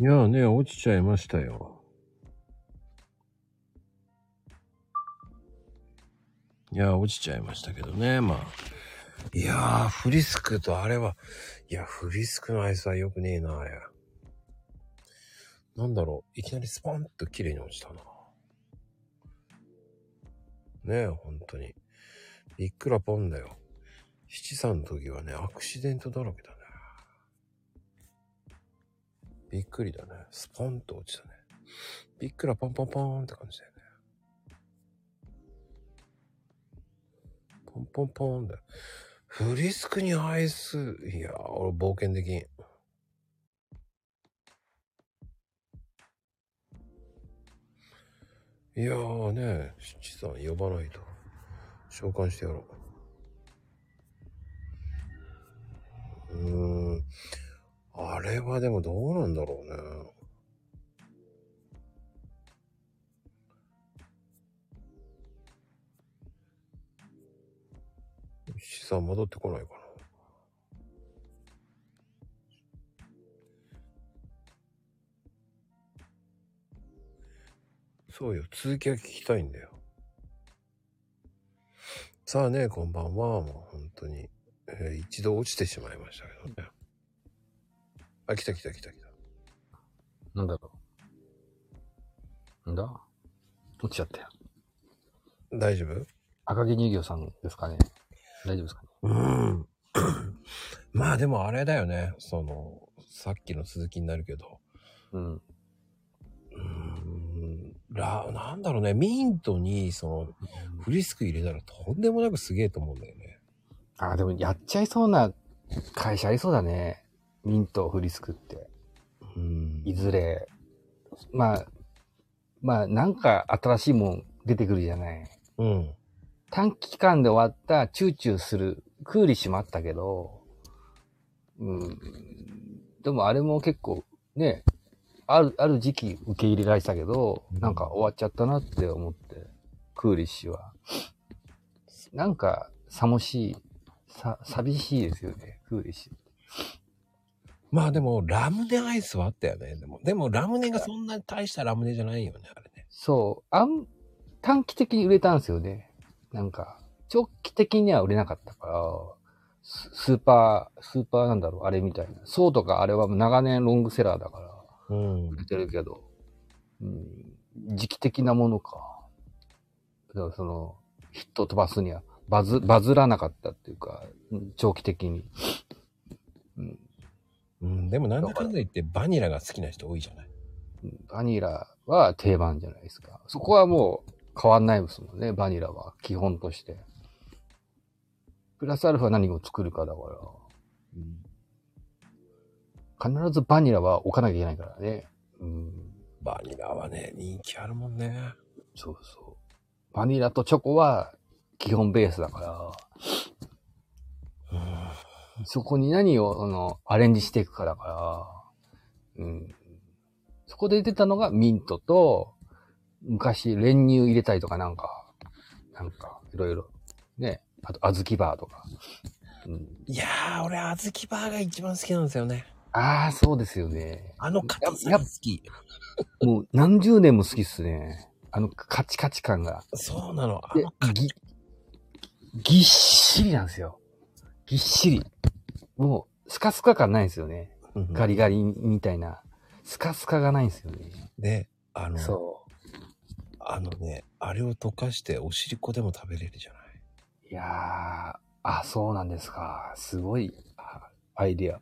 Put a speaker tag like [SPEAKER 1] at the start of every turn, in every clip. [SPEAKER 1] いやーね、落ちちゃいましたよ。いやー、落ちちゃいましたけどね、まあ。いやー、フリスクとあれは、いや、フリスクのアイスは良くねえな、あれ。なんだろう、いきなりスパンと綺麗に落ちたな。ねえ、本当に。びっくらポンだよ。七三の時はね、アクシデントだらけだね。びっくりだね。スポンと落ちたね。びっくらポンポンポーンって感じだよね。ポンポンポーンだよ。フリスクにアイス。いやー、俺冒険できん。いやーね、七さん呼ばないと。召喚してやろう。うーん。あれはでもどうなんだろうね。七さん戻ってこないかな。そうよ、続きは聞きたいんだよ。さあね、こんばんは。もう本当に、えー一度落ちてしまいましたけどね。あ、来た来た来た来た。
[SPEAKER 2] なんだろう。なんだ落ちちゃったよ。
[SPEAKER 1] 大丈夫
[SPEAKER 2] 赤木乳業さんですかね。大丈夫ですかね。
[SPEAKER 1] うん。 まあでもあれだよね。その、さっきの続きになるけど。
[SPEAKER 2] うん。
[SPEAKER 1] うーん。ら、なんだろうね。ミントに、その、フリスク入れたらとんでもなくすげえと思うんだよね。
[SPEAKER 2] あ、でもやっちゃいそうな会社ありそうだね。ミント、フリスクって。
[SPEAKER 1] うん
[SPEAKER 2] いずれ、まあ、まあ、なんか新しいもん出てくるじゃない。
[SPEAKER 1] うん。
[SPEAKER 2] 短期間で終わった、チューチューする、クーリッシュもあったけど、うん。でもあれも結構、ね、ある、ある時期受け入れられてたけど、
[SPEAKER 1] うん
[SPEAKER 2] なんか終わっちゃったなって思って、クーリッシュは。なんか、寂しい、さ、寂しいですよね、クーリッシュ。
[SPEAKER 1] まあでも、ラムネアイスはあったよね。でも、でもラムネがそんなに大したラムネじゃないよね、あれね。
[SPEAKER 2] そう、あん、短期的に売れたんですよね。なんか、長期的には売れなかったから、ススーパー、スーパーなんだろう、あれみたいな。そうとかあれはもう長年ロングセラーだから、
[SPEAKER 1] うん
[SPEAKER 2] 売。れてるけど、うん、時期的なものか。だからその、ヒットを飛ばすには、バズ、バズらなかったっていうか、うん長期的に。うん、
[SPEAKER 1] うん、でもなんだかんだ言ってバニラが好きな人多いじゃない。
[SPEAKER 2] バニラは定番じゃないですか。そこはもう変わんないですもんね、バニラは。基本として。プラスアルファ何を作るかだから。必ずバニラは置かなきゃいけないからね。うん。
[SPEAKER 1] バニラはね、人気あるもんね。
[SPEAKER 2] そうそう。バニラとチョコは基本ベースだから。そこに何を、あの、アレンジしていくかだから。うん。そこで出たのがミントと、昔練乳入れたりとかなんか、なんか、いろいろ。ね。あと、小豆バーとか。うん、
[SPEAKER 1] いやー、俺、あずきバーが一番好きなんですよね。
[SPEAKER 2] ああ、そうですよね。
[SPEAKER 1] あの硬さ
[SPEAKER 2] や
[SPEAKER 1] が
[SPEAKER 2] っ
[SPEAKER 1] 好き。
[SPEAKER 2] もう何十年も好きっすね。あのカチカチ感が。
[SPEAKER 1] そうなの。あ
[SPEAKER 2] で
[SPEAKER 1] の硬、
[SPEAKER 2] ぎ、ぎっしりなんですよ。ぎっしり。もう、スカスカ感ないんですよね。
[SPEAKER 1] うん
[SPEAKER 2] ガリガリみたいな。スカスカがないんですよね。
[SPEAKER 1] で、あの、
[SPEAKER 2] そ
[SPEAKER 1] あのね、あれを溶かしておしりこでも食べれるじゃない。
[SPEAKER 2] う。いやー、あ、そうなんですか。すごい、あアイディア。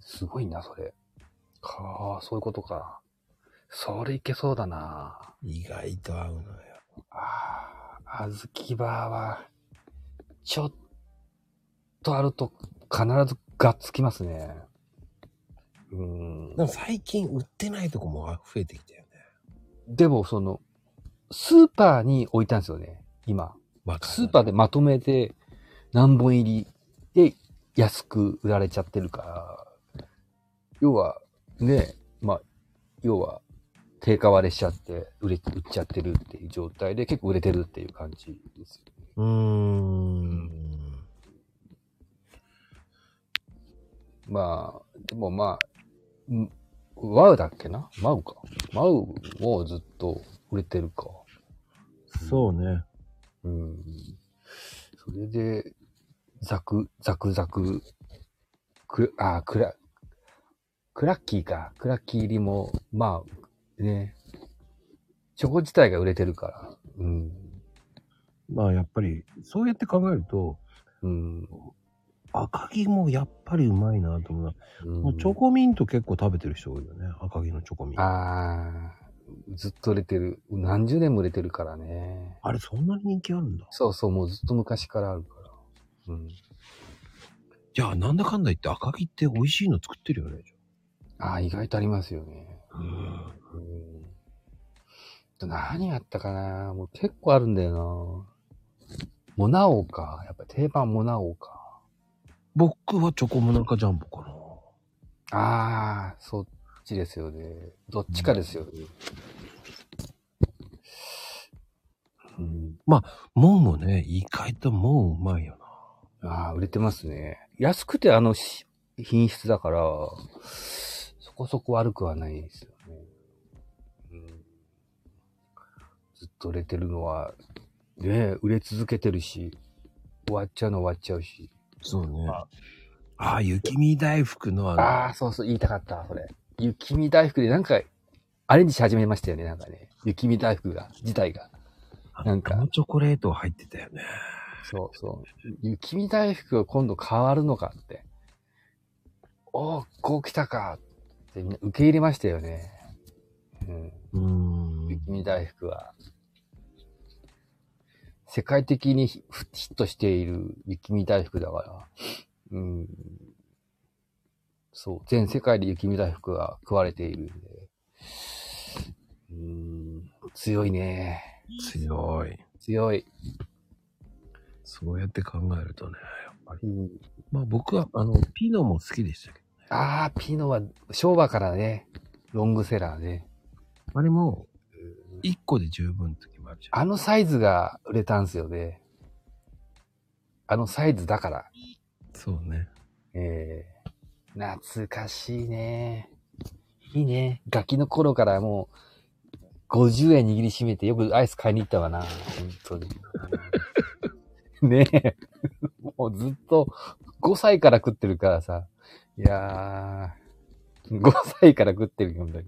[SPEAKER 2] すごいな、それ。かあ、そういうことか。それいけそうだな。
[SPEAKER 1] 意外と合うのよ。
[SPEAKER 2] ああ、あずきバーは、ちょっとあると必ずがっつきますね。うーん
[SPEAKER 1] で。も最近売ってないとこも増えてきたよね。
[SPEAKER 2] でも、その、スーパーに置いたんですよね、今。
[SPEAKER 1] わかる
[SPEAKER 2] スーパーでまとめて何本入りで安く売られちゃってるから、要は、ね、まあ、要は、定価割れしちゃって、売れ、売っちゃってるっていう状態で結構売れてるっていう感じですよね。
[SPEAKER 1] うーん。
[SPEAKER 2] まあ、でもまあ、んワウだっけなマウか。マウをずっと売れてるか。
[SPEAKER 1] そうね。
[SPEAKER 2] うん。それで、ザク、ザクザク、く、あ、クラ、クラッキーか。クラッキー入りも、まあ、ね。チョコ自体が売れてるから。うん。
[SPEAKER 1] まあやっぱり、そうやって考えると、
[SPEAKER 2] うん。
[SPEAKER 1] 赤木もやっぱりうまいなと思うな。もうチョコミント結構食べてる人多いよね。赤木のチョコミント。あ
[SPEAKER 2] ああ、ずっと売れてる。何十年も売れてるからね。
[SPEAKER 1] れそんなに人気あるんだ。
[SPEAKER 2] そうそう、もうずっと昔からあるから。うん。
[SPEAKER 1] じゃあなんだかんだ言って赤木って美味しいの作ってるよね。
[SPEAKER 2] ああ、意外とありますよね。
[SPEAKER 1] うん。
[SPEAKER 2] うん。何やったかなもう結構あるんだよな。モナ王か。やっぱ定番モナ王か。
[SPEAKER 1] 僕はチョコモナカジャンボかな。
[SPEAKER 2] ああ、そっちですよね。どっちかですよね。うん。
[SPEAKER 1] もんもね、意外ともんうまいよな。
[SPEAKER 2] ああ、売れてますね。安くてあのし品質だから、そこそこ悪くはないですよね。うん、ずっと売れてるのは、ねえ売れ続けてるし、終わっちゃうの終わっちゃうし。
[SPEAKER 1] そうね
[SPEAKER 2] あ
[SPEAKER 1] ああ、雪見大福のあの、
[SPEAKER 2] ああ、そうそう、言いたかった、それ。雪見大福でなんか、アレンジし始めましたよね、なんかね。雪見大福が、自体が。
[SPEAKER 1] あ
[SPEAKER 2] な
[SPEAKER 1] の
[SPEAKER 2] んか
[SPEAKER 1] 生チョコレート入ってたよね。
[SPEAKER 2] そうそう。雪見大福が今度変わるのかって。おお、こう来たかってみんな受け入れましたよね。うん。
[SPEAKER 1] うーん。
[SPEAKER 2] 雪見大福は。世界的にヒヒットしている雪見大福だから。うん。そう。全世界で雪見大福が食われているんで。うん。強いね。
[SPEAKER 1] 強い。
[SPEAKER 2] 強い。
[SPEAKER 1] そうやって考えるとね、やっぱり。まあ僕は、あの、ピノも好きでしたけ
[SPEAKER 2] ああ、ピノは昭和からね、ロングセラーね。
[SPEAKER 1] ど、あれも、1個で十分って時もあるじゃん。
[SPEAKER 2] あのサイズが売れたんすよね。あのサイズだから。
[SPEAKER 1] そうね。
[SPEAKER 2] ええ懐かしいね。いいね。ガキの頃からもう、50円握りしめてよくアイス買いに行ったわな。本当に。 ねえ。もうずっと5歳から食ってるからさ。いやー、5歳から食ってるよ、本当に。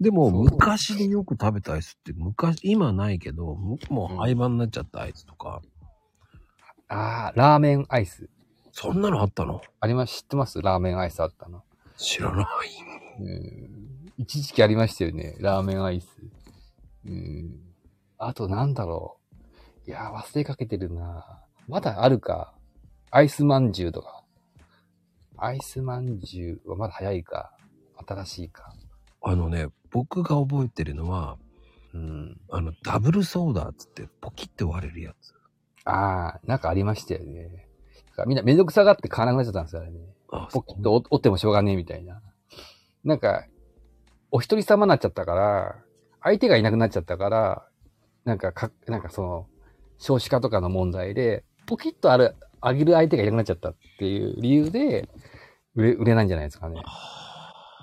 [SPEAKER 1] でも、
[SPEAKER 2] そう
[SPEAKER 1] 昔でよく食べたアイスって、昔、今ないけど、むも
[SPEAKER 2] う
[SPEAKER 1] うん廃盤になっちゃったアイスとか、
[SPEAKER 2] あー、ラーメンアイス。
[SPEAKER 1] そんなのあったの
[SPEAKER 2] あります、知ってますラーメンアイスあったの。
[SPEAKER 1] 知らない。
[SPEAKER 2] うん一時期ありましたよね。ラーメンアイス。うん。あとなんだろう。いやー、忘れかけてるな。まだあるか。アイスまんじゅうとか。アイスまんじゅうはまだ早いか。新しいか。
[SPEAKER 1] あのね、僕が覚えてるのは、
[SPEAKER 2] うん。
[SPEAKER 1] あの、ダブルソーダっつって、ポキって割れるやつ。
[SPEAKER 2] ああ、なんかありましたよね。だからみんなめんどくさがって買わなくなっちゃったんですよ、あれね。
[SPEAKER 1] あ
[SPEAKER 2] ポキッと折折ってもしょうがねえみたいな。なんか、お一人様になっちゃったから、相手がいなくなっちゃったから、なんかか、なんかその、少子化とかの問題で、ポキッとある、あげる相手がいなくなっちゃったっていう理由で、売れ、売れないんじゃないですかね。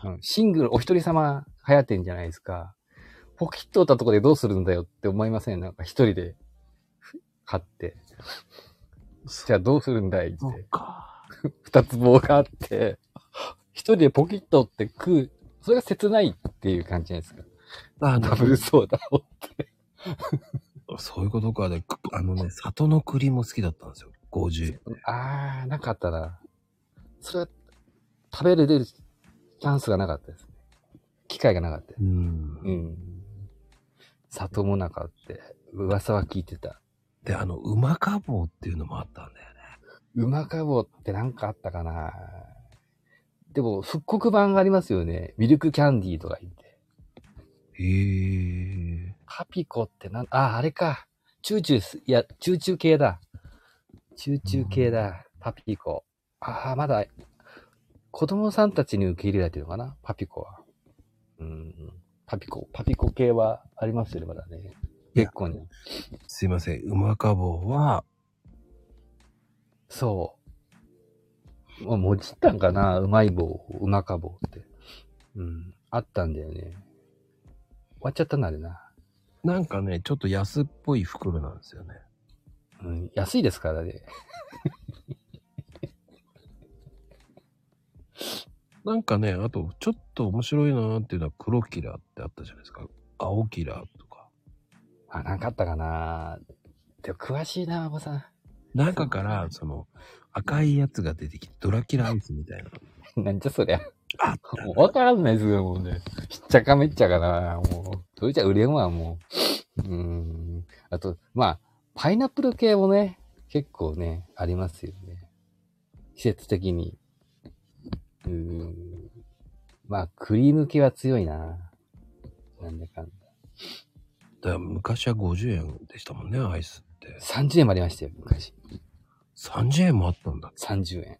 [SPEAKER 2] うん、シングル、お一人様流行ってんじゃないですか。ポキッと折ったとこでどうするんだよって思いませんなんか一人で、ふ買って。じゃあどうするんだいって
[SPEAKER 1] そ。っか。
[SPEAKER 2] 二つ棒があって、一人でポキッと折って食う、それが切ないっていう感じじゃないですか。
[SPEAKER 1] あ
[SPEAKER 2] ダ
[SPEAKER 1] の
[SPEAKER 2] ブ、ルソーダを。
[SPEAKER 1] そういうことか。で、くあのね、里の栗も好きだったんですよ。50。
[SPEAKER 2] あー、なかったな。それは、食べれるチャンスがなかったですね。機会がなかった。
[SPEAKER 1] うん。
[SPEAKER 2] うん。里もなかって、噂は聞いてた。
[SPEAKER 1] で、あの、馬かぼうっていうのもあったんだよね。
[SPEAKER 2] 馬かぼうってなんかあったかなでも、復刻版がありますよね。ミルクキャンディーとか言って。
[SPEAKER 1] へえ。
[SPEAKER 2] パピコってなん、あ、あれか。チューチューす、いや、チューチュー系だ。チューチュー系だ。パピコ。ああ、まだ、子供さんたちに受け入れられてるのかなパピコは。うん。パピコ、パピコ系はありますよね、まだね。
[SPEAKER 1] いや
[SPEAKER 2] 結構ね。
[SPEAKER 1] すいません。馬かぼうは、
[SPEAKER 2] そう。もう、もじったんかなうまい棒、うまか棒って。うん。あったんだよね。終わっちゃったんだよな。
[SPEAKER 1] なんかね、ちょっと安っぽい袋なんですよね。
[SPEAKER 2] うん。安いですからね。
[SPEAKER 1] なんかね、あと、ちょっと面白いなーっていうのは黒キラーってあったじゃないですか。青キラーとか。
[SPEAKER 2] あ、なんかあったかな。でも詳しいな、おばさん。
[SPEAKER 1] 中から、その、赤いやつが出てきて、ドラキュラアイスみたいな。
[SPEAKER 2] なん じゃそりゃ。
[SPEAKER 1] あっ
[SPEAKER 2] もうわからんないですよ、もうね。ひっちゃかめっちゃかな、もう。それじゃ売れんわ、もう。うーん。あと、まあ、パイナップル系もね、結構ね、ありますよね。季節的に。うーん。まあ、クリーム系は強いな。なんだかん
[SPEAKER 1] だ
[SPEAKER 2] だ。
[SPEAKER 1] から昔は50円でしたもんね、アイスって。
[SPEAKER 2] 30円もありましたよ、昔。
[SPEAKER 1] 30円もあったんだ。
[SPEAKER 2] 30円。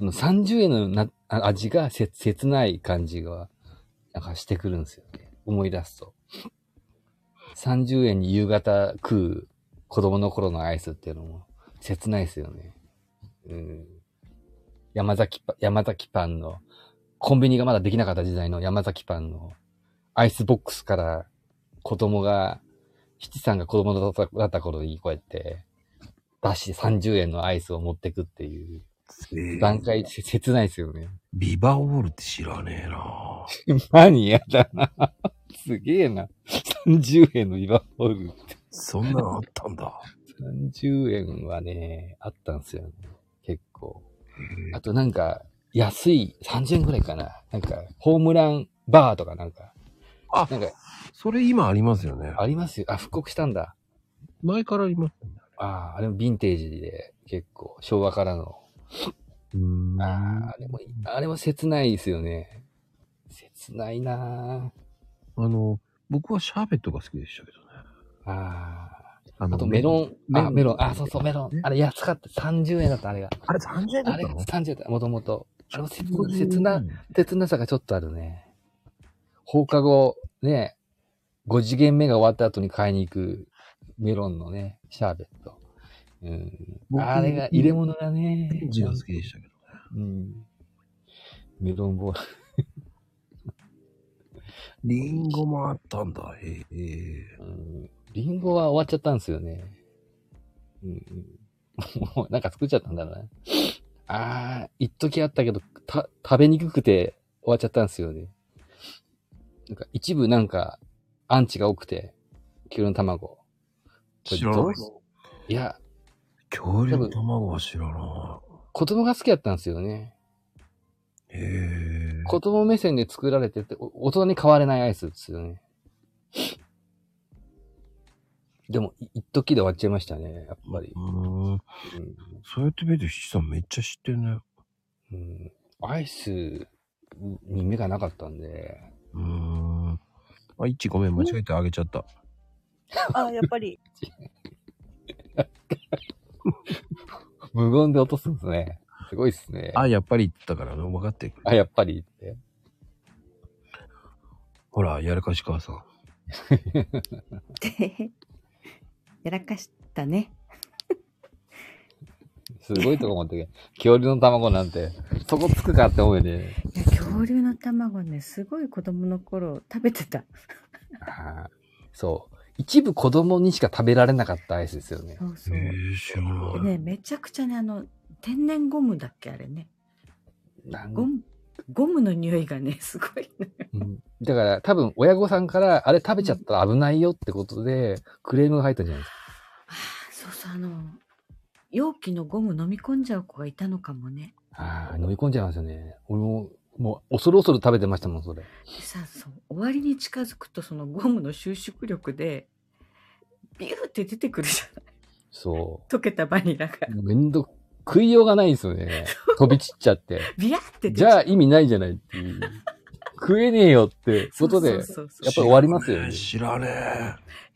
[SPEAKER 2] あの30円のなあ味がせ切ない感じが、なんかしてくるんですよね。思い出すと。30円に夕方食う子供の頃のアイスっていうのも切ないですよね。うん。山崎パ、山崎パンの、コンビニがまだできなかった時代の山崎パンのアイスボックスから子供が、七さんが子供だっただった頃にこうやって、出して30円のアイスを持ってくっていう。段階、せ切ないですよね。
[SPEAKER 1] ビバオールって知らねえな
[SPEAKER 2] 何やだな。 すげえな。30円の岩ホール。
[SPEAKER 1] そんなのあったんだ。
[SPEAKER 2] 30円はね、あったんですよ、ね。結構。あとなんか、安い、30円ぐらいかな。なんか、ホームランバーとかなんか。
[SPEAKER 1] あ
[SPEAKER 2] なんか、
[SPEAKER 1] それ今ありますよね。
[SPEAKER 2] ありますよ。あ、復刻したんだ。
[SPEAKER 1] 前からあります。
[SPEAKER 2] ああ、あれもヴィンテージで、結構、昭和からの。
[SPEAKER 1] うーん
[SPEAKER 2] ああ、あれも、あれも切ないですよね。切ないな
[SPEAKER 1] あの、僕はシャーベットが好きでしたけどね。
[SPEAKER 2] あ。あ
[SPEAKER 1] あ
[SPEAKER 2] あ。あとメロン、
[SPEAKER 1] メロン
[SPEAKER 2] あ、メロン、あ、そうそう、メロン
[SPEAKER 1] ね。
[SPEAKER 2] あれ安かった。30円だった、あれが。
[SPEAKER 1] あれ30円だ
[SPEAKER 2] あ
[SPEAKER 1] った
[SPEAKER 2] れ、
[SPEAKER 1] の
[SPEAKER 2] 30円だった、もともと。あの、切
[SPEAKER 1] 150
[SPEAKER 2] 切な、切なさがちょっとあるね。放課後、ね、5次元目が終わった後に買いに行くメロンのね、シャーベット。うん。
[SPEAKER 1] 僕
[SPEAKER 2] あれが、入れ物がね。
[SPEAKER 1] オレンジが好きでしたけどね。
[SPEAKER 2] うん。メロンボール。
[SPEAKER 1] リンゴもあったんだ。へえ
[SPEAKER 2] うんリンゴは終わっちゃったんですよね。うんうん、もうなんか作っちゃったんだろうね。ああ、一時あったけど、た、食べにくくて終わっちゃったんですよね。なんか一部なんか、アンチが多くて、黄色の卵。
[SPEAKER 1] 知らない。
[SPEAKER 2] いや、
[SPEAKER 1] 恐竜の卵は知らな
[SPEAKER 2] 子供が好きだったんですよね。
[SPEAKER 1] い。へえ
[SPEAKER 2] 子供目線で作られてて、お大人に変われないアイスですよね。でも、い一時で終わっちゃいましたね、やっぱり
[SPEAKER 1] う。ーん。
[SPEAKER 2] うん
[SPEAKER 1] そうやって見ると、七さんめっちゃ知ってるね。
[SPEAKER 2] うんアイスに目がなかったんで。
[SPEAKER 1] うーん。あ、いちごめん、間違えてあげちゃった。
[SPEAKER 3] あ、やっぱり。
[SPEAKER 2] 無言で落とすんですね。すごいっすね。
[SPEAKER 1] あ、やっぱりって言ったからね、分かってくる。
[SPEAKER 2] あ、やっぱりって。
[SPEAKER 1] ほら、やらかし母さん。
[SPEAKER 3] やらかしたね。
[SPEAKER 2] すごいとこ思って 恐竜の卵なんて、そこつくかって思うよね。
[SPEAKER 3] いや、恐竜の卵ね、すごい子供の頃食べてた。
[SPEAKER 2] あーそう。一部子供にしか食べられなかったアイスですよね。
[SPEAKER 3] そうそ
[SPEAKER 1] へ
[SPEAKER 3] う。
[SPEAKER 1] え知らない。
[SPEAKER 3] ね、めちゃくちゃね、あの、天然ゴムだっけあれね。
[SPEAKER 2] なん
[SPEAKER 3] ゴム、ゴムの匂いがね、 すごいのよ。
[SPEAKER 2] うんだから多分親御さんからあれ食べちゃったら危ないよってことで、クレームが入ったんじゃないですか。
[SPEAKER 3] あーそうそう、あの、容器のゴム飲み込んじゃう子がいたのかもね。
[SPEAKER 2] ああ、飲み込んじゃいますよね。俺も、もう恐る恐る食べてましたもん、それ。
[SPEAKER 3] でさ、そう、終わりに近づくとそのゴムの収縮力で、ビューって出てくるじゃない。
[SPEAKER 2] そう。
[SPEAKER 3] 溶けたバニラが。
[SPEAKER 2] めんど、食いようがないんですよ ね。飛び散っちゃって。
[SPEAKER 3] ビヤーって出
[SPEAKER 2] じゃあ意味ないじゃないっていう。食えねえよってことで。
[SPEAKER 3] そうそうそう
[SPEAKER 2] やっぱり終わりますよね
[SPEAKER 1] 知らね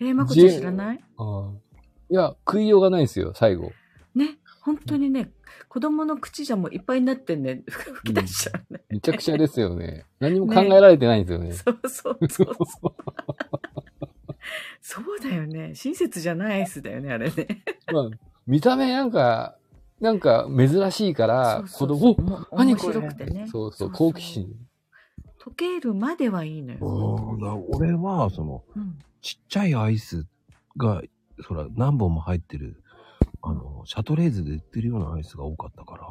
[SPEAKER 1] え。
[SPEAKER 3] えー、まこちゃん知らない
[SPEAKER 2] ああいや、食いようがないんですよ、最後。
[SPEAKER 3] ね、本当にね、子供の口じゃもういっぱいになってね、吹き出しちゃうね。
[SPEAKER 2] めちゃくちゃですよ ね。何も考えられてないんですよね。
[SPEAKER 3] そうそうそうそう。そうだよね。親切じゃないアイスだよね、あれね。
[SPEAKER 2] まあ、見た目なんか、なんか珍しいから、
[SPEAKER 3] そうそう
[SPEAKER 2] 子供、
[SPEAKER 3] そう
[SPEAKER 2] お何
[SPEAKER 3] 面
[SPEAKER 2] これ
[SPEAKER 3] 白くてね。
[SPEAKER 2] そうそう、好奇心。
[SPEAKER 3] 溶けるまではいいのよ。
[SPEAKER 1] うん、だから俺は、その、
[SPEAKER 3] うん。
[SPEAKER 1] ちっちゃいアイスが、そら、何本も入ってる、あの、シャトレーゼで売ってるようなアイスが多かったから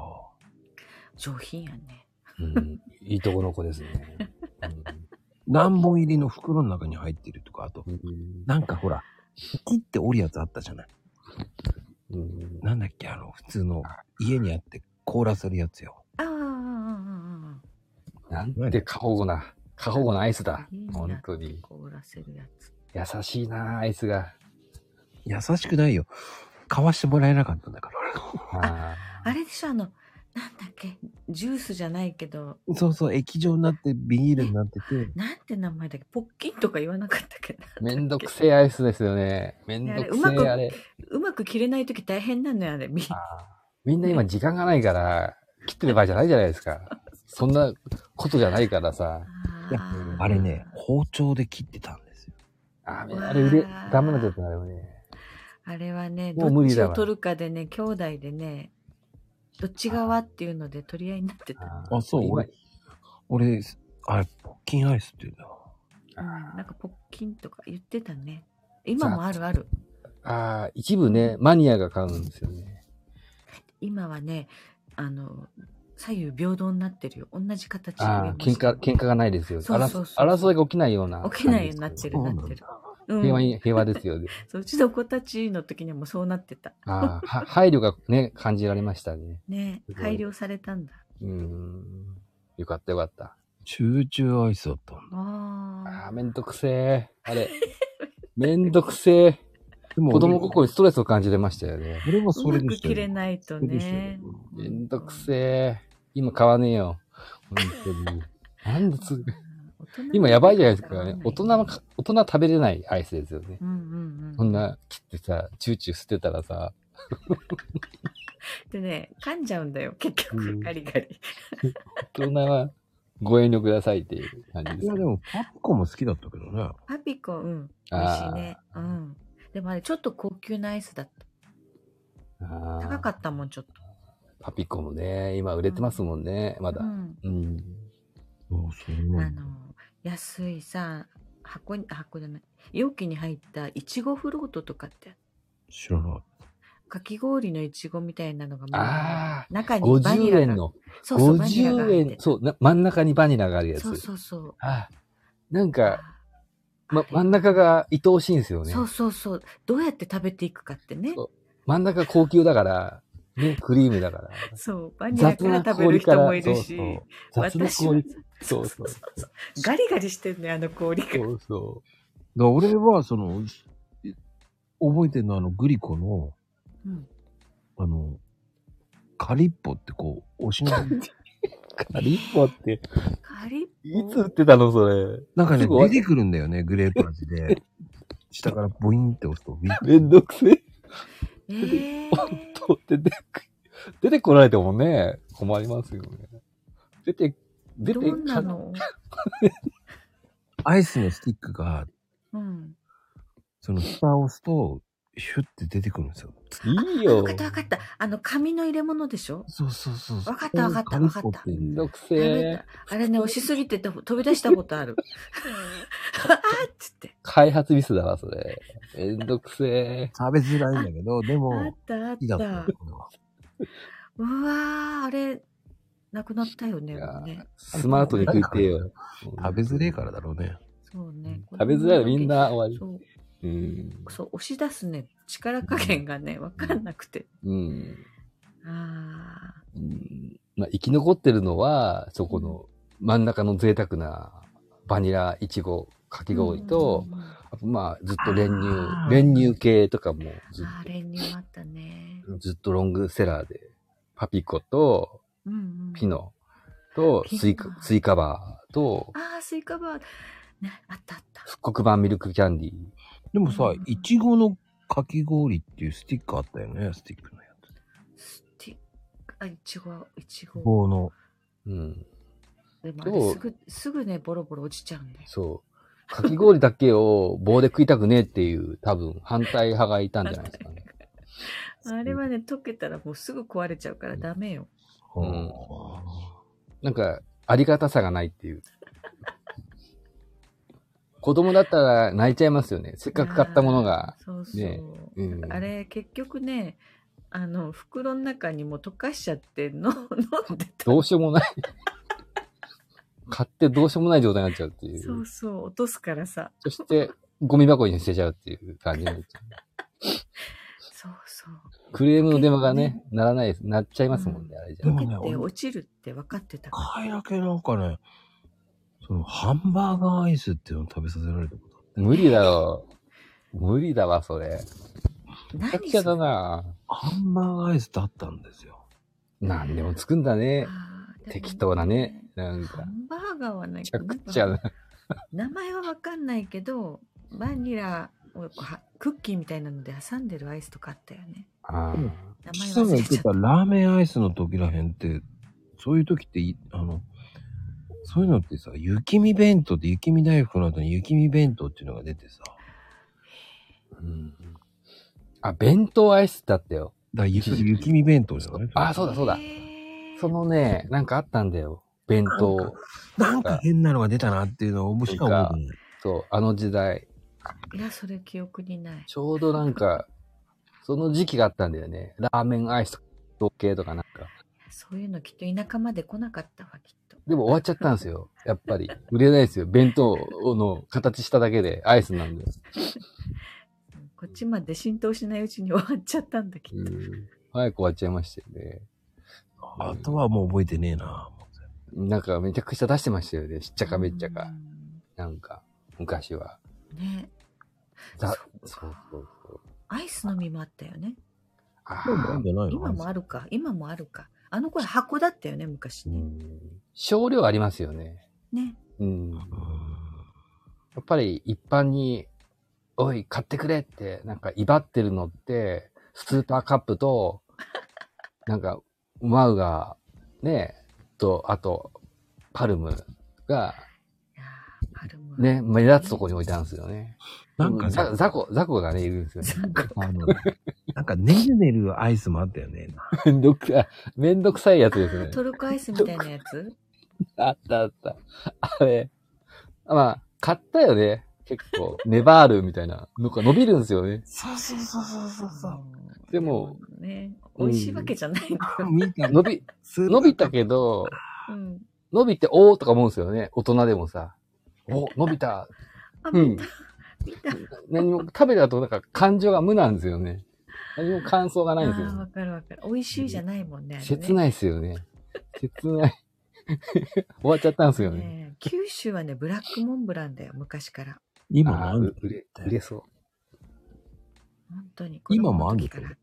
[SPEAKER 3] 上品やね。、
[SPEAKER 1] うん、
[SPEAKER 2] いいとこの子ですね。
[SPEAKER 1] 何本入りの袋の中に入ってるとか、あと、
[SPEAKER 2] うん
[SPEAKER 1] なんかほら、切って折るやつあったじゃない。
[SPEAKER 2] うん
[SPEAKER 1] なんだっけ、あの、普通の、家にあって凍らせるやつよ。
[SPEAKER 3] ああ、ああ、ああ、あ
[SPEAKER 2] なんて過保護な、過保護なアイスだ
[SPEAKER 3] あ。いい。な
[SPEAKER 2] 本当に。
[SPEAKER 3] 凍らせるやつ。
[SPEAKER 2] 優しいな、アイスが。
[SPEAKER 1] 優しくないよ。買わしてもらえなかったんだから。
[SPEAKER 2] あ
[SPEAKER 3] あれでしょ、あの、なんだっけ、ジュースじゃないけど、
[SPEAKER 1] そうそう、液状になってビニールになってて、
[SPEAKER 3] なんて名前だっけ、ポッキンとか言わなかったっけど。
[SPEAKER 2] ーめんどくせえアイスですよね。めんどくせ
[SPEAKER 3] あれうま
[SPEAKER 2] え
[SPEAKER 3] く
[SPEAKER 2] あれ。
[SPEAKER 3] うまく切れないとき大変なのよ、あれ。み
[SPEAKER 2] ああみんな今時間がないから、切ってる場合じゃないじゃないですか。そんなことじゃないからさ。
[SPEAKER 1] いや
[SPEAKER 3] ー
[SPEAKER 1] あれね、包丁で切ってたんですよ。
[SPEAKER 2] あめあれ売れ、ダメなんだったな、あれもね。
[SPEAKER 3] あれはね、
[SPEAKER 2] も
[SPEAKER 3] ど
[SPEAKER 2] う無
[SPEAKER 3] っ
[SPEAKER 2] 理
[SPEAKER 3] ち
[SPEAKER 2] だ
[SPEAKER 3] を
[SPEAKER 2] わ
[SPEAKER 3] 取るかでね、兄弟でね、どっち側っていうので取り合いになってた。
[SPEAKER 1] あそう
[SPEAKER 2] 今
[SPEAKER 1] 俺俺、あれ、ポッキンアイスっていうんだ。
[SPEAKER 2] あ
[SPEAKER 3] なんかポッキンとか言ってたね。今もあるある。
[SPEAKER 2] ああ、一部ね、マニアが買うんですよね。
[SPEAKER 3] 今はね、あの、左右平等になってるよ。同じ形
[SPEAKER 2] ああ、喧嘩、喧嘩がないですよ。
[SPEAKER 3] そうそうそう
[SPEAKER 2] 争争いが起きないような。
[SPEAKER 3] 起きないようになってる、
[SPEAKER 1] そう
[SPEAKER 3] な
[SPEAKER 1] なんだ
[SPEAKER 3] ってる。う
[SPEAKER 2] 平和
[SPEAKER 3] ん、
[SPEAKER 2] に、平和ですよね。
[SPEAKER 3] そううちの子たちの時にはもうそうなってた。
[SPEAKER 2] ああ、は配慮がね、感じられましたね。
[SPEAKER 3] ね
[SPEAKER 2] す、ごい
[SPEAKER 3] 配慮されたんだ。
[SPEAKER 2] うーん。よかったよかった。
[SPEAKER 1] チューチューアイスだったんだ。
[SPEAKER 2] あ
[SPEAKER 3] あ
[SPEAKER 2] あ、めんどくせえ。あ れ。めんどくせえ。
[SPEAKER 1] でも
[SPEAKER 2] 子供
[SPEAKER 1] 心。
[SPEAKER 2] 心にストレスを感じれましたよね。
[SPEAKER 1] 俺も
[SPEAKER 3] あ、う
[SPEAKER 1] それ
[SPEAKER 3] ま
[SPEAKER 1] で
[SPEAKER 3] く
[SPEAKER 1] したよ
[SPEAKER 3] 切れないとね。
[SPEAKER 2] めんどくせえ。今買わねえよ。本当に。なんでつ、今やばいじゃないですかね。大人は、大人は食べれないアイスですよね。
[SPEAKER 3] うんうん
[SPEAKER 2] そ
[SPEAKER 3] うんん。
[SPEAKER 2] な切ってさ、チューチュー捨てたらさ、
[SPEAKER 3] でね、噛んじゃうんだよ、結
[SPEAKER 2] う
[SPEAKER 3] 局、
[SPEAKER 2] ん
[SPEAKER 3] ガリガリ。
[SPEAKER 2] 大人はご遠慮くださいっていう感じで
[SPEAKER 1] い
[SPEAKER 2] す
[SPEAKER 1] や、
[SPEAKER 2] ね。
[SPEAKER 1] でも、パピコも好きだったけどね。
[SPEAKER 3] パピコ、うん。美味し
[SPEAKER 2] あ
[SPEAKER 3] い
[SPEAKER 2] ー
[SPEAKER 3] ね。うん。でもあれ、ちょっと高級なアイスだった。
[SPEAKER 2] あー
[SPEAKER 3] 高かったもん、ちょっと。
[SPEAKER 2] パピコもね、今売れてますもんね、まだ
[SPEAKER 3] う。ん。
[SPEAKER 2] うん。
[SPEAKER 1] そうそう
[SPEAKER 3] あ
[SPEAKER 1] な
[SPEAKER 3] の
[SPEAKER 1] んだ。、
[SPEAKER 3] 安いさ、箱に、箱じゃない、容器に入ったいちごフロートとかって、
[SPEAKER 1] 知らない。
[SPEAKER 3] かき氷のいちごみたいなのが、
[SPEAKER 2] ああ。
[SPEAKER 3] 中にバニ
[SPEAKER 2] 50
[SPEAKER 3] ラ
[SPEAKER 2] 円
[SPEAKER 3] が。
[SPEAKER 2] の。
[SPEAKER 3] そうそう、バニラが
[SPEAKER 2] 50
[SPEAKER 3] 入って
[SPEAKER 2] 円。そう、な真ん中にバニラがあるや
[SPEAKER 3] そう
[SPEAKER 2] つ。
[SPEAKER 3] そうそう。
[SPEAKER 2] ああ。なんか、ま、
[SPEAKER 3] あ
[SPEAKER 2] 真ん中が愛おしいんですよね。
[SPEAKER 3] そうそうそう。どうやって食べていくかってね。
[SPEAKER 2] そう真ん中高級だから、ね、クリームだから。
[SPEAKER 3] そう。バニラから食べる人もいるし。
[SPEAKER 2] そうそう雑な氷。そう
[SPEAKER 3] 私
[SPEAKER 2] そ
[SPEAKER 3] は
[SPEAKER 2] う。
[SPEAKER 3] ガリガリしてんね、あの氷が。
[SPEAKER 2] そうそ
[SPEAKER 1] だから俺は、その、い覚えてるのは、あの、グリコの、
[SPEAKER 3] うん
[SPEAKER 1] あの、カリッポってこう、押しながら。
[SPEAKER 2] う。カリッポって、
[SPEAKER 3] ガリ
[SPEAKER 2] いつ売ってたのそれ。
[SPEAKER 1] なんかね
[SPEAKER 2] すご、い
[SPEAKER 1] 出てくるんだよね、グレープ味で。下からボインって押すと、ビッ
[SPEAKER 2] めんどくせえ。
[SPEAKER 3] えー、
[SPEAKER 2] と、出てく、出てこられてもね、困りますよね。出て、出
[SPEAKER 3] ど
[SPEAKER 2] て、
[SPEAKER 3] んなの
[SPEAKER 1] アイスのスティックが、
[SPEAKER 3] うん。
[SPEAKER 1] その、下を押すと、シュッて出てくるんですよ。
[SPEAKER 2] いい
[SPEAKER 3] あわ
[SPEAKER 2] よ
[SPEAKER 3] か。ったわかった。あの、紙の入れ物でしょ
[SPEAKER 1] そうそうそうそう。
[SPEAKER 3] わかったわかったわかった
[SPEAKER 1] カリ
[SPEAKER 2] めん
[SPEAKER 1] ッポ
[SPEAKER 2] ど
[SPEAKER 1] って
[SPEAKER 2] く
[SPEAKER 3] 食
[SPEAKER 2] せ
[SPEAKER 3] べ
[SPEAKER 2] え
[SPEAKER 3] た。あれね、押しすぎてて飛び出したこと ある。あーっつって。
[SPEAKER 2] 開発ミスだわ、それ。めんどくせえ。
[SPEAKER 1] 食べづらいんだけど、で
[SPEAKER 3] あ
[SPEAKER 1] も
[SPEAKER 3] っ、たあっ
[SPEAKER 1] 好きだった
[SPEAKER 3] た
[SPEAKER 1] よ。これは
[SPEAKER 3] うわー、あれ、なくなったよね。
[SPEAKER 2] いや
[SPEAKER 3] もうね
[SPEAKER 2] スマートに食いてえよ。
[SPEAKER 1] 食べづれえからだろうね。
[SPEAKER 3] そうね。
[SPEAKER 2] 食べづらいよ、みんな終わ
[SPEAKER 3] そう。
[SPEAKER 2] り。うん。
[SPEAKER 3] そう、押し出すね、力加減がね、わかんなくて。
[SPEAKER 2] うん。
[SPEAKER 3] ああ。
[SPEAKER 2] うんまあ、生き残ってるのは、そこの真ん中の贅沢なバニラ、イチゴ、かき氷と、
[SPEAKER 3] うんうんうん
[SPEAKER 2] あとまあ、ずっと練乳
[SPEAKER 1] あ、ー
[SPEAKER 2] 練乳系とかもず
[SPEAKER 3] あ
[SPEAKER 2] っ
[SPEAKER 3] れにもあったね。
[SPEAKER 2] と、ずっとロングセラーで、パピコと、
[SPEAKER 3] うんうん、
[SPEAKER 2] ピノと、スイ
[SPEAKER 3] ピノ
[SPEAKER 2] カ、スイカバーと、
[SPEAKER 3] ああ、スイカバー。ね、あったあった。
[SPEAKER 2] 復刻版ミルクキャンディー。
[SPEAKER 1] でもさ、いちごのかき氷っていうスティックあったよね、スティックのやつ。
[SPEAKER 3] スティック、あ、いちご、いちご。
[SPEAKER 1] 棒の。
[SPEAKER 2] うん。
[SPEAKER 3] でもあれすぐ、すぐね、ボロボロ落ちちゃうんだよ。
[SPEAKER 2] そう。かき氷だけを棒で食いたくねえっていう、多分反対派がいたんじゃないですか ね。
[SPEAKER 3] あれはね、溶けたらもうすぐ壊れちゃうからダメよ。
[SPEAKER 2] うんなんか、ありがたさがないっていう子供だったら泣いちゃいますよね。せっかく買ったものが。
[SPEAKER 3] そうそう。
[SPEAKER 2] ねうん
[SPEAKER 3] あれ結局ねあの袋の中にも溶かしちゃっての 飲んでた
[SPEAKER 2] どうしようもない。買ってどうしようもない状態になっちゃうっていう。
[SPEAKER 3] そうそう落とすからさ
[SPEAKER 2] そして、ゴミ箱に捨てちゃうっていう感じになっちゃう。
[SPEAKER 3] そうそう
[SPEAKER 2] クレームの電話が ね、ならないです。なっちゃいますもんね、あれじゃ
[SPEAKER 1] で。もね
[SPEAKER 3] 溶けて
[SPEAKER 1] 俺
[SPEAKER 3] 落ちるって分かってたから
[SPEAKER 1] 回だけなんかね、そのハンバーガーアイスっていうのを食べさせられたことあって
[SPEAKER 2] 無理だろう。無理だわ、それ。めちゃく
[SPEAKER 3] 何
[SPEAKER 2] ちゃだ
[SPEAKER 3] それ
[SPEAKER 2] な。
[SPEAKER 1] ハンバーガーアイスってあったんですよ。
[SPEAKER 2] なんでもつくんだね。
[SPEAKER 3] あーでも
[SPEAKER 2] 適当なね。なん
[SPEAKER 3] ハ
[SPEAKER 2] か、
[SPEAKER 3] ンバーガーはね
[SPEAKER 2] めちゃくちゃな。
[SPEAKER 3] 名前は分かんないけどバニラをこうはクッキーみたいなので挟んでるアイスとかあったよね
[SPEAKER 2] あー
[SPEAKER 3] 名
[SPEAKER 1] 岸
[SPEAKER 3] 前
[SPEAKER 1] さん
[SPEAKER 3] 忘
[SPEAKER 1] が
[SPEAKER 3] れ
[SPEAKER 1] 言って
[SPEAKER 3] ちゃった
[SPEAKER 1] たラーメンアイスの時らへんって、そういう時ってい、あの、そういうのってさ、雪見弁当って雪見大福の後に雪見弁当っていうのが出てさ、だか
[SPEAKER 2] うんあ、弁当アイスだったよ。
[SPEAKER 1] ら雪雪見弁当じゃない
[SPEAKER 2] あ、そうだそうだ。
[SPEAKER 3] へー
[SPEAKER 2] そのね、なんかあったんだよ。弁当。
[SPEAKER 1] なんか変なのが出たなっていうのを僕しか覚えてない。
[SPEAKER 2] そう、あの時代。
[SPEAKER 3] いやそれ記憶にない
[SPEAKER 2] ちょうどなんか、その時期があったんだよね。ラーメンアイスとか、時計とかなんか。
[SPEAKER 3] そういうのきっと田舎まで来なかったわきっと
[SPEAKER 2] でも終わっちゃったんです よ。やっぱり。売れないですよ。弁当の形しただけでアイスなんで。
[SPEAKER 3] こっちまで浸透しないうちに終わっちゃったんだきっ
[SPEAKER 2] う
[SPEAKER 3] と、
[SPEAKER 2] ん早く終わっちゃいましたよね。
[SPEAKER 1] あとはもう覚えてねえな。
[SPEAKER 2] なんかめちゃくちゃ出してましたよね。しっちゃかめっちゃか
[SPEAKER 3] う。
[SPEAKER 2] なんか、昔は。
[SPEAKER 3] んね
[SPEAKER 2] だ
[SPEAKER 3] そ
[SPEAKER 2] そうう
[SPEAKER 3] か
[SPEAKER 2] そうそう。
[SPEAKER 3] アイスの実もあったよね
[SPEAKER 2] あ
[SPEAKER 1] もう飲んでないの
[SPEAKER 3] 今もあるか今もあるかあの頃箱だったよね昔
[SPEAKER 2] う
[SPEAKER 3] ね、
[SPEAKER 2] ん少量ありますよね。
[SPEAKER 3] ね
[SPEAKER 2] うん。や
[SPEAKER 1] うん
[SPEAKER 2] っぱり一般に、おい、買ってくれって、なんか威張ってるのって、スーパーカップと、なんか、マウが、ね、と、あと、パルムが、
[SPEAKER 3] いやーあるもん
[SPEAKER 2] ね、目立つとこに置いてあるんですよね。
[SPEAKER 1] なんか
[SPEAKER 2] ザ
[SPEAKER 1] さ、
[SPEAKER 2] ザコ、ザコがね、いるんですよね。
[SPEAKER 1] あの、なんかねるねるアイスもあったよね。
[SPEAKER 2] めんどくさい、めんどくさいやつ
[SPEAKER 3] あ
[SPEAKER 2] です
[SPEAKER 3] ー
[SPEAKER 2] ね。
[SPEAKER 3] トルコアイスみたいなやつ
[SPEAKER 2] あったあった。あれ。まあ、買ったよね。結構、ネバールみたいな。なんか伸びるんですよね。
[SPEAKER 1] そうそうそうそうそうそう。
[SPEAKER 3] うん
[SPEAKER 2] でも
[SPEAKER 3] でね
[SPEAKER 2] う
[SPEAKER 3] 美
[SPEAKER 2] ん
[SPEAKER 3] 味しいわけじゃないんだよ、
[SPEAKER 1] 見た
[SPEAKER 2] 伸び、伸びたけど、
[SPEAKER 3] うん、
[SPEAKER 2] 伸びておーとか思うんですよね。大人でもさ。お、伸びた。
[SPEAKER 3] あ
[SPEAKER 2] うん
[SPEAKER 3] 見た見た
[SPEAKER 2] 何も、食べたとなんか感情が無なんですよね。何も感想がないんです
[SPEAKER 3] あー
[SPEAKER 2] よ
[SPEAKER 3] わ
[SPEAKER 2] ね。
[SPEAKER 3] かるわかる美味しいじゃないもんねあれね
[SPEAKER 2] 切ないですよね。切ない。終わっちゃったんですよね。
[SPEAKER 3] ねえ九州はねブラックモンブランだよ昔から
[SPEAKER 1] 今も
[SPEAKER 2] あ
[SPEAKER 1] あ
[SPEAKER 2] ー
[SPEAKER 1] る
[SPEAKER 2] う売れ、売れそう。
[SPEAKER 3] 本当に
[SPEAKER 1] 今もある
[SPEAKER 3] 子供の時からあっ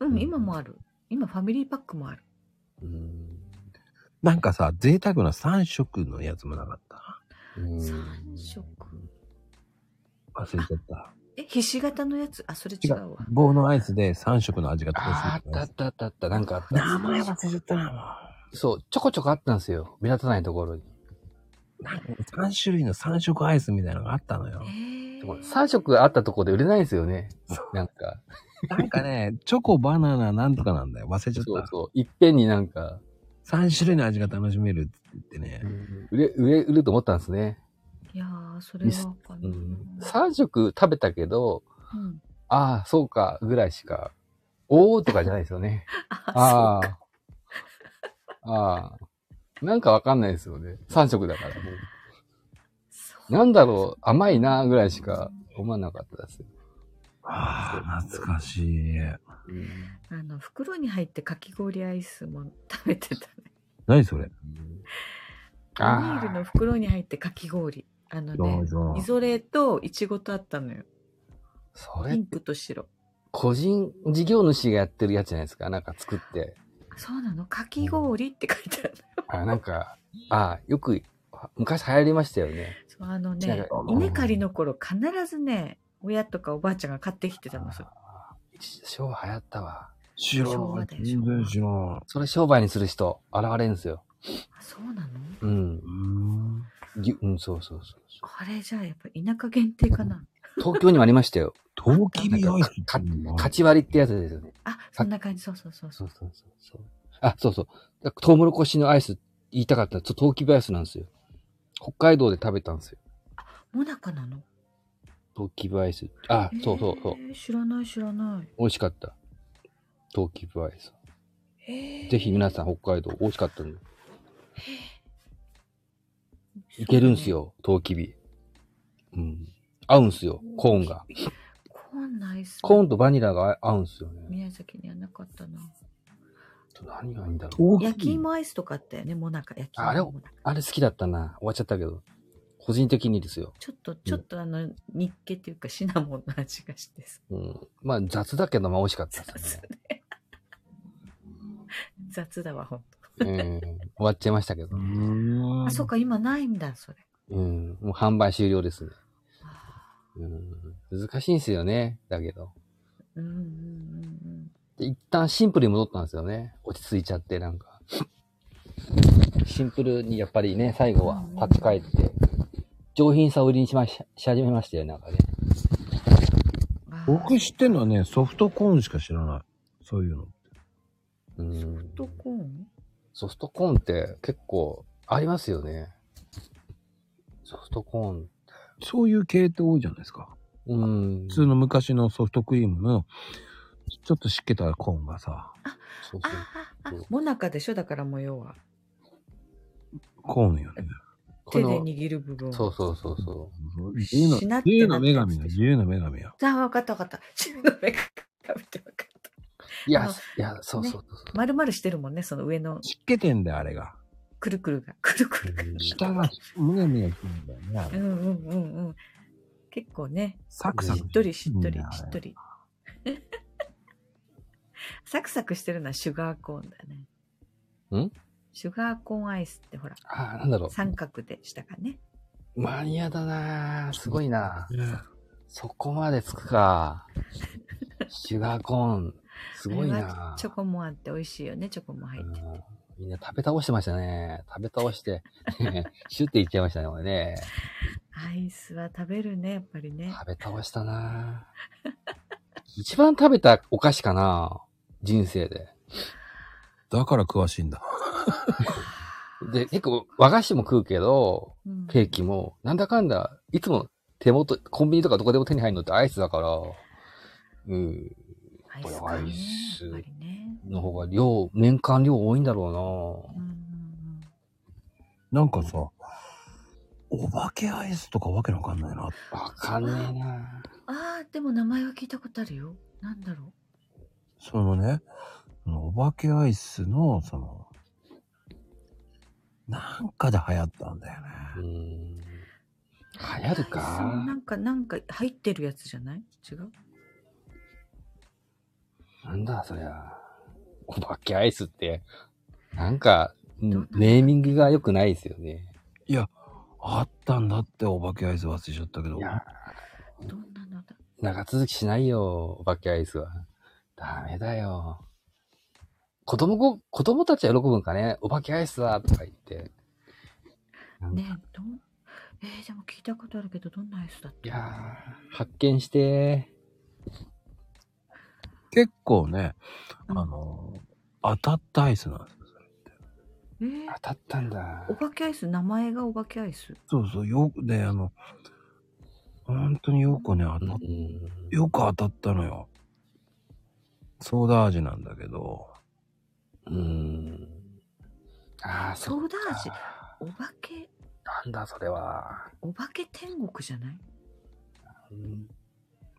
[SPEAKER 3] たうん今もある今ファミリーパックもある
[SPEAKER 2] うん
[SPEAKER 1] なんかさ、贅沢な3色のやつもなかった。
[SPEAKER 2] うん
[SPEAKER 3] 三色
[SPEAKER 1] 忘れちゃった。
[SPEAKER 3] えひし形のやつあそれ
[SPEAKER 1] 違
[SPEAKER 3] 違う
[SPEAKER 1] う
[SPEAKER 3] わ。
[SPEAKER 1] 棒のアイスで3色の味が
[SPEAKER 2] あーあっ
[SPEAKER 1] った
[SPEAKER 2] あったあった。なんかあった。
[SPEAKER 1] 名前忘れちゃったな、
[SPEAKER 2] そう、ちょこちょこあったんですよ。目立たないところに。
[SPEAKER 1] もう。なんか3種類の3色アイスみたいなのがあったのよ
[SPEAKER 3] え。ー
[SPEAKER 2] でも3色あったところで売れないんですよね。なんか、
[SPEAKER 1] なんかね、チョコ、バナナ、なんとかなんだよ。忘れちゃっ
[SPEAKER 2] そう
[SPEAKER 1] た。
[SPEAKER 2] そう。いっぺんになんか、
[SPEAKER 1] 3種類の味が楽しめるって言ってね。
[SPEAKER 2] 売れ、売れ、売ると思ったんですね。
[SPEAKER 3] いやーそれはわかん
[SPEAKER 2] う
[SPEAKER 3] ない
[SPEAKER 2] ん、3色食べたけど、
[SPEAKER 3] うん
[SPEAKER 2] ああ、そうか、ぐらいしか、おーとかじゃないですよね。
[SPEAKER 3] あ
[SPEAKER 2] ああ。ああ。なんかわかんないですよね。3色だからもう。
[SPEAKER 3] そうか
[SPEAKER 2] なんだろう、甘いな、ぐらいしか思わなかったです。
[SPEAKER 1] ああ、懐かしい。
[SPEAKER 2] うん
[SPEAKER 3] あの袋に入ってかき氷アイスも食べてたね
[SPEAKER 1] 何それ
[SPEAKER 3] ビールの
[SPEAKER 2] あ
[SPEAKER 3] 袋に入ってかき氷あのねイゾレとイチゴとあったのよ
[SPEAKER 2] あ。それ
[SPEAKER 3] ピンクと白
[SPEAKER 2] 個人事業主がやってるやつじゃないですか。なんか作って。
[SPEAKER 3] そうなのかき氷って書いてある
[SPEAKER 2] あ、なんか、あよく、昔流行りましたよね。
[SPEAKER 3] そうあの
[SPEAKER 2] なん
[SPEAKER 3] ね
[SPEAKER 2] か
[SPEAKER 3] 稲刈りの頃必ずね親とかおばあちゃんが買ってきてたのそれ
[SPEAKER 2] 昭和流行ったわ。
[SPEAKER 1] 知ら
[SPEAKER 3] 昭
[SPEAKER 1] な
[SPEAKER 3] 和
[SPEAKER 1] い。
[SPEAKER 3] だよ
[SPEAKER 1] 全然知らない。
[SPEAKER 2] それ商売にする人、現れるんですよ。
[SPEAKER 3] あそうなの
[SPEAKER 2] うん
[SPEAKER 1] う。ーん。
[SPEAKER 2] ぎゅうん、そうそうそうそ
[SPEAKER 3] あれじゃあやっぱ田舎限定かな
[SPEAKER 2] う。東京にもありましたよ。
[SPEAKER 1] 陶器美アイスって
[SPEAKER 2] かか
[SPEAKER 1] いうのがあ
[SPEAKER 2] 勝
[SPEAKER 1] る
[SPEAKER 2] ち割りってやつですよね。
[SPEAKER 3] あそんな感じそうそうそうそう
[SPEAKER 2] そうそうそうそう。あ、そうそう。だからトウモロコシのアイス言いたかった。ちょっと陶器アイスなんですよ。北海道で食べたんですよ。
[SPEAKER 3] もなかなの
[SPEAKER 2] トーキブアイス。あ、そうそうそう。
[SPEAKER 3] う。知らない知らない。
[SPEAKER 2] 美味しかった。トーキブアイス。
[SPEAKER 3] へー
[SPEAKER 2] ぜひ皆さん北海道美味しかったんで。いけるんす。よ、トウキビ。うん。合うんすよ、コーンが。
[SPEAKER 3] コーンナイス。
[SPEAKER 2] コーンとバニラが合うんすよね。
[SPEAKER 3] 宮崎にはなかったな。
[SPEAKER 2] 何がいいんだろう。
[SPEAKER 1] 大
[SPEAKER 3] 焼
[SPEAKER 1] き
[SPEAKER 3] き
[SPEAKER 1] い。
[SPEAKER 3] 芋アイスとかあったよね、もなか焼き芋。
[SPEAKER 2] あれ
[SPEAKER 3] もなか
[SPEAKER 2] あれ好きだったな。終わっちゃったけど。個人的にですよ。
[SPEAKER 3] ちょっと、ちょっとあの、日系っていうかシナモンの味がし てさ
[SPEAKER 2] うん。まあ雑だけど、まあ美味しかった
[SPEAKER 3] 雑
[SPEAKER 2] ですね。
[SPEAKER 3] ね雑だわ、ほんと。
[SPEAKER 2] うん。終わっちゃいましたけど。
[SPEAKER 1] あ
[SPEAKER 3] あ、そうか、今ないんだ、それ。
[SPEAKER 2] うん。もう販売終了ですね。
[SPEAKER 3] あ
[SPEAKER 2] うん。難しいんすよね。だけど。
[SPEAKER 3] ーうんうんうん
[SPEAKER 2] で一旦シンプルに戻ったんですよね。落ち着いちゃって、なんか。シンプルにやっぱりね、最後は立ち返って、上品さを売りにしましし始めましたよ、なんかね。
[SPEAKER 3] うん。あー
[SPEAKER 1] 僕知ってるのはね、ソフトコーンしか知らない。そういうの。
[SPEAKER 2] う
[SPEAKER 3] ソフ
[SPEAKER 2] ん。
[SPEAKER 3] トコーン
[SPEAKER 2] ソフトコーンって結構ありますよね。ソフトコーン。
[SPEAKER 1] そういう系って多いじゃないですか。
[SPEAKER 2] う
[SPEAKER 1] 普
[SPEAKER 2] ん。
[SPEAKER 1] 通の昔のソフトクリームの、ちょっと湿気たコーンがさ、
[SPEAKER 2] そう
[SPEAKER 3] あ
[SPEAKER 2] そう
[SPEAKER 3] ーあ
[SPEAKER 2] そう
[SPEAKER 3] ー、もなかでしょだからもう要は。
[SPEAKER 1] コーンよね。
[SPEAKER 2] こ
[SPEAKER 3] 手で
[SPEAKER 2] の
[SPEAKER 3] 握る部分を。
[SPEAKER 2] そうそうそうそ
[SPEAKER 1] 自由の、
[SPEAKER 3] しなっ
[SPEAKER 1] 自
[SPEAKER 3] て
[SPEAKER 1] 由
[SPEAKER 3] な
[SPEAKER 1] の
[SPEAKER 3] っ
[SPEAKER 1] 女神よ、
[SPEAKER 3] てやつでしょ
[SPEAKER 1] 自由の女神よ。
[SPEAKER 3] ああ、わかったわかった。 自分の目が見てわかった。
[SPEAKER 2] う。いや、
[SPEAKER 3] あの
[SPEAKER 2] いや、そうそうそうそう。
[SPEAKER 3] 丸々してるもんね、その上の
[SPEAKER 1] 湿気てんだよ、あれが。
[SPEAKER 3] くるくるが。 くるくるが。
[SPEAKER 2] うん
[SPEAKER 1] 下が、むがむがしてんだよねあ
[SPEAKER 3] う
[SPEAKER 1] れ。
[SPEAKER 3] んうんうんうん。結構ね、
[SPEAKER 1] サクサク
[SPEAKER 3] しっとりしっとり
[SPEAKER 1] うん
[SPEAKER 3] しっとり。 サクサクしてるのはシュガーコーンだね。
[SPEAKER 2] ん
[SPEAKER 3] シュガーコーンアイスってほら、
[SPEAKER 2] ああ、なんだろ
[SPEAKER 3] 三角でしたかね。
[SPEAKER 2] う。マニアだなぁ。すごいなぁ。
[SPEAKER 1] ね
[SPEAKER 2] そこまでつくか。シュガーコーン。すごい
[SPEAKER 3] あれは
[SPEAKER 2] な。
[SPEAKER 3] チョコもあって美味しいよね、チョコも入ってて。
[SPEAKER 2] うんみんな食べ倒してましたね。食べ倒 して、シュッていっちゃいましたね、これね。
[SPEAKER 3] アイスは食べるね、やっぱりね。
[SPEAKER 2] 食べ倒したな。一番食べたお菓子かな。人生で。
[SPEAKER 1] だから詳しいんだ。
[SPEAKER 2] で、結構和菓子も食うけど、
[SPEAKER 3] うん
[SPEAKER 2] ケーキも、なんだかんだ、いつも手元、コンビニとかどこでも手に入るのってアイスだから、うん、
[SPEAKER 3] アイス
[SPEAKER 2] これ
[SPEAKER 3] か
[SPEAKER 2] ア
[SPEAKER 3] ね
[SPEAKER 2] イス、
[SPEAKER 3] やっぱりね。
[SPEAKER 2] の方が量、年間量多いんだろうな
[SPEAKER 3] うんうんうん
[SPEAKER 1] なんかさ、お化けアイスとかわけのわかんないな。
[SPEAKER 2] わかんねえな
[SPEAKER 3] ああ、でも名前は聞いたことあるよ。なんだろ
[SPEAKER 1] そのね、そのお化けアイスの、その、なんかで流行ったんだよね。
[SPEAKER 2] うーん。流
[SPEAKER 3] う。
[SPEAKER 2] 行る
[SPEAKER 3] アイスのな
[SPEAKER 2] か
[SPEAKER 3] んか、なんか入ってるやつじゃない違う
[SPEAKER 2] なんだそりゃ。お化けアイスって、なんか、うん
[SPEAKER 3] どうなんだ
[SPEAKER 2] ネーミングが良くないですよね。
[SPEAKER 1] あったんだって、お化けアイス忘れちゃったけど
[SPEAKER 2] い。や、
[SPEAKER 3] どんなのだ
[SPEAKER 2] 長続きしないよ、お化けアイスは。ダメだよ。子供ご、子供たちは喜ぶんかね。お化けアイスだとか言って。なんか
[SPEAKER 3] ねえ、どん、えー、でも聞いたことあるけど、どんなアイスだっ
[SPEAKER 2] い
[SPEAKER 3] た
[SPEAKER 2] やー、発見して。
[SPEAKER 1] 結構ね、
[SPEAKER 3] うん
[SPEAKER 1] あの、当たったアイスなんですよ。
[SPEAKER 3] えー
[SPEAKER 2] 当たったんだ
[SPEAKER 3] お。化けアイス、名前がお化けアイス。
[SPEAKER 1] そうそう、よく、で、あの、本当によくね、当たっ
[SPEAKER 2] うん
[SPEAKER 1] よく当たったのよ。ソーダ味なんだけど、
[SPEAKER 2] うん。ああ、
[SPEAKER 3] ソ
[SPEAKER 2] そ
[SPEAKER 3] ー
[SPEAKER 2] う。
[SPEAKER 3] ダ味。お化け、
[SPEAKER 2] なんだそれは。
[SPEAKER 3] お化け天国じゃない
[SPEAKER 2] うん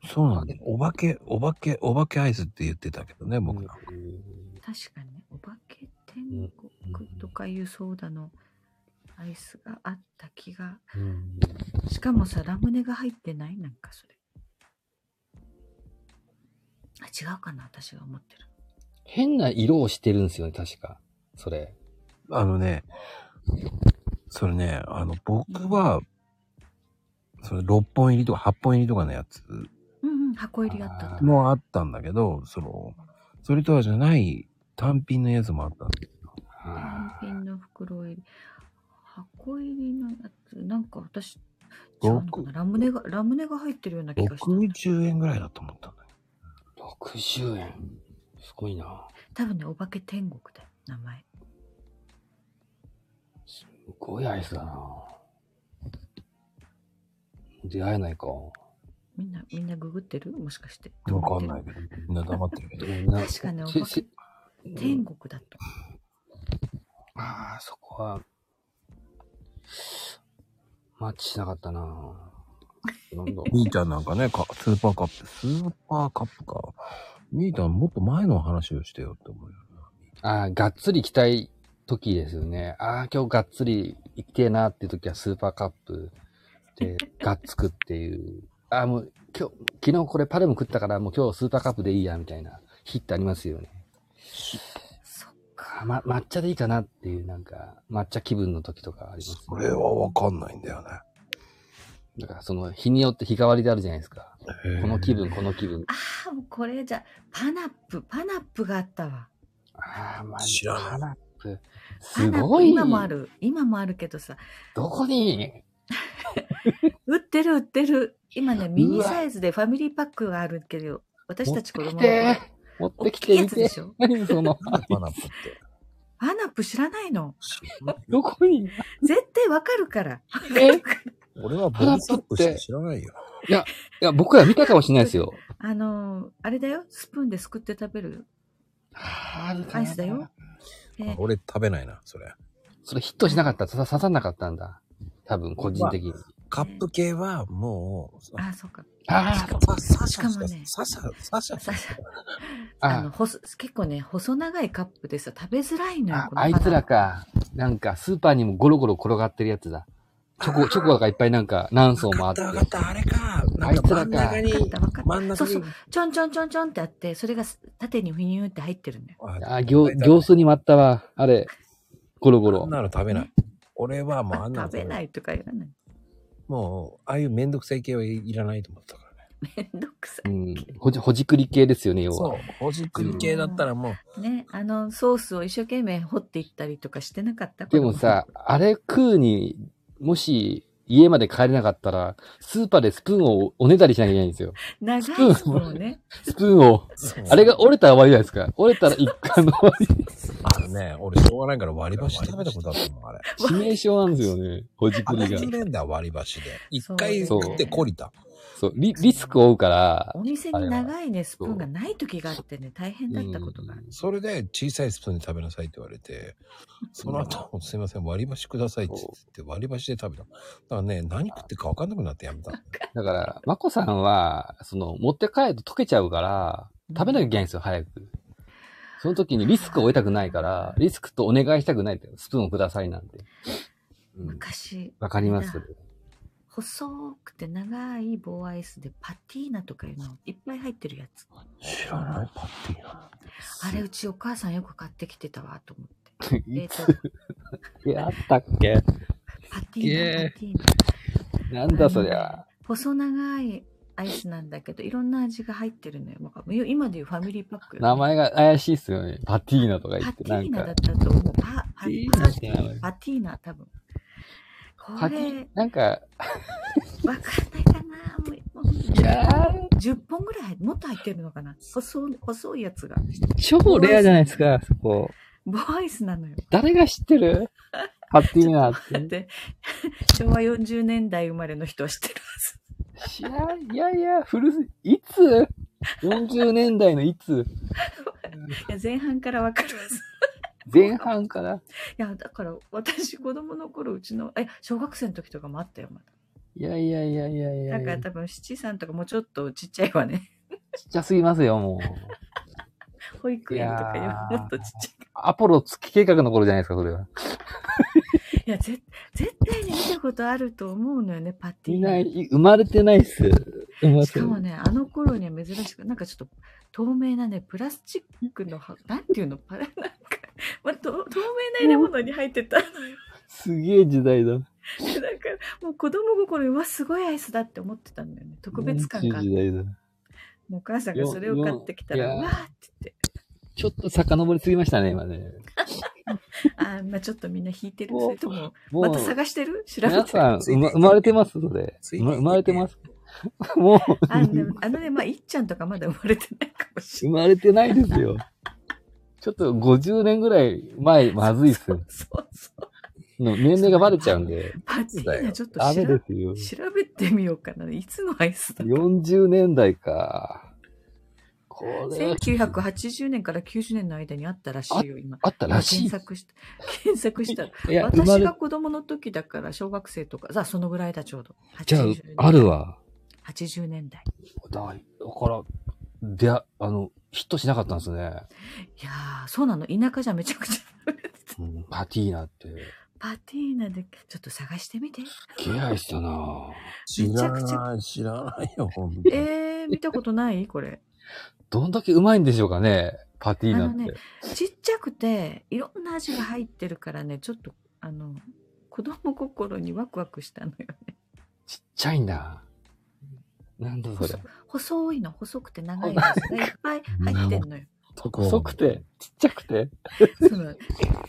[SPEAKER 1] そうなんだよ。お化け、お化け、お化けアイスって言ってたけどね、僕ら。
[SPEAKER 2] うん
[SPEAKER 3] 確かにね、お化け天国とかいうソーダのアイスがあった気が。
[SPEAKER 2] うん
[SPEAKER 3] しかもさ、ラムネが入ってないなんかそれ。あ、違うかな私が思ってる。
[SPEAKER 2] 変な色をしてるんですよね、確か。それ。
[SPEAKER 1] あのね、それね、あの、僕は、それ6本入りとか8本入りとかのやつ
[SPEAKER 3] うんうん、箱入りあったあった
[SPEAKER 2] あー
[SPEAKER 1] もあったんだけど、その、それとはじゃない単品のやつもあったんだよ
[SPEAKER 3] 単品の袋入り。箱入りのやつ、なんか私、違
[SPEAKER 1] 僕
[SPEAKER 3] うのかなラムネが、ラムネが入ってるような気がした。
[SPEAKER 1] 60円ぐらいだと思ったんだよ。
[SPEAKER 2] 60円。すごいな。
[SPEAKER 3] 多分ね、お化け天国だよ、名前。
[SPEAKER 2] すごいアイスだな。う出会えないか。
[SPEAKER 3] みんな、みんなググってるもしかして。
[SPEAKER 1] わかんないけど、みんな黙ってるけど。
[SPEAKER 2] 確
[SPEAKER 3] 確かにお化け天国だと。
[SPEAKER 2] ああ、そこは、マッチしなかったななんだ
[SPEAKER 1] みーちゃんなんかね、かスーパーカップ、スーパーカップか。みーちゃんもっと前の話をしてよって思うよ
[SPEAKER 2] ああ、がっつり行きたい時ですよね。ああ、今日がっつり行きてえなっていう時はスーパーカップでがっつくっていう。 ああ、もう今日、昨日これパルム食ったからもう今日スーパーカップでいいやみたいな日ってありますよね。
[SPEAKER 3] そっ
[SPEAKER 2] あーま、抹茶でいいかなっていうなんか、抹茶気分の時とかあります、
[SPEAKER 1] これはわかんないんだよね。
[SPEAKER 2] だからその日によって日替わりであるじゃないですか。この気分、この気分。
[SPEAKER 3] ああ、もうこれじゃ、パナップ、パナップがあったわ。
[SPEAKER 2] ああ、まあ、
[SPEAKER 1] 知らない
[SPEAKER 2] パナップ。
[SPEAKER 3] パナ
[SPEAKER 2] す
[SPEAKER 3] ップ
[SPEAKER 2] ごい。
[SPEAKER 3] 今もあ。る。今もあるけどさ。
[SPEAKER 2] どこに
[SPEAKER 3] 売ってる売ってる。今ね、ミニサイズでファミリーパックがあるけど、私たち子供
[SPEAKER 2] 来
[SPEAKER 3] の頃
[SPEAKER 2] て持っ
[SPEAKER 3] 大
[SPEAKER 2] てき
[SPEAKER 3] き
[SPEAKER 2] て
[SPEAKER 3] いや
[SPEAKER 2] み
[SPEAKER 3] つで
[SPEAKER 2] て。
[SPEAKER 3] しょ。
[SPEAKER 2] 何その、
[SPEAKER 1] パ ナップって。
[SPEAKER 3] パナップ知らないの。
[SPEAKER 2] どこに
[SPEAKER 3] 絶対わかるから。
[SPEAKER 2] えい
[SPEAKER 1] 俺はボールサップしか知らないよ。
[SPEAKER 2] や、僕ら見たかもしれないですよ。
[SPEAKER 3] あのー、あれだよ。スプーンですくって食べる。
[SPEAKER 2] あーあるかな
[SPEAKER 3] アイスだよ。。
[SPEAKER 1] あ
[SPEAKER 3] で
[SPEAKER 1] 俺食べないな、それ。
[SPEAKER 2] それヒットしなかった。刺さ刺さんなかったんだ。多分、個人的に。
[SPEAKER 1] カップ系はもう、
[SPEAKER 3] あ、そうか。
[SPEAKER 2] あー
[SPEAKER 1] ササシャ
[SPEAKER 3] しかもね
[SPEAKER 1] サシャ、サシャ
[SPEAKER 3] ささ
[SPEAKER 2] あ
[SPEAKER 3] あの細結構ね、細長いカップでさ、食べづらいのよ
[SPEAKER 2] あ、
[SPEAKER 3] この
[SPEAKER 2] あいつら
[SPEAKER 3] バナ
[SPEAKER 2] か。なんか、スーパーにもゴロゴロ転がってるやつだ。チョコ、チョコがいっぱいなんか、何層もあ
[SPEAKER 1] わ
[SPEAKER 2] って。
[SPEAKER 1] かった、わかった、あれか。な
[SPEAKER 2] あ
[SPEAKER 1] ん
[SPEAKER 2] い
[SPEAKER 1] か
[SPEAKER 2] つ
[SPEAKER 1] 真
[SPEAKER 2] らか
[SPEAKER 1] ん中に
[SPEAKER 3] わかったわかっ、た
[SPEAKER 1] 真ん中
[SPEAKER 3] そ
[SPEAKER 1] に
[SPEAKER 3] う、ナ。ちょんちょんちょんちょんってあって、それがす縦にふにゅーって入ってるんだよ。
[SPEAKER 2] あー、行、行数にもあったわ。あれ。ゴロゴ
[SPEAKER 1] あ
[SPEAKER 2] ロ
[SPEAKER 1] ん。なの食べない。俺はもうあんなの。
[SPEAKER 3] 食べないいとか言 わない。
[SPEAKER 1] もう、ああいうめんどくさい系はいらないと思ったからね。
[SPEAKER 3] めんどくさ
[SPEAKER 2] うん。ほじ、ほじくり系ですよね、要は。
[SPEAKER 1] そう、ほじくり系だったらもう、
[SPEAKER 3] い。ね、あの、ソースを一生懸命掘っていったりとかしてなかった
[SPEAKER 2] でもさ、あれ食うに、もし家まで帰れなかったら、スーパーでスプーンをおねだりしなきゃいけないんですよ。
[SPEAKER 3] 長い
[SPEAKER 2] スプーン
[SPEAKER 3] スプーン をね。
[SPEAKER 2] スプーンを。
[SPEAKER 1] そう
[SPEAKER 2] あれが折れたら終わりじゃないですか。折れたら一貫の終わり。
[SPEAKER 1] あのね、俺しょうがないから割り箸食べたことあったの、あれ。
[SPEAKER 2] 致命傷なんですよね。ほじ
[SPEAKER 1] あ
[SPEAKER 2] く
[SPEAKER 1] れ
[SPEAKER 2] りが
[SPEAKER 1] 外。れんだよ、割り箸で。一
[SPEAKER 3] そう
[SPEAKER 1] 回食ってこりた。
[SPEAKER 2] そうリ、リスクを負うから
[SPEAKER 3] お、店に長いね、スプーンがない時があってね、大変だったことがある。
[SPEAKER 1] それで小さいスプーンで食べなさいって言われて、その後、すいません、割り箸くださいって言って割り箸で食べた。だからね、何食ってか分かんなくなってやめた。
[SPEAKER 2] だから、まこさんは、その、持って帰ると溶けちゃうから、食べなきゃいけないんですよ、早く。その時にリスクを負いたくないから、リスクとお願いしたくないって、スプーンをくださいなんて。うん
[SPEAKER 3] 昔、
[SPEAKER 2] わかります。
[SPEAKER 3] 細くて長い棒アイスでパティーナとかいうのいっぱい入ってるやつ。
[SPEAKER 1] 知らないパッティな。
[SPEAKER 3] あれうちお母さんよく買ってきてたわと思って。冷
[SPEAKER 2] い
[SPEAKER 3] 凍
[SPEAKER 2] つやったっけ
[SPEAKER 3] パティーナ、パティーナ。
[SPEAKER 2] なんだそりゃ。
[SPEAKER 3] 細長いアイスなんだけど、いろんな味が入ってるのよ。まあ今でいうファミリーパックよね。
[SPEAKER 2] 名前が怪しいっすよね。パティーナとか言
[SPEAKER 3] パ
[SPEAKER 2] って、
[SPEAKER 3] テ
[SPEAKER 2] な
[SPEAKER 3] ィー
[SPEAKER 2] ん
[SPEAKER 3] ナだ
[SPEAKER 2] か
[SPEAKER 3] っ。たと思う。パ、パ、
[SPEAKER 2] ティーナ
[SPEAKER 3] パ
[SPEAKER 2] って名前
[SPEAKER 3] パティーナ、多分。こ
[SPEAKER 2] パテ
[SPEAKER 3] れ、
[SPEAKER 2] ィなんか、
[SPEAKER 3] わかんないかなもうもう
[SPEAKER 2] いや
[SPEAKER 3] 10本ぐらい、もっと入ってるのかな細い、細いやつが。
[SPEAKER 2] ー、超レアじゃないですか、そこ。
[SPEAKER 3] ボアイスなのよ。
[SPEAKER 2] 誰が知ってるパティーナって。
[SPEAKER 3] で、昭和40年代生まれの人は知ってる
[SPEAKER 2] いや、いやいや、古す、いつ ?40 年代のいつ
[SPEAKER 3] はず。いや、前半からわかるはず。
[SPEAKER 2] 前半から。
[SPEAKER 3] いや、だから、私、子供の頃、うちの、え、小学生の時とかもあったよ、まだ。
[SPEAKER 2] いやいやいやいやいや
[SPEAKER 3] ないん
[SPEAKER 2] や
[SPEAKER 3] か。多分七三とかもうちょっとちっちゃいわね。
[SPEAKER 2] ちっちゃすぎますよ、もう。
[SPEAKER 3] 保育園とか
[SPEAKER 2] い
[SPEAKER 3] よ
[SPEAKER 2] やー
[SPEAKER 3] りもっとちっちゃ
[SPEAKER 2] アポロ月計画の頃じゃないですか、それは。
[SPEAKER 3] い。いや、ぜ絶対に見たことあると思うのよね、パティ
[SPEAKER 2] い
[SPEAKER 3] ーナ
[SPEAKER 2] ない、い生まれてないっす。生まれ
[SPEAKER 3] してかも
[SPEAKER 2] ない。
[SPEAKER 3] ね、あの頃には珍しく、なんかちょっと透明なね、プラスチックのは、なんていうの、 パラ、なんか、まあ、と透明な入れ物に入ってたのよ。
[SPEAKER 2] すげえ時代だ。
[SPEAKER 3] だから、もう子供心に、うわ、すごいアイスだって思ってたんだよね。特別感があ
[SPEAKER 2] 40
[SPEAKER 3] って。
[SPEAKER 2] 時代だ。
[SPEAKER 3] もうお母さんがそれを買ってきたら、
[SPEAKER 2] よよい
[SPEAKER 3] わ
[SPEAKER 2] や
[SPEAKER 3] ーって
[SPEAKER 2] ちょっと遡りすぎましたね、今ね。
[SPEAKER 3] 言って、あー、まあちょっとみんな引いてる。それとも、
[SPEAKER 2] も
[SPEAKER 3] また探してる調べて
[SPEAKER 2] 皆さん、生ま生まれてますそれ。
[SPEAKER 1] つい
[SPEAKER 2] 生
[SPEAKER 1] てきて
[SPEAKER 2] ま生まれてます もう、
[SPEAKER 3] あでもあのね、まあ、いっちゃんとかまだ生まれてないかもしれ
[SPEAKER 2] 生まれてないですよ。ちょっと50年ぐらい前、まずいっすよ
[SPEAKER 3] ない。。そうそう。
[SPEAKER 2] の年齢がバレちゃうんで、
[SPEAKER 3] パティーナちょっと
[SPEAKER 2] ダメ
[SPEAKER 3] 調
[SPEAKER 2] ですよ。
[SPEAKER 3] べ調べてみようかな。いつのアイスだ
[SPEAKER 2] 40年代か。これは、
[SPEAKER 3] 1980年から90年の間にあったらしいよ、今。
[SPEAKER 2] あったらし
[SPEAKER 3] 検
[SPEAKER 2] い。
[SPEAKER 3] 索した、検索したら。
[SPEAKER 2] いや、生ま
[SPEAKER 3] 私
[SPEAKER 2] れ
[SPEAKER 3] が、子供の時だから、小学生とか、さあ、そのぐらいだ、ちょうど。
[SPEAKER 2] じゃ
[SPEAKER 3] 80年
[SPEAKER 2] あ、あるわ。
[SPEAKER 3] 80年代。
[SPEAKER 2] だだから、で、あの、ヒットしなかったんですね。
[SPEAKER 3] いやー、そうなの。田舎じゃめちゃくちゃ。
[SPEAKER 2] うん、パティーナって。
[SPEAKER 3] パティーナで、ちょっと探してみて。
[SPEAKER 2] すげえアイスだな
[SPEAKER 1] 知ら
[SPEAKER 3] めちゃ
[SPEAKER 1] ない、知らないよ、ほんとに。
[SPEAKER 3] えー、見たことないこれ。
[SPEAKER 2] どんだけうまいんでしょうかね、パティーナっ
[SPEAKER 3] あの
[SPEAKER 2] て
[SPEAKER 3] ね。ちっちゃくて、いろんな味が入ってるからね、ちょっと、あの、子供心にワクワクしたのよね。
[SPEAKER 2] ちっちゃいんだ。なんだそれ。
[SPEAKER 3] 細いの、細くて長いのがいっぱい入ってんのよ。
[SPEAKER 2] 細くて、ちっちゃくて。
[SPEAKER 3] その、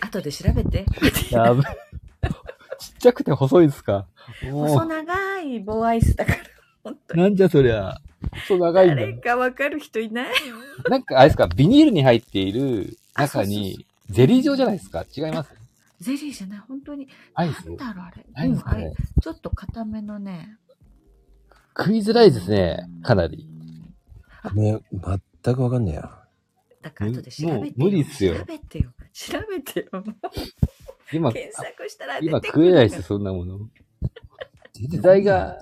[SPEAKER 3] 後で調べて。
[SPEAKER 2] やべ。 ちっちゃくて細いですか。も
[SPEAKER 3] 細
[SPEAKER 2] う、
[SPEAKER 3] 長い棒アイスだから、本当に。
[SPEAKER 2] なんじゃそりゃ。細長いんだ
[SPEAKER 3] 誰。かわかる人いない
[SPEAKER 2] なんか、あれですか、ビニールに入っている中に、ゼリー状じゃないですか違います
[SPEAKER 3] ゼリーじゃない、本当に。
[SPEAKER 2] アイス
[SPEAKER 3] なんだろう、あれ。
[SPEAKER 2] アイス
[SPEAKER 3] うんあ
[SPEAKER 2] ね
[SPEAKER 3] れ。ちょっと固めのね。
[SPEAKER 2] 食いづらいですね、かなり。
[SPEAKER 1] ね、全くわかんねえや。
[SPEAKER 3] だから後で調べてよ
[SPEAKER 2] もう無理っすよ
[SPEAKER 3] 調べてよ。調べてよ。
[SPEAKER 2] 今、
[SPEAKER 3] 検索したら出て
[SPEAKER 2] 今
[SPEAKER 3] くる
[SPEAKER 2] 食えないです、そんなもの。時代が、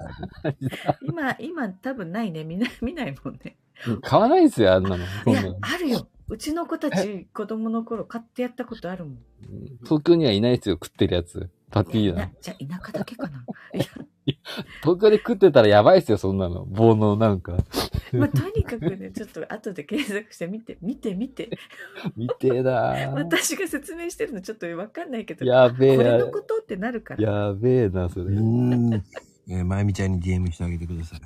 [SPEAKER 3] 今、今多分ないね。みんな、見ないもんね。
[SPEAKER 2] 買わないですよ、あんなの。そ
[SPEAKER 3] い
[SPEAKER 2] ん
[SPEAKER 3] や
[SPEAKER 2] なの、
[SPEAKER 3] あるよ。うちの子たち、子供の頃買ってやったことあるもん。
[SPEAKER 2] 東京にはいないですよ、食ってるやつ。パティーナ
[SPEAKER 3] な。じゃあ田舎だけかな。いや、
[SPEAKER 2] 東京で食ってたらやばいですよ、そんなの。棒のなんか。
[SPEAKER 3] まあ、とにかくね、ちょっと後で検索して見て、見て、見て。
[SPEAKER 2] 見てえな ぁ。
[SPEAKER 3] 私が説明してるのちょっとわかんないけど、こ
[SPEAKER 2] やべえ
[SPEAKER 3] れ
[SPEAKER 2] な
[SPEAKER 3] の。ことってなるから。
[SPEAKER 2] やべえな、そうれ。
[SPEAKER 1] ーん。えー、まゆみちゃんに DM してあげてください。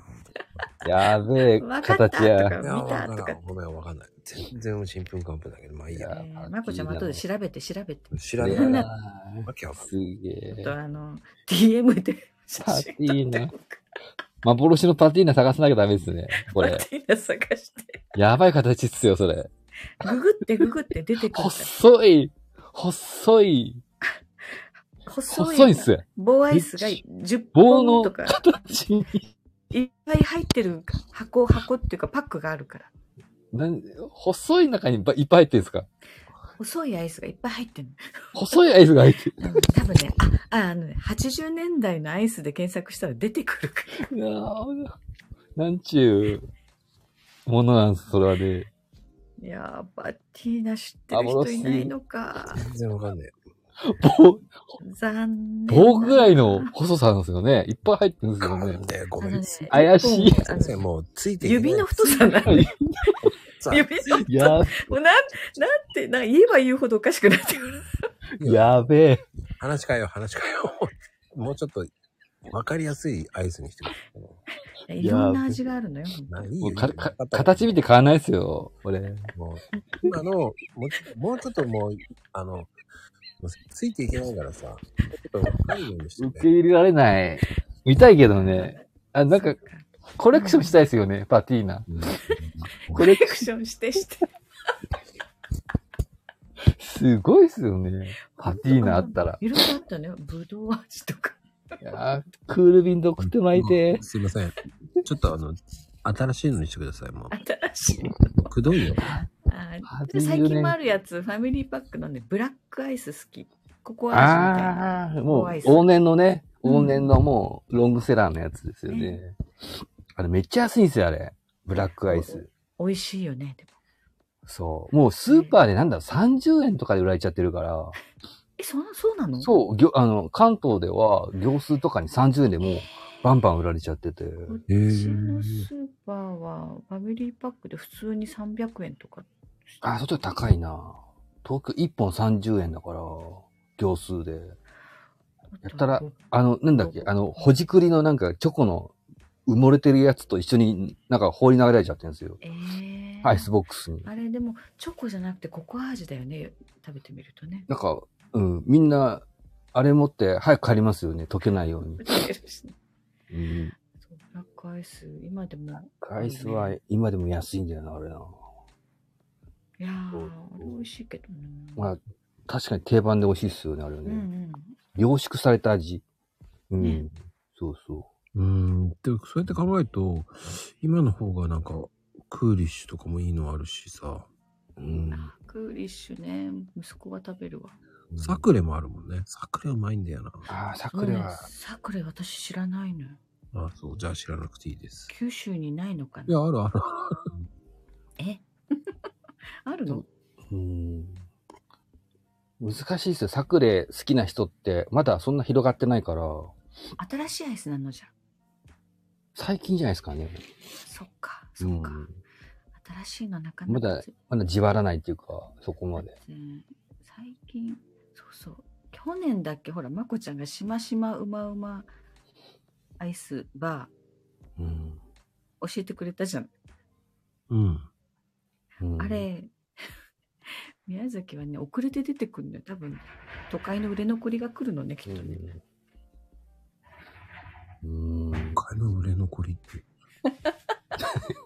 [SPEAKER 2] やべえ
[SPEAKER 3] わかったと
[SPEAKER 2] 形や。
[SPEAKER 3] か見た
[SPEAKER 1] いやわ
[SPEAKER 3] と
[SPEAKER 1] から
[SPEAKER 3] か
[SPEAKER 1] ん。ごめん、わかんない。全然ちんぷんかんぷんだけど、まあいい
[SPEAKER 2] い
[SPEAKER 1] や。
[SPEAKER 2] や
[SPEAKER 3] え
[SPEAKER 2] パ
[SPEAKER 3] ー
[SPEAKER 2] ー
[SPEAKER 3] まこちゃんも
[SPEAKER 2] ティーだ
[SPEAKER 3] 後で調べて調べて。
[SPEAKER 1] 知ら
[SPEAKER 2] い
[SPEAKER 1] ね
[SPEAKER 2] や
[SPEAKER 1] え
[SPEAKER 3] ん
[SPEAKER 1] な。
[SPEAKER 2] な
[SPEAKER 1] わけわかんない。
[SPEAKER 2] すげ
[SPEAKER 3] ちょっ
[SPEAKER 2] え。
[SPEAKER 3] とあの、DM で写
[SPEAKER 2] パ
[SPEAKER 3] 真
[SPEAKER 2] テ
[SPEAKER 3] 撮
[SPEAKER 2] ィー
[SPEAKER 3] って
[SPEAKER 2] ナ
[SPEAKER 3] こうか。
[SPEAKER 2] 幻のパティーナ探さなきゃダメですね。こ
[SPEAKER 3] パ
[SPEAKER 2] れ。
[SPEAKER 3] ティーナ探して。
[SPEAKER 2] やばい形っすよ、それ。
[SPEAKER 3] ググってググって出てくるか
[SPEAKER 2] 細い、細い、
[SPEAKER 3] ら。細い。
[SPEAKER 2] 細いっすよ。
[SPEAKER 3] 棒アイスが10
[SPEAKER 2] 棒
[SPEAKER 3] 本
[SPEAKER 2] の
[SPEAKER 3] とか、
[SPEAKER 2] 形に。
[SPEAKER 3] いっぱい入ってる箱、箱っていうかパックがあるから。
[SPEAKER 2] なん細い中にばいっぱい入ってるんですか
[SPEAKER 3] 細いアイスがいっぱい入ってる。
[SPEAKER 2] 細いアイスが入ってる。
[SPEAKER 3] うん多分ね、あ、ああのね、80年代のアイスで検索したら出てくるから。
[SPEAKER 2] うわぁなんちゅうものなんす、それはね。
[SPEAKER 3] いやー、パティーナ知ってる人いないのか。
[SPEAKER 1] 全然わかんない。
[SPEAKER 2] 棒、
[SPEAKER 3] 残念だな。
[SPEAKER 2] 棒ぐらいの細さなんですよね。いっぱい入ってるんです
[SPEAKER 1] わ
[SPEAKER 2] よ
[SPEAKER 1] かん
[SPEAKER 2] ね。
[SPEAKER 1] ない。ご
[SPEAKER 3] あ
[SPEAKER 1] め
[SPEAKER 3] の
[SPEAKER 1] ん
[SPEAKER 3] ね。
[SPEAKER 2] 怪しい
[SPEAKER 3] 一本あの
[SPEAKER 1] 先生、もうついていけない
[SPEAKER 3] 指の太さなの よ。
[SPEAKER 1] さ
[SPEAKER 3] 指の
[SPEAKER 2] や、
[SPEAKER 3] もうなん、なんて、なんか言えば言うほどおかしくなってく る。
[SPEAKER 2] やべえ。
[SPEAKER 1] 話かよ、話かよ。もう ちょっと、わかりやすいアイスにしてくれ
[SPEAKER 3] いろんな味があるのよ。
[SPEAKER 1] まあいい
[SPEAKER 2] も
[SPEAKER 1] よ
[SPEAKER 2] うかか
[SPEAKER 1] わかった
[SPEAKER 2] 形見て買わないですよ、俺。
[SPEAKER 1] もう、今の、もうちょっともうちょっともう、あの、もうついていけないからさ、もうちょっとわかるようにして
[SPEAKER 2] 受
[SPEAKER 1] く
[SPEAKER 2] け
[SPEAKER 1] れ
[SPEAKER 2] 入れられない。見たいけどね。あ、なんか、コレクションしたいですよね、パティーナ。
[SPEAKER 1] うん
[SPEAKER 2] コ
[SPEAKER 3] コ
[SPEAKER 2] レ
[SPEAKER 3] レクションしてして。
[SPEAKER 2] すごいですよね。パティーナあったら。
[SPEAKER 3] いろいろあったのよ。ぶどう味とか。
[SPEAKER 2] いやークール便で送って巻いて。
[SPEAKER 1] すいません。ちょっとあの、新しいのにしてください。も
[SPEAKER 3] 新しい。
[SPEAKER 1] う、くどいよ。
[SPEAKER 3] あ
[SPEAKER 2] 80
[SPEAKER 3] ー最近もあるやつ、ファミリーパックのね、ブラックアイス好き。ここ味みたいな。
[SPEAKER 2] ああ、も
[SPEAKER 3] 怖いうっ、す
[SPEAKER 2] 往年のね、
[SPEAKER 3] う
[SPEAKER 2] 往
[SPEAKER 3] ん
[SPEAKER 2] 年のもう、ロングセラーのやつですよね。
[SPEAKER 3] ね
[SPEAKER 2] あれめっちゃ安いんですよ、あれ。ブラックアイス。
[SPEAKER 3] 美味しいよね。でも
[SPEAKER 2] そう。もうスーパーでなんだろう、30円とかで売られちゃってるから。
[SPEAKER 3] え、そ、そうなの
[SPEAKER 2] そう、ぎょあの、関東では、行数とかに30円でもう、バンバン売られちゃってて。
[SPEAKER 3] こっち
[SPEAKER 1] へー
[SPEAKER 3] のスーパーは、ファミリーパックで普通に300円とか。
[SPEAKER 2] あ、そっちは高いな。東京1本30円だから、行数で。やったらあの、なんだっけ、あの、ほじくりのなんか、チョコの埋もれてるやつと一緒になんか放り投げられちゃってるんですよ。
[SPEAKER 3] えー、
[SPEAKER 2] アイスボックスに。
[SPEAKER 3] あれでもチョコじゃなくてココア味だよね食べてみるとね
[SPEAKER 2] なんか、うん、みんな、あれ持って早く帰りますよね。溶けないように。
[SPEAKER 3] 売ってるしね
[SPEAKER 2] うん。
[SPEAKER 3] そうブラックアイス今でも
[SPEAKER 2] アイスは今でも安いんだよな、あれな。
[SPEAKER 3] いやー
[SPEAKER 2] そう
[SPEAKER 3] あれ美味しいけどね、
[SPEAKER 2] まあ、確かに定番で美味しいっすよね、あれは
[SPEAKER 3] う
[SPEAKER 2] ね。
[SPEAKER 3] ん
[SPEAKER 2] 凝縮された味。うん。
[SPEAKER 3] ね
[SPEAKER 2] そうそう。
[SPEAKER 1] うーん。で、そうやって考えると、今の方がなんか、クーリッシュとかもいいのあるしさ、
[SPEAKER 2] う
[SPEAKER 3] うんん。。あクーリッシュね。息子が食べるわ。
[SPEAKER 1] サクレもあるもんね。サクレうまいんだよな。
[SPEAKER 2] ああ、サクレ
[SPEAKER 3] そうね
[SPEAKER 2] は。
[SPEAKER 3] サクレ私知らないのよ。
[SPEAKER 1] あ、そう。じゃあ知らなくていいです。
[SPEAKER 3] 九州にないのか
[SPEAKER 1] い
[SPEAKER 3] な
[SPEAKER 1] や、あるある。
[SPEAKER 3] え あるの
[SPEAKER 2] うん。難しいっすよ。サクレ好きな人って、まだそんな広がってないから、
[SPEAKER 3] 新しいアイスなのじゃ。
[SPEAKER 2] 最近じゃないですかね。
[SPEAKER 3] そっか、そっか。
[SPEAKER 2] うん
[SPEAKER 3] 新しいのなかな
[SPEAKER 2] ま
[SPEAKER 3] か。
[SPEAKER 2] だ、まだじわらないっていうか、そこまで。
[SPEAKER 3] うん最近、そうそう。去年だっけ、ほら、まこちゃんがしましまうまうまアイスバ
[SPEAKER 2] うん。
[SPEAKER 3] ー教えてくれたじゃん。
[SPEAKER 1] うん。
[SPEAKER 2] うん
[SPEAKER 3] あ。れ、 宮崎はね、遅れて出てくるのよ。多分、都会の売れ残りが来るのね、きっとね。
[SPEAKER 2] うん。うん。
[SPEAKER 1] 他の売れ残りって。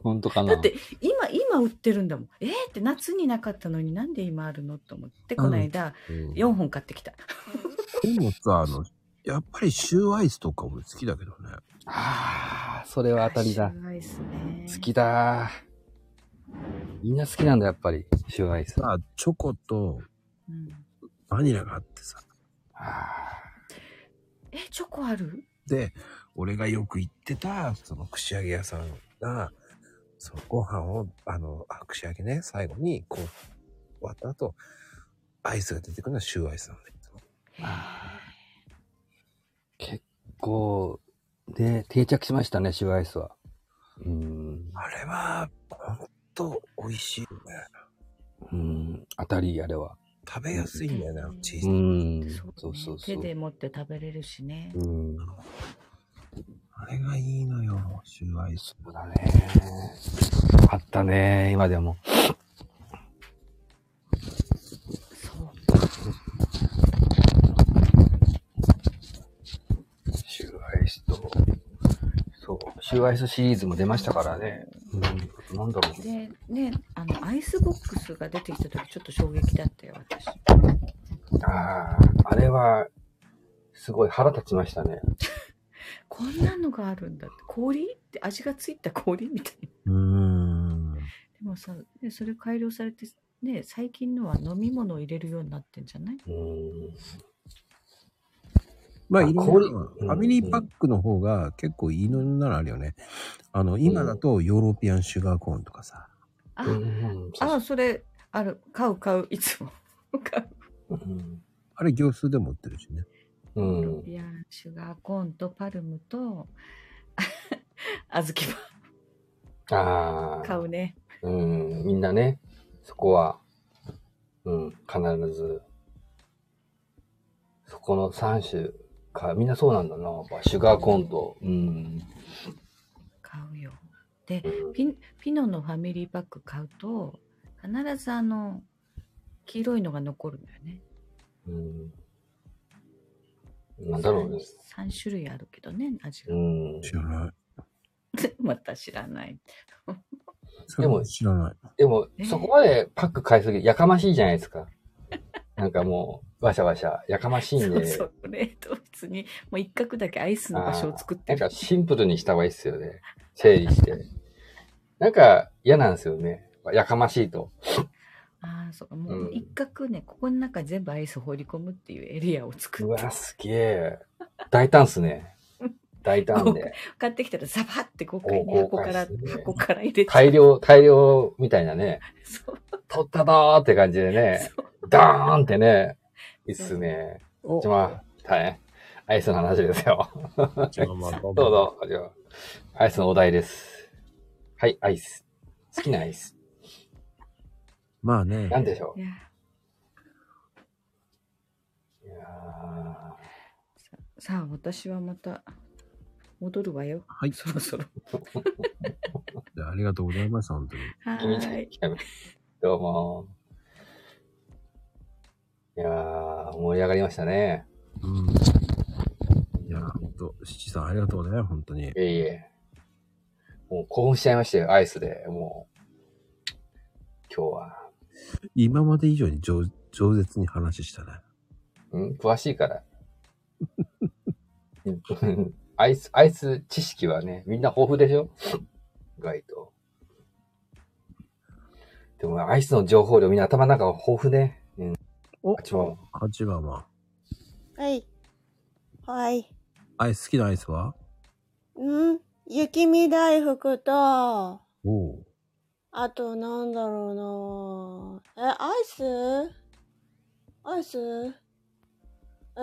[SPEAKER 2] 本当かな。
[SPEAKER 3] だって今今売ってるんだもんえー、って夏になかったのになんで今あるのと思ってこの間
[SPEAKER 2] うん、
[SPEAKER 3] 4本買ってきた、
[SPEAKER 1] でもさ、あの、やっぱりシューアイスとか俺好きだけどね。
[SPEAKER 2] ああ、それは当たりだ
[SPEAKER 3] シ。ューアイスね
[SPEAKER 2] 好きだ。みんな好きなんだ、やっぱり。シューアイス。あ
[SPEAKER 1] さあ、チョコと
[SPEAKER 3] うん
[SPEAKER 1] バニラがあってさ。
[SPEAKER 2] あ。
[SPEAKER 3] えチョコある
[SPEAKER 1] で、俺がよく行ってた、その串揚げ屋さんが、そのご飯を、あの、あ串揚げね、最後に、こう、終わった後、アイスが出てくるのはシューアイスなんだけど。
[SPEAKER 2] 結構、で、定着しましたね、シューアイスは。うん。
[SPEAKER 1] あれは、ほんと美味しいよね。
[SPEAKER 2] うん。当たり、あれは。
[SPEAKER 1] 食べやすいんだよね、あのチー
[SPEAKER 2] う
[SPEAKER 1] ズ。
[SPEAKER 2] ん。
[SPEAKER 3] そ
[SPEAKER 2] そうう
[SPEAKER 3] ね
[SPEAKER 2] そうそ
[SPEAKER 3] 手
[SPEAKER 2] う。
[SPEAKER 3] で持って食べれるしね、
[SPEAKER 2] うん。
[SPEAKER 1] あれがいいのよ、シューアイス。
[SPEAKER 2] そうだね。あったね、今でも。
[SPEAKER 3] そう
[SPEAKER 2] シューアイスと、そう、シューアイスシリーズも出ましたからね。うん、なんだろう。
[SPEAKER 3] でねあのアイスボックスが出てきた時ちょっと衝撃だったよ私
[SPEAKER 2] ああ、あれは、すごい腹立ちましたね。
[SPEAKER 3] こんなのがあるんだって氷って味がついた氷みたいな
[SPEAKER 1] うーん。
[SPEAKER 3] でもさでそれ改良されてね最近のは飲み物を入れるようになってんじゃない
[SPEAKER 2] うん。
[SPEAKER 1] まあ、
[SPEAKER 2] あ
[SPEAKER 1] いろい
[SPEAKER 2] 氷
[SPEAKER 1] ろ
[SPEAKER 2] う
[SPEAKER 1] フ
[SPEAKER 2] ん
[SPEAKER 1] ァミリーパックの方が結構いいのならあるよね。あの、今だとヨーロピアンシュガーコーンとかさ。
[SPEAKER 3] あ、
[SPEAKER 2] うん、
[SPEAKER 3] あ、それ、ある。買う、買う、いつも。買
[SPEAKER 2] う
[SPEAKER 3] う。
[SPEAKER 2] ん。
[SPEAKER 1] あれ、行数でも売ってるしね。
[SPEAKER 2] う
[SPEAKER 3] コロ
[SPEAKER 2] ん。
[SPEAKER 3] ビアンシュガーコーンとパルムと、あずきば
[SPEAKER 2] ああ。
[SPEAKER 3] 買うね。
[SPEAKER 2] うん、みんなね、そこは、うん、必ず、そこの3種か、みんなそうなんだな、やっぱシュガーコーンと、うん、
[SPEAKER 3] 買うよ。で
[SPEAKER 2] う、ん
[SPEAKER 3] ピンピノのファミリーパック買うと、必ずあの、黄色いのが残るんだよね。
[SPEAKER 2] うん。なんだろうね。
[SPEAKER 3] 3種類あるけどね、味
[SPEAKER 2] う
[SPEAKER 3] が。
[SPEAKER 2] ん。
[SPEAKER 1] 知らない。
[SPEAKER 3] また知らない。
[SPEAKER 1] それも知らない。
[SPEAKER 2] でも
[SPEAKER 3] ね、
[SPEAKER 2] そこまでパック買いすぎ、やかましいじゃないですか。なんかもう、わしゃわしゃ、やかましいん
[SPEAKER 3] そう
[SPEAKER 2] で、
[SPEAKER 3] そう。冷凍室に、もう一角だけアイスの場所を作って
[SPEAKER 2] なん
[SPEAKER 3] る
[SPEAKER 2] か。シンプルにした方がいいっすよね。整理して。なんか嫌なんですよね。やかましいと。
[SPEAKER 3] ああ、そうか。もううん一角ね、ここの中に全部アイス放り込むっていうエリアを作
[SPEAKER 2] う
[SPEAKER 3] って
[SPEAKER 2] わ、すげえ。大胆っすね。大胆で。
[SPEAKER 3] 買ってきたらザバって豪快に
[SPEAKER 2] お
[SPEAKER 3] 箱
[SPEAKER 2] 豪
[SPEAKER 3] か
[SPEAKER 2] 快
[SPEAKER 3] ら、
[SPEAKER 2] っすね
[SPEAKER 3] 箱から入れて。
[SPEAKER 2] 大量、大量みたいなね。
[SPEAKER 3] そう
[SPEAKER 2] 取ったぞーって感じでね。ダーンってね。いいっすね。
[SPEAKER 1] お
[SPEAKER 2] じゃあ、はい。アイスの話ですよ。
[SPEAKER 1] じゃあまあど
[SPEAKER 2] どう。ぞ。じゃあ、アイスのお題です。はい、アイス。好きなアイス。
[SPEAKER 1] まあね。
[SPEAKER 2] なんでしょ
[SPEAKER 3] いや
[SPEAKER 2] ういや
[SPEAKER 3] さあ、私はまた戻るわよ。
[SPEAKER 1] はい
[SPEAKER 3] そろそろ。
[SPEAKER 1] ありがとうございます、本当に。
[SPEAKER 3] は
[SPEAKER 2] ー
[SPEAKER 3] ーい。
[SPEAKER 2] どうもー。いやー、盛り上がりましたね。
[SPEAKER 1] うん。いや、本当七さんありがとうね、本当に
[SPEAKER 2] い。えいえ。もう興奮しちゃいましたよ、アイスで。もう、今日は。
[SPEAKER 1] 今まで以上に上饒舌に話したね。
[SPEAKER 2] うん、詳しいから。 うんアイス、アイス知識はね、みんな豊富でしょ意外と。でも、アイスの情報量みんな頭の中が豊富ね。うん。
[SPEAKER 1] お
[SPEAKER 2] あちも。
[SPEAKER 1] 八番は。
[SPEAKER 4] はい。はい。
[SPEAKER 1] アイス、好きなアイスは
[SPEAKER 4] ん雪見大福と、
[SPEAKER 1] おお。
[SPEAKER 4] あとなんだろうなえ、アイスアイスえ、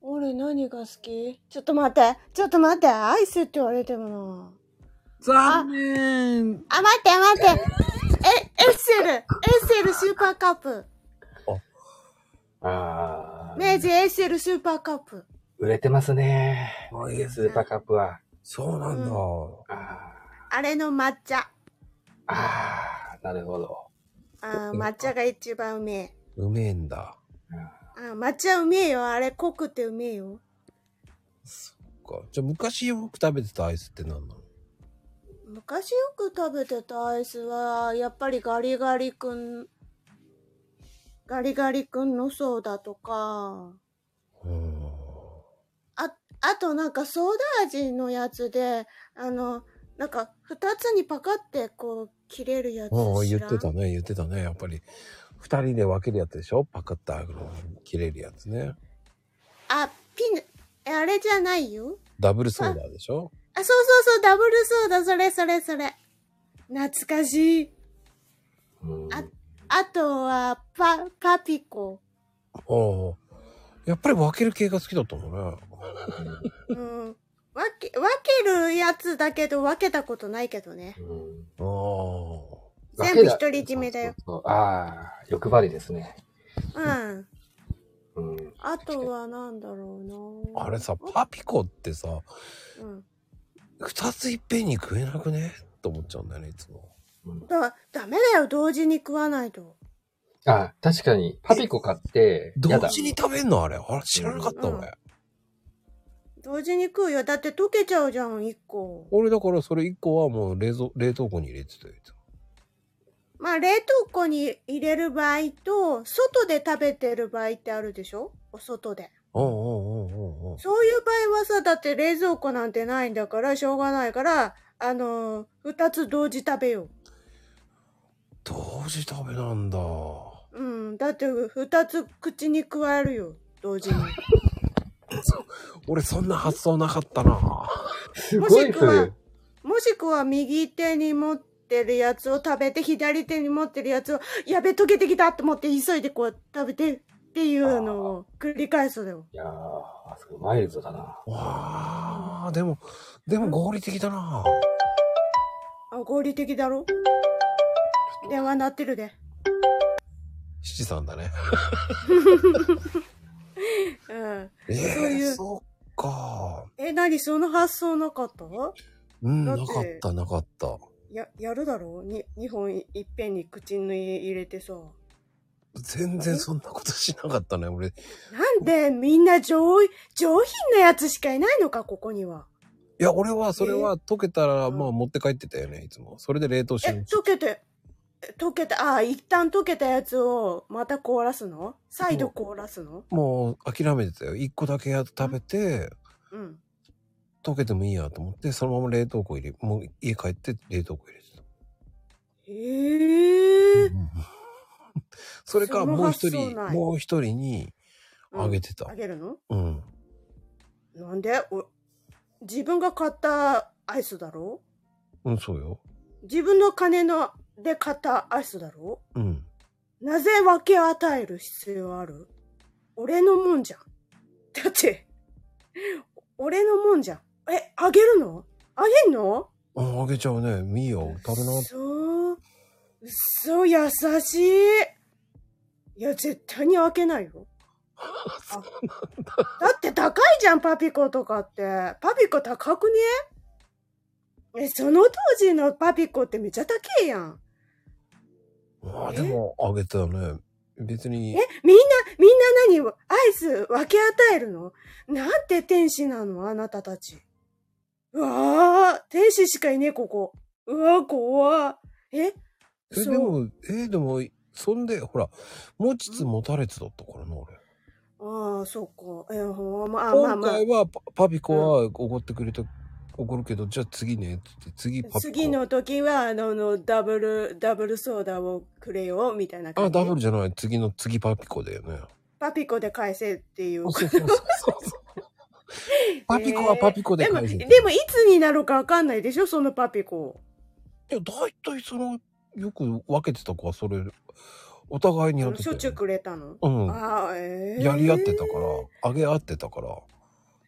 [SPEAKER 4] 俺何が好きちょっと待って、ちょっと待って、アイスって言われてもな
[SPEAKER 1] 残念
[SPEAKER 4] あ、待って待ってえ、エッセルエッセルスーパーカップ
[SPEAKER 2] ああ。
[SPEAKER 4] 明治エッセルスーパーカップ
[SPEAKER 2] 売れてますね。
[SPEAKER 1] あいいです
[SPEAKER 2] スーパーカップは。
[SPEAKER 1] そうなんだ。
[SPEAKER 4] う
[SPEAKER 2] あ
[SPEAKER 4] あれの抹茶。
[SPEAKER 2] あ。ああ。なるほど。
[SPEAKER 4] あー抹茶が一番うめえ。
[SPEAKER 1] うめえんだ。
[SPEAKER 4] あー抹茶うめえよ。あれ濃くてうめえよ。
[SPEAKER 1] そっか。じゃあ昔よく食べてたアイスって何なの
[SPEAKER 4] 昔よく食べてたアイスはやっぱりガリガリ君ガリガリ君のソーダとか
[SPEAKER 1] うーん。
[SPEAKER 4] ああとなんかソーダ味のやつであのなんか2つにパカってこう切れるやつ
[SPEAKER 1] うん、
[SPEAKER 4] 知ら
[SPEAKER 1] 言
[SPEAKER 4] ん
[SPEAKER 1] ってたね、言ってたね。やっぱり、二人で分けるやつでしょパカッとあの切れるやつね。
[SPEAKER 4] あピンえあれじゃないよ
[SPEAKER 1] ダブルソーダでしょ
[SPEAKER 4] あそうそうそうダブルソーダそれそれそれ懐かしい
[SPEAKER 2] うん。
[SPEAKER 4] ああとはパパピコ
[SPEAKER 1] おお。やっぱり分ける系が好きだったもんね。
[SPEAKER 4] うん分け、分けるやつだけど分けたことないけどね。
[SPEAKER 2] うん
[SPEAKER 1] ああ。
[SPEAKER 4] 全部独り占めだよ。
[SPEAKER 2] そうそうそうああ。欲張りですね。
[SPEAKER 4] うん。
[SPEAKER 2] うん。
[SPEAKER 4] あとはなんだろうな
[SPEAKER 1] あれさ、パピコってさ、
[SPEAKER 4] うん。
[SPEAKER 1] 二ついっぺんに食えなくねと思っちゃうんだよね、いつも。
[SPEAKER 4] だ、ダメだよ、同時に食わないと。
[SPEAKER 2] あ、確かに、パピコ買って、
[SPEAKER 1] 同
[SPEAKER 2] やだ。
[SPEAKER 1] 時に食べんのあれ。あれ知らなかった、
[SPEAKER 4] うん
[SPEAKER 1] 俺。
[SPEAKER 4] 同時に食うよ。だって溶けちゃうじゃん、一個。
[SPEAKER 1] 俺だからそれ一個はもう冷蔵、冷凍庫に入れてたよ。いつも
[SPEAKER 4] まあ、冷凍庫に入れる場合と、外で食べてる場合ってあるでしょお外で。
[SPEAKER 1] うんうんうんうんうん。
[SPEAKER 4] そういう場合はさ、だって冷蔵庫なんてないんだから、しょうがないから、あのー二つ同時食べよう。
[SPEAKER 1] 同時食べなんだ。
[SPEAKER 4] うん、だって二つ口に加えるよ、同時に。
[SPEAKER 1] 俺そんな発想なかったな。
[SPEAKER 2] すごいそ
[SPEAKER 4] もしくは
[SPEAKER 2] れ。
[SPEAKER 4] もしくは右手に持ってるやつを食べて、左手に持ってるやつを、やべ、溶けてきたと思って急いでこう食べてっていうのを繰り返すのよ。
[SPEAKER 2] いやー、あそこマイルドだな。
[SPEAKER 1] わあ、でも、でも合理的だな。
[SPEAKER 4] あ、合理的だろ電話鳴ってるで。
[SPEAKER 1] 七三だね。
[SPEAKER 4] うん。
[SPEAKER 1] え
[SPEAKER 4] い
[SPEAKER 1] え
[SPEAKER 4] う
[SPEAKER 1] そっか。
[SPEAKER 4] え、なに、その発想なかった
[SPEAKER 1] うん、
[SPEAKER 4] だっ
[SPEAKER 1] な
[SPEAKER 4] て
[SPEAKER 1] かった、なかった。
[SPEAKER 4] や、やるだろに、二本いいっぺんに口に入れてさ。
[SPEAKER 1] 全然そんなことしなかったね、俺。い
[SPEAKER 4] なんでみんな上位、上品なやつしかいないのか、ここには。
[SPEAKER 1] や、俺は、それは溶けたら、
[SPEAKER 4] うん
[SPEAKER 1] まあ持って帰ってたよね、いつも。それで冷凍し
[SPEAKER 4] え、
[SPEAKER 1] てる。
[SPEAKER 4] 溶けて、え溶けて、ああ、一旦溶けたやつをまた凍らすの再度凍らすの
[SPEAKER 1] もう諦めてたよ。一個だけやっと食べて、
[SPEAKER 4] うん。
[SPEAKER 1] 溶けてもいいやと思って、そのまま冷凍庫入れ、もう家帰って冷凍庫入れてた。
[SPEAKER 4] へえ。
[SPEAKER 1] それからもう一
[SPEAKER 4] その発
[SPEAKER 1] 人、
[SPEAKER 4] 想ない
[SPEAKER 1] もう一人にあげてた
[SPEAKER 4] あ。げるの
[SPEAKER 1] うん。
[SPEAKER 4] なんでお自分が買ったアイスだろ
[SPEAKER 1] うん、そうよ。
[SPEAKER 4] 自分の金ので買ったアイスだろ
[SPEAKER 1] うん。
[SPEAKER 4] なぜ分け与える必要ある俺のもんじゃん。だって、俺のもんじゃん。え、あげるのあげんの
[SPEAKER 1] あ、あげちゃうね。みーよ、食べな。
[SPEAKER 4] そう。そう、優しい。いや、絶対に開けないよ。あだって高いじゃん、パピコとかって。パピコ高くねえ、その当時のパピコってめっちゃ高えやん。
[SPEAKER 1] あ、でも、あげたよね。別に
[SPEAKER 4] え、、みんな、みんな何、アイス分け与えるのなんて天使なの、あなたたち。うわぁ、天使しかいねえ、ここ。うわぁ、怖っえ、
[SPEAKER 1] え、でも、え、でも、そんで、ほら、持ちつ持たれつだったからな、俺。
[SPEAKER 4] ああ、そっか。えほんまあまあ
[SPEAKER 1] 今
[SPEAKER 4] まあ
[SPEAKER 1] 回。はパパピコは怒ってくれた、怒るけど、じゃあ次ね、つって、次パピコ。
[SPEAKER 4] 次。の時は、あの、あのダブル、ダブルソーダをくれよ、みたいな感
[SPEAKER 1] あ、
[SPEAKER 4] じ。
[SPEAKER 1] ダブルじゃない、次の次パピコだよね。
[SPEAKER 4] パピコで返せっていう。
[SPEAKER 1] そうそうそうそう。パピコはパピコで
[SPEAKER 4] でも、
[SPEAKER 1] 返せて、
[SPEAKER 4] でも、いつになるかわかんないでしょ、そのパピコ。
[SPEAKER 1] いや、大体その、よく分けてた子はそれ、お互いにやって
[SPEAKER 4] したょ
[SPEAKER 1] よ
[SPEAKER 4] っちゅうくれたの。
[SPEAKER 1] うん。
[SPEAKER 4] ああ、ええ
[SPEAKER 1] やり合ってたから、あげ合ってたから。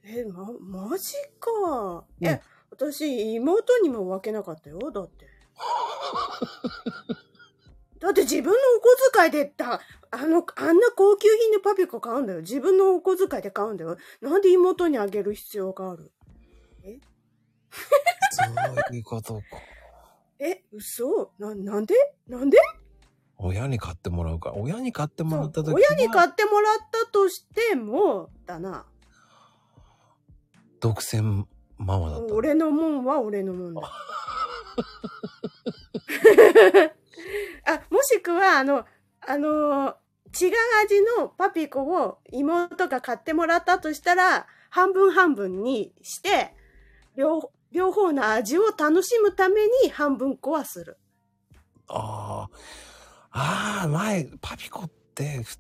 [SPEAKER 4] え、ま、マジか。
[SPEAKER 1] うん
[SPEAKER 4] え、私、妹にも分けなかったよ、だって。 だって自分のお小遣いでだ、あの、あんな高級品のパピコ買うんだよ。自分のお小遣いで買うんだよ。なんで妹にあげる必要がある
[SPEAKER 1] そういうこと か。
[SPEAKER 4] え、嘘な、なんでなんで
[SPEAKER 1] 親に買ってもらうから。親に買ってもらった時
[SPEAKER 4] 親に
[SPEAKER 1] は
[SPEAKER 4] 買ってもらったとしても、だな。
[SPEAKER 1] 独占ママだった。
[SPEAKER 4] 俺のもんは俺のもんだ。 あ、もしくは、あの、あのー違う味のパピコを妹が買ってもらったとしたら、半分半分にして、両、両方の味を楽しむために半分こはする。
[SPEAKER 1] ああ。ああ、前、パピコってふ、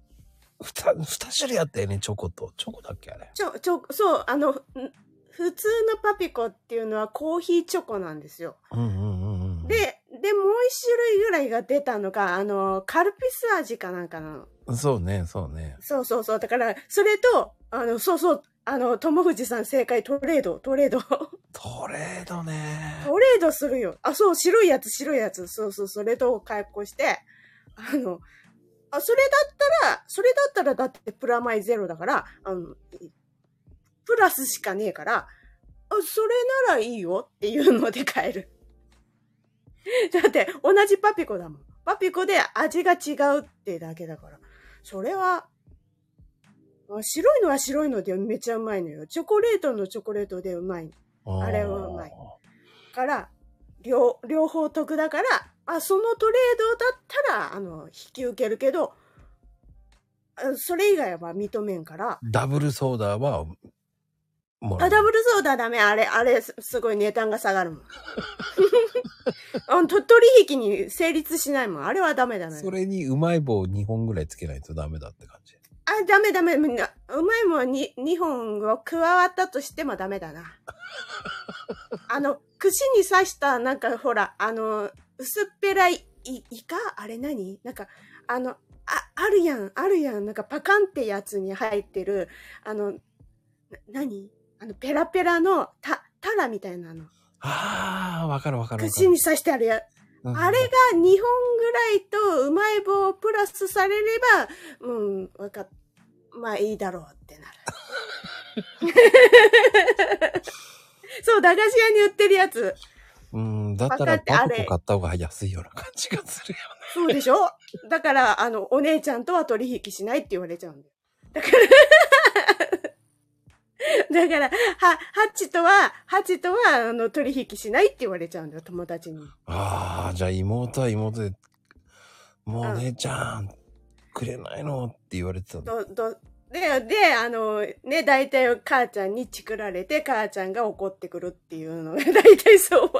[SPEAKER 1] ふた、二種類あったよね、チョコと。チョコだっけあれ。
[SPEAKER 4] ちょ、ちょ、そう、あの、ん普通のパピコっていうのはコーヒーチョコなんですよ。
[SPEAKER 1] うんうんうんうん。
[SPEAKER 4] で、、で、もう一種類ぐらいが出たのが、あの、カルピス味かなんかなの。
[SPEAKER 1] そうね、そうね。
[SPEAKER 4] そうそうそう。だから、それと、あの、そうそう、あの、友藤さん正解、トレード、トレード。ト
[SPEAKER 1] トレードね。
[SPEAKER 4] レードするよ。あ、そう、白いやつ、白いやつ。そうそう、それと開口して、あの、あ、それだったら、それだったらだってプラマイゼロだから、あの、いプラスしかねえから、あ、それならいいよっていうので買える。 だって、同じパピコだもん。パピコで味が違うってだけだから。それは、あ白いのは白いのでめちゃうまいのよ。チョコレートのチョコレートでうまいの
[SPEAKER 1] ー
[SPEAKER 4] あれはうまい。から、両、両方得だから、あ、そのトレードだったら、あの、引き受けるけど、あそれ以外は認めんから、
[SPEAKER 1] ダブルソーダは、も
[SPEAKER 4] あ、ダブルソーダダメ、あれ、あれ、すすごい値段が下がるもん。 あと取引に成立しないもん。あれはダメだね。
[SPEAKER 1] それにうまい棒2本ぐらいつけないとダメだって感じ。
[SPEAKER 4] あ、ダメダメ。みんなうまいもんに、2本を加わったとしてもダメだな。あの、串に刺した、なんかほら、あの、薄っぺらい、い、イカあれ何なんか、あの、あ、あるやん、あるやん。なんかパカンってやつに入ってる、あの、な何あの、ペラペラの、た、タラみたいなの。
[SPEAKER 1] ああ、わかるわかるわか
[SPEAKER 4] 串
[SPEAKER 1] る。
[SPEAKER 4] に刺してあるや、
[SPEAKER 1] うん
[SPEAKER 4] あれが2本ぐらいとうまい棒をプラスされれば、うん、わかっ、まあいいだろうってなる。そう、駄菓子屋に売ってるやつ。
[SPEAKER 1] うん、だった
[SPEAKER 4] わからってあ
[SPEAKER 1] パ
[SPEAKER 4] れ
[SPEAKER 1] ピコ買った方が安いような感じがするよね。
[SPEAKER 4] そうでしょだから、あの、お姉ちゃんとは取引しないって言われちゃうんだよ。だから、だ から、は、ハチとは、ハチとは、あの、取引しないって言われちゃうんだよ、友達に。
[SPEAKER 1] ああ、じゃあ妹は妹で、もう姉ちゃん、くれないのって言われてたの。
[SPEAKER 4] どどで、で、あの、ね、大体母ちゃんにチクられて、母ちゃんが怒ってくるっていうのが、 大体そう。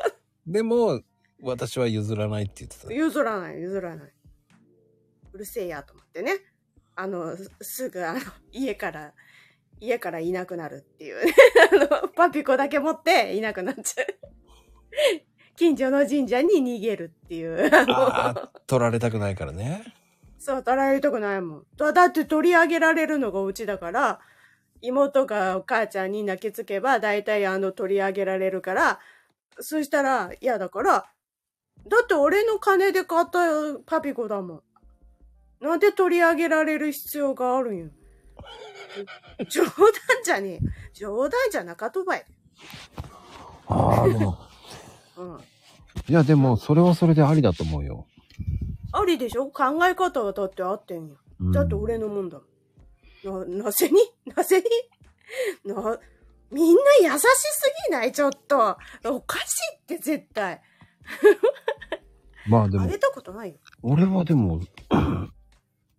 [SPEAKER 1] でも、私は譲らないって言って た。
[SPEAKER 4] 譲らない、譲らない。うるせえやと思ってね。あの、すすぐ、あの、家から、家からいなくなるっていうね。 あの、パピコだけ持っていなくなっちゃう。 近所の神社に逃げるっていう。あの
[SPEAKER 1] ああ、取られたくないからね。
[SPEAKER 4] そう、取られたくないもん。だだって取り上げられるのがうちだから、妹が母ちゃんに泣きつけば、大体あの取り上げられるから、そしたら嫌だから、だって俺の金で買ったパピコだもん。なんで取り上げられる必要があるんよ。 冗談じゃねえ。冗談じゃなかとばい。
[SPEAKER 1] ああ、でも、
[SPEAKER 4] うん。
[SPEAKER 1] いや、でも、それはそれでありだと思うよ。
[SPEAKER 4] ありでしょ考え方はだってあってんよ。
[SPEAKER 1] うん
[SPEAKER 4] だって俺のもんだもん。な、なぜに なぜにな、みんな優しすぎないちょっと。おかしいって絶対。
[SPEAKER 1] まあで
[SPEAKER 4] あ
[SPEAKER 1] も
[SPEAKER 4] げ、たことないよ。
[SPEAKER 1] 俺はでも、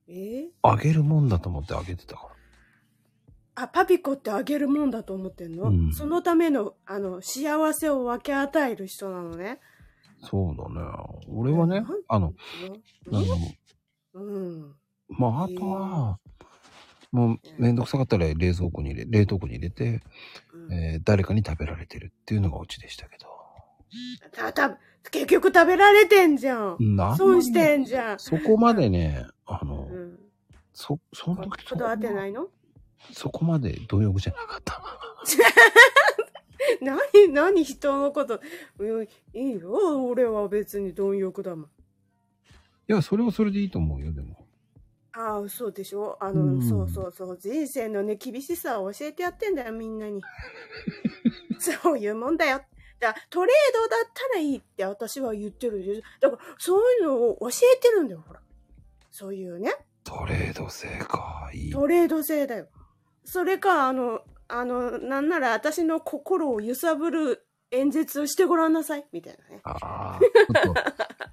[SPEAKER 4] えー
[SPEAKER 1] あげるもんだと思ってあげてたか
[SPEAKER 4] あ、パピコってあげるもんだと思ってんの、
[SPEAKER 1] うん
[SPEAKER 4] そのための、あの、幸せを分け与える人なのね。
[SPEAKER 1] ら。そうだね。俺はね
[SPEAKER 4] えなん、
[SPEAKER 1] あの、
[SPEAKER 4] う
[SPEAKER 1] なんんだろう。
[SPEAKER 4] うん。
[SPEAKER 1] まあ、あとは、もう、めんどくさかったら冷蔵庫に入れ、冷凍庫に入れて、
[SPEAKER 4] うん
[SPEAKER 1] えー誰かに食べられてるっていうのがオチでしたけど。
[SPEAKER 4] た、た、結局食べられてんじゃん。
[SPEAKER 1] なんも
[SPEAKER 4] 損してんじゃん。
[SPEAKER 1] そこまでね、あ
[SPEAKER 4] う
[SPEAKER 1] の、
[SPEAKER 4] ん。
[SPEAKER 1] そ、その時
[SPEAKER 4] こだわってないの
[SPEAKER 1] そこまで貪欲じゃなかった。
[SPEAKER 4] 何、 何人のこと。うんいいよ、俺は別に貪欲だもん。
[SPEAKER 1] いや、それはそれでいいと思うよ、でも。
[SPEAKER 4] ああ、そうでしょあ
[SPEAKER 1] う
[SPEAKER 4] の、
[SPEAKER 1] ん
[SPEAKER 4] そうそうそう。人生のね、厳しさを教えてやってんだよ、みん なに。そういうもんだよ。だからトレードだったらいいって私は言ってるでしょだから、そういうのを教えてるんだよ、ほら。そういうね。
[SPEAKER 1] トレード性か、いい。
[SPEAKER 4] トレード制だよ。それか、あの、あの、なんなら私の心を揺さぶる演説をしてごらんなさい、みたい なね。
[SPEAKER 1] ああ、ちょっと、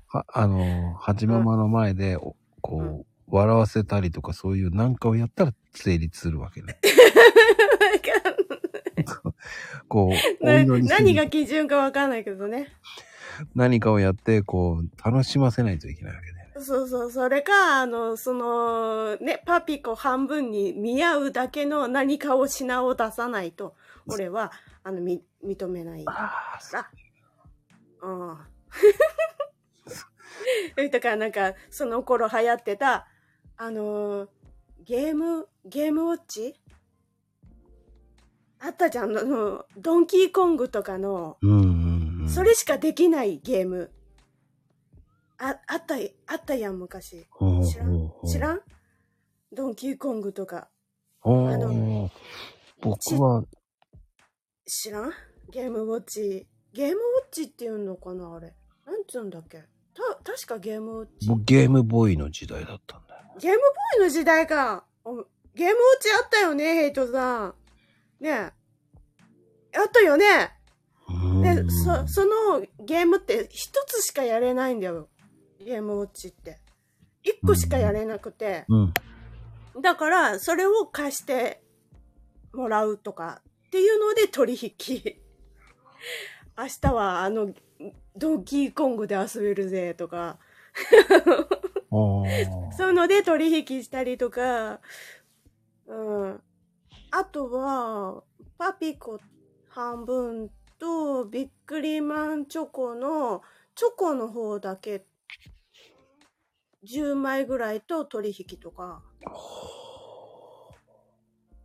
[SPEAKER 1] は、あの、はじままの前で、おこう、
[SPEAKER 4] うん
[SPEAKER 1] 笑わせたりとかそういうなんかをやったら成立するわけね。こう、お
[SPEAKER 4] な
[SPEAKER 1] 祈りして
[SPEAKER 4] 何が基準かわかんないけどね。
[SPEAKER 1] 何かをやって、こう、楽しませないといけないわけね。
[SPEAKER 4] そうそう、それか、あの、その、ね、パピコ半分に見合うだけの何かを品を出さないと、俺は、あの、み、認めない。
[SPEAKER 1] ああ、そ
[SPEAKER 4] うん。 だからなんか、その頃流行ってた、あのーゲーム、ゲームウォッチあったじゃん、あの、ドンキーコングとかの、
[SPEAKER 1] うんうんうん。
[SPEAKER 4] それしかできないゲーム。あ、あった、あったやん、昔。
[SPEAKER 1] ほう
[SPEAKER 4] 知らん
[SPEAKER 1] ほうほう
[SPEAKER 4] 知らんドンキーコングとか。
[SPEAKER 1] ほ
[SPEAKER 4] あ
[SPEAKER 1] う
[SPEAKER 4] の
[SPEAKER 1] 僕は、
[SPEAKER 4] 知らんゲームウォッチ。ゲームウォッチっていうのかなあれ。なんつうんだっけた、確かゲームウォッチ。
[SPEAKER 1] 僕ゲームボーイの時代だったんだよ。
[SPEAKER 4] ゲームボーイの時代か。おゲームウォッチあったよね、ヘイトさん。ねえ。あったよね。
[SPEAKER 1] う
[SPEAKER 4] で
[SPEAKER 1] ん、
[SPEAKER 4] そ、そのゲームって一つしかやれないんだよ。ゲームウォッチって。一個しかやれなくて。
[SPEAKER 1] うん。
[SPEAKER 4] だから、それを貸してもらうとかっていうので取引。 明日はあの、ドンキーコングで遊べるぜとか。
[SPEAKER 1] ああ。
[SPEAKER 4] そういうので取引したりとか、うん。あとは、パピコ半分と、ビックリマンチョコの、チョコの方だけ、10枚ぐらいと取引とか。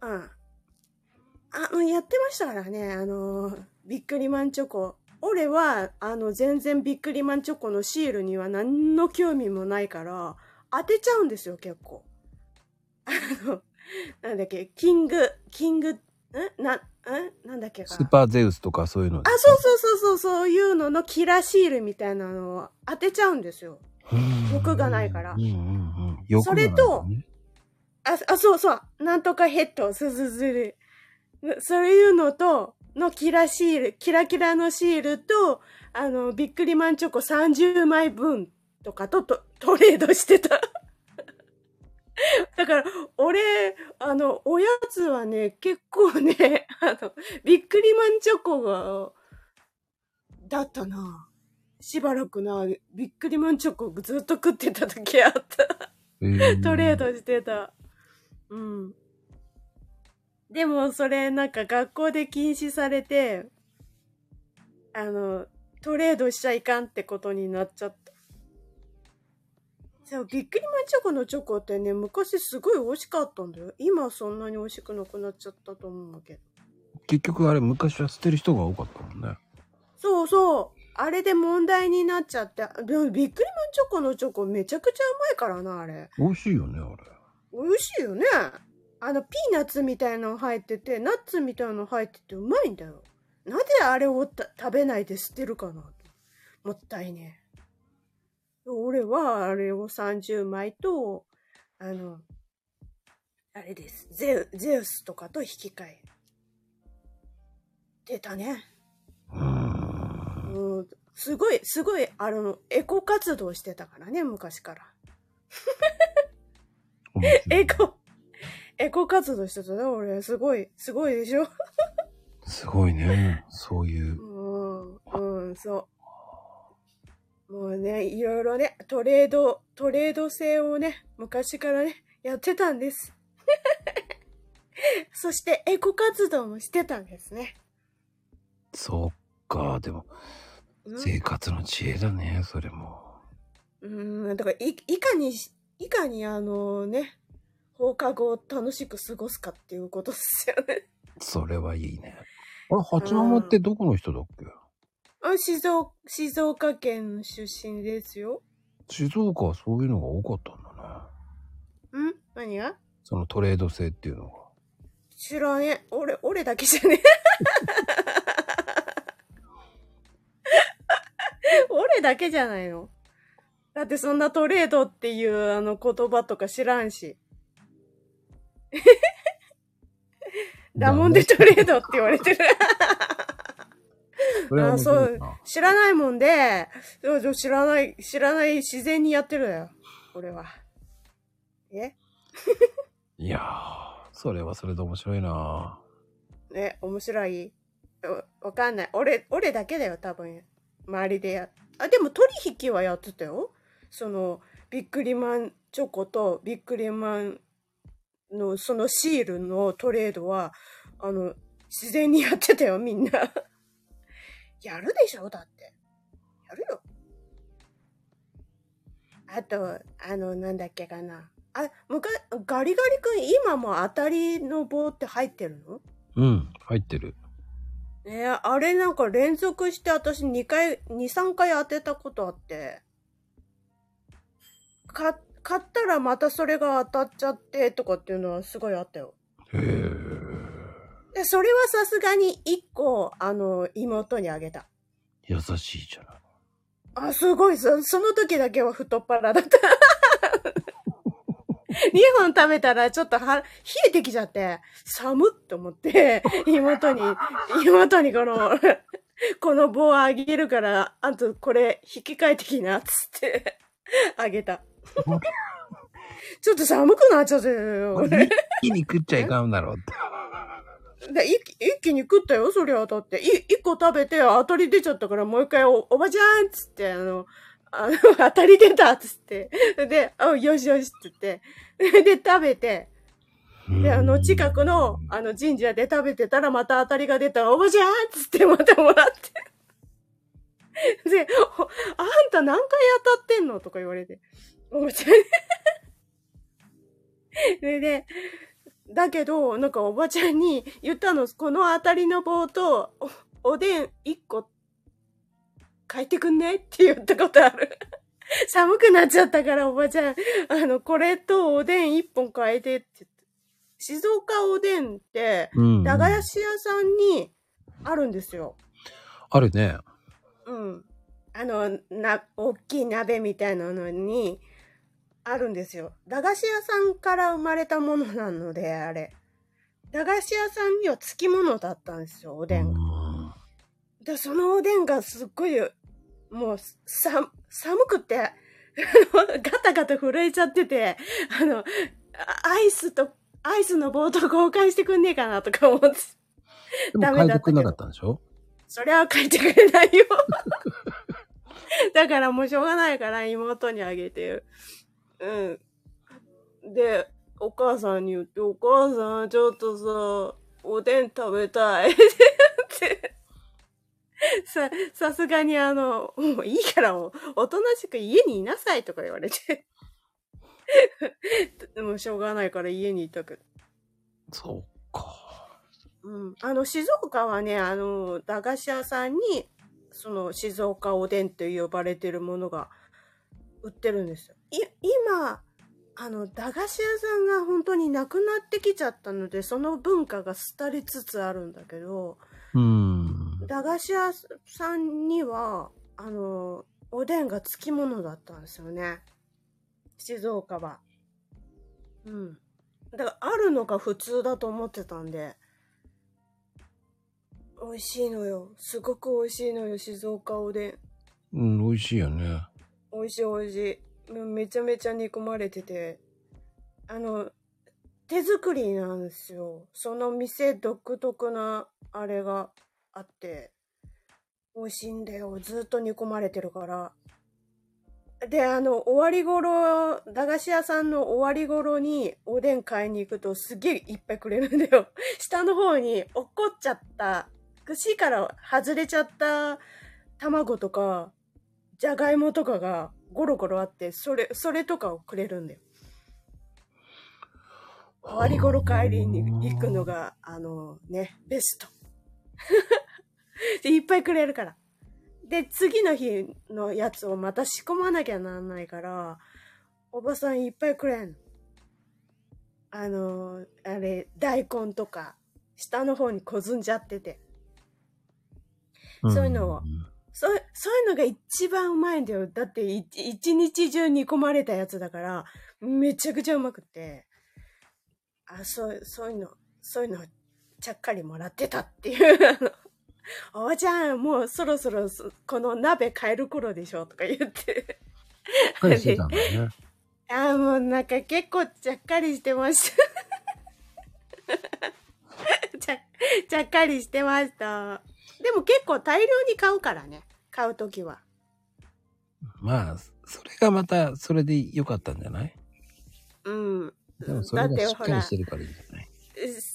[SPEAKER 4] うん。あうん、やってましたからね、あの、ビックリマンチョコ。俺は、あの、全然ビックリマンチョコのシールには何の興味もないから、当てちゃうんですよ、結構。あの、なんだっけ、キング、キング、んな、んなんだっけか。
[SPEAKER 1] スーパーゼウスとかそういうの
[SPEAKER 4] あ、そうそうそうそう、そういうののキラシールみたいなのを当てちゃうんですよ。
[SPEAKER 1] うん
[SPEAKER 4] 欲がないから
[SPEAKER 1] うんうんうん欲が
[SPEAKER 4] そ
[SPEAKER 1] ない
[SPEAKER 4] れと
[SPEAKER 1] からね
[SPEAKER 4] あ、あ、そうそう、なんとかヘッド、すずずる。そういうのと、のキラシール、キラキラのシールと、あの、ビックリマンチョコ30枚分とかととトレードしてた。だから、俺、あの、おやつはね、結構ね、あの、ビックリマンチョコが、だったな。しばらくな、ビックリマンチョコずっと食ってた時あった。
[SPEAKER 1] えー
[SPEAKER 4] トレードしてた。うん。でも、それ、なんか学校で禁止されて、あの、トレードしちゃいかんってことになっちゃった。そう、ビックリマンチョコのチョコってね、昔すごい美味しかったんだよ。今そんなに美味しくなくなっちゃったと思うんだけど。
[SPEAKER 1] 結局あれ昔は捨てる人が多かったもんね。
[SPEAKER 4] そうそう。あれで問題になっちゃって。でも、ビックリマンチョコのチョコめちゃくちゃうまいからな、あれ。
[SPEAKER 1] 美味しいよね、あれ。
[SPEAKER 4] 美味しいよねあのピーナッツみたいなの入っててナッツみたいなの入っててうまいんだよなぜあれをた食べないで捨てるかなともったいねえ俺はあれを30枚とあのあれですゼウゼウスとかと引き換え出たね
[SPEAKER 1] うーん。
[SPEAKER 4] うんすごい、すごい、あの、エコ活動してたからね、昔から。エコ、エコ活動してたね、俺。すごい、すごいでしょ。
[SPEAKER 1] すごいね。そういう。
[SPEAKER 4] うん、うん、そう。もうね、いろいろね、トレード、トレード制をね、昔からね、やってたんです。 そして、エコ活動もしてたんですね。
[SPEAKER 1] そっか。でも、
[SPEAKER 4] うん
[SPEAKER 1] 生活の知恵だね、それも。
[SPEAKER 4] うーん、だからい、いかにし、いかにあのね、放課後を楽しく過ごすかっていうことですよね。
[SPEAKER 1] それはいいね。あれ、八幡ってどこの人だっけ
[SPEAKER 4] あ静岡、静岡県出身ですよ。
[SPEAKER 1] 静岡はそういうのが多かったんだね。
[SPEAKER 4] ん何が
[SPEAKER 1] そのトレード制っていうのが。
[SPEAKER 4] 知らねえ。俺、俺だけじゃねえ。 俺だけじゃないの。だってそんなトレードっていうあの言葉とか知らんし。ダモンデトレードって言われてる。
[SPEAKER 1] それは
[SPEAKER 4] あ
[SPEAKER 1] 面
[SPEAKER 4] そ
[SPEAKER 1] 白
[SPEAKER 4] う
[SPEAKER 1] いな。
[SPEAKER 4] 知らないもんで、そうそう知らない、知らない自然にやってるだよ。俺は。え
[SPEAKER 1] いやー、それはそれで面白いな。
[SPEAKER 4] ね、面白いわわかんない。俺、俺だけだよ、多分。周りでや。あ、でも取引はやってたよ。その、ビックリマンチョコとビックリマンのそのシールのトレードは、あの、自然にやってたよ、みんな。 やるでしょだって。やるよ。あと、あの、なんだっけかな。あ、むか、ガリガリ君、今も当たりの棒って入ってるの
[SPEAKER 1] うん、入ってる。
[SPEAKER 4] ねえ、あれなんか連続して私2回、2、3回当てたことあって。か、買ったらまたそれが当たっちゃってとかっていうのはすごいあったよ。
[SPEAKER 1] へえ。
[SPEAKER 4] で、それはさすがに1個、あの、妹にあげた。
[SPEAKER 1] 優しいじゃない。
[SPEAKER 4] あ、すごい、そその時だけは太っ腹だった。2本食べたらちょっとは冷えてきちゃって、寒っと思って、妹に、妹にこの、この棒あげるから、あとこれ引き換えてきな、つって、あげた。ちょっと寒くなっちゃってよ。
[SPEAKER 1] これ一気に食っちゃいかんだろうって。
[SPEAKER 4] で一気一気に食ったよ、そりゃだって。い一個食べて、当たり出ちゃったから、もう一回お、おばちゃんっつって、あの、あの、 当たり出たっつって。で、あ、よしよしって言って。で、食べて、で、あの、近くの、あの、神社で食べてたら、また当たりが出た、おばちゃんっつって、またもら って。で、おあんた何回当たってんのとか言われて。おばちゃん。それ で、だけど、なんかおばちゃんに言ったの、この当たりの棒と、お、おでん1個、書いてくんねって言ったことある。 寒くなっちゃったから、おばちゃん、あの、これとおでん1本変えてって言って。静岡おでんって、
[SPEAKER 1] うん、
[SPEAKER 4] 駄菓子屋さんにあるんですよ。
[SPEAKER 1] あるね。
[SPEAKER 4] うん。あの、な、大きい鍋みたいなのに、あるんですよ。駄菓子屋さんから生まれたものなので、あれ。駄菓子屋さんには付き物だったんですよ、おでんが。
[SPEAKER 1] うん
[SPEAKER 4] で、そのおでんがすっごい、もう、さ、寒くて、 あのガタガタ震えちゃってて、あの、あアイスと、アイスの棒と交換してくんねえかなとか思って、
[SPEAKER 1] でも
[SPEAKER 4] ダメ
[SPEAKER 1] 買
[SPEAKER 4] だっ
[SPEAKER 1] いて
[SPEAKER 4] たけど
[SPEAKER 1] くれなかったんでしょ
[SPEAKER 4] そりゃ書いてくれないよ。 だからもうしょうがないから妹にあげて。うん。で、お母さんに言って、お母さん、ちょっとさ、おでん食べたい。 ってさ、さすがにあの、もういいからもう、おとなしく家にいなさいとか言われて。 でもしょうがないから家にいたけど。
[SPEAKER 1] そうか。
[SPEAKER 4] うん、あの静岡はねあの駄菓子屋さんにその静岡おでんと呼ばれてるものが売ってるんですよ。い今あの駄菓子屋さんが本当になくなってきちゃったのでその文化が廃れつつあるんだけど
[SPEAKER 1] うん。
[SPEAKER 4] 駄菓子屋さんにはあのおでんがつきものだったんですよね静岡は。うん。だからあるのが普通だと思ってたんで美味しいのよすごく美味しいのよ静岡おでん
[SPEAKER 1] うん、美味しいよね。
[SPEAKER 4] 美味しい美味しい。もうめちゃめちゃ煮込まれてて。あの、手作りなんですよ。その店独特なあれがあって。美味しいんだよ。ずっと煮込まれてるから。で、あの、終わり頃、駄菓子屋さんの終わり頃におでん買いに行くとすげえいっぱいくれるんだよ。 下の方に落っこっちゃった、串から外れちゃった卵とか、じゃがいもとかがゴロゴロあって、それ、それとかをくれるんだよ。終わり頃帰りに行くのが、あのね、ベスト。 でいっぱいくれるから。で、次の日のやつをまた仕込まなきゃなんないから、おばさんいっぱいくれんの。あの、あれ、大根とか、下の方にこずんじゃってて。そういうのをそう、そういうのが一番うまいんだよ。だってい一、日中煮込まれたやつだから、めちゃくちゃうまくて。あ、そう、そういうの、そういうの、ちゃっかりもらってたっていう。 あのおばちゃん、もうそろそろそこの鍋変える頃でしょとか言っ
[SPEAKER 1] し
[SPEAKER 4] て。
[SPEAKER 1] っかりしてたんだね。
[SPEAKER 4] あーもうなんか結構ちゃっかりしてました。 ちゃ、ちゃっかりしてました。でも結構大量に買うからね。買うときは。
[SPEAKER 1] まあ、それがまた、それで良かったんじゃない
[SPEAKER 4] うん。
[SPEAKER 1] でもそれ
[SPEAKER 4] だっ
[SPEAKER 1] が
[SPEAKER 4] て
[SPEAKER 1] しっ
[SPEAKER 4] ほ
[SPEAKER 1] からりしてるからいいんじゃない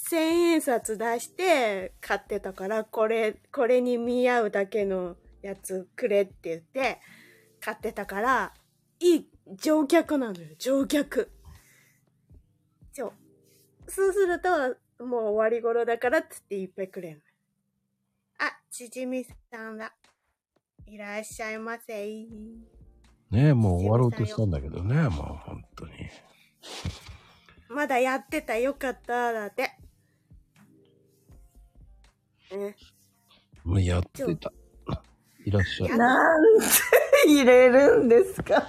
[SPEAKER 4] 千円札出して買ってたから、これ、これに見合うだけのやつくれって言って買ってたから、いい乗客なのよ、乗客。そう。そうすると、もう終わり頃だからっつっていっぱいくれるの。あ、ちじみさんだ。いらっしゃいませ。
[SPEAKER 1] ねえ、もう終わろうとしたんだけどね、もう本当に。
[SPEAKER 4] まだやってたよかった、だって。ね。
[SPEAKER 1] もうやってた。いらっしゃい。
[SPEAKER 5] なんて入れるんですか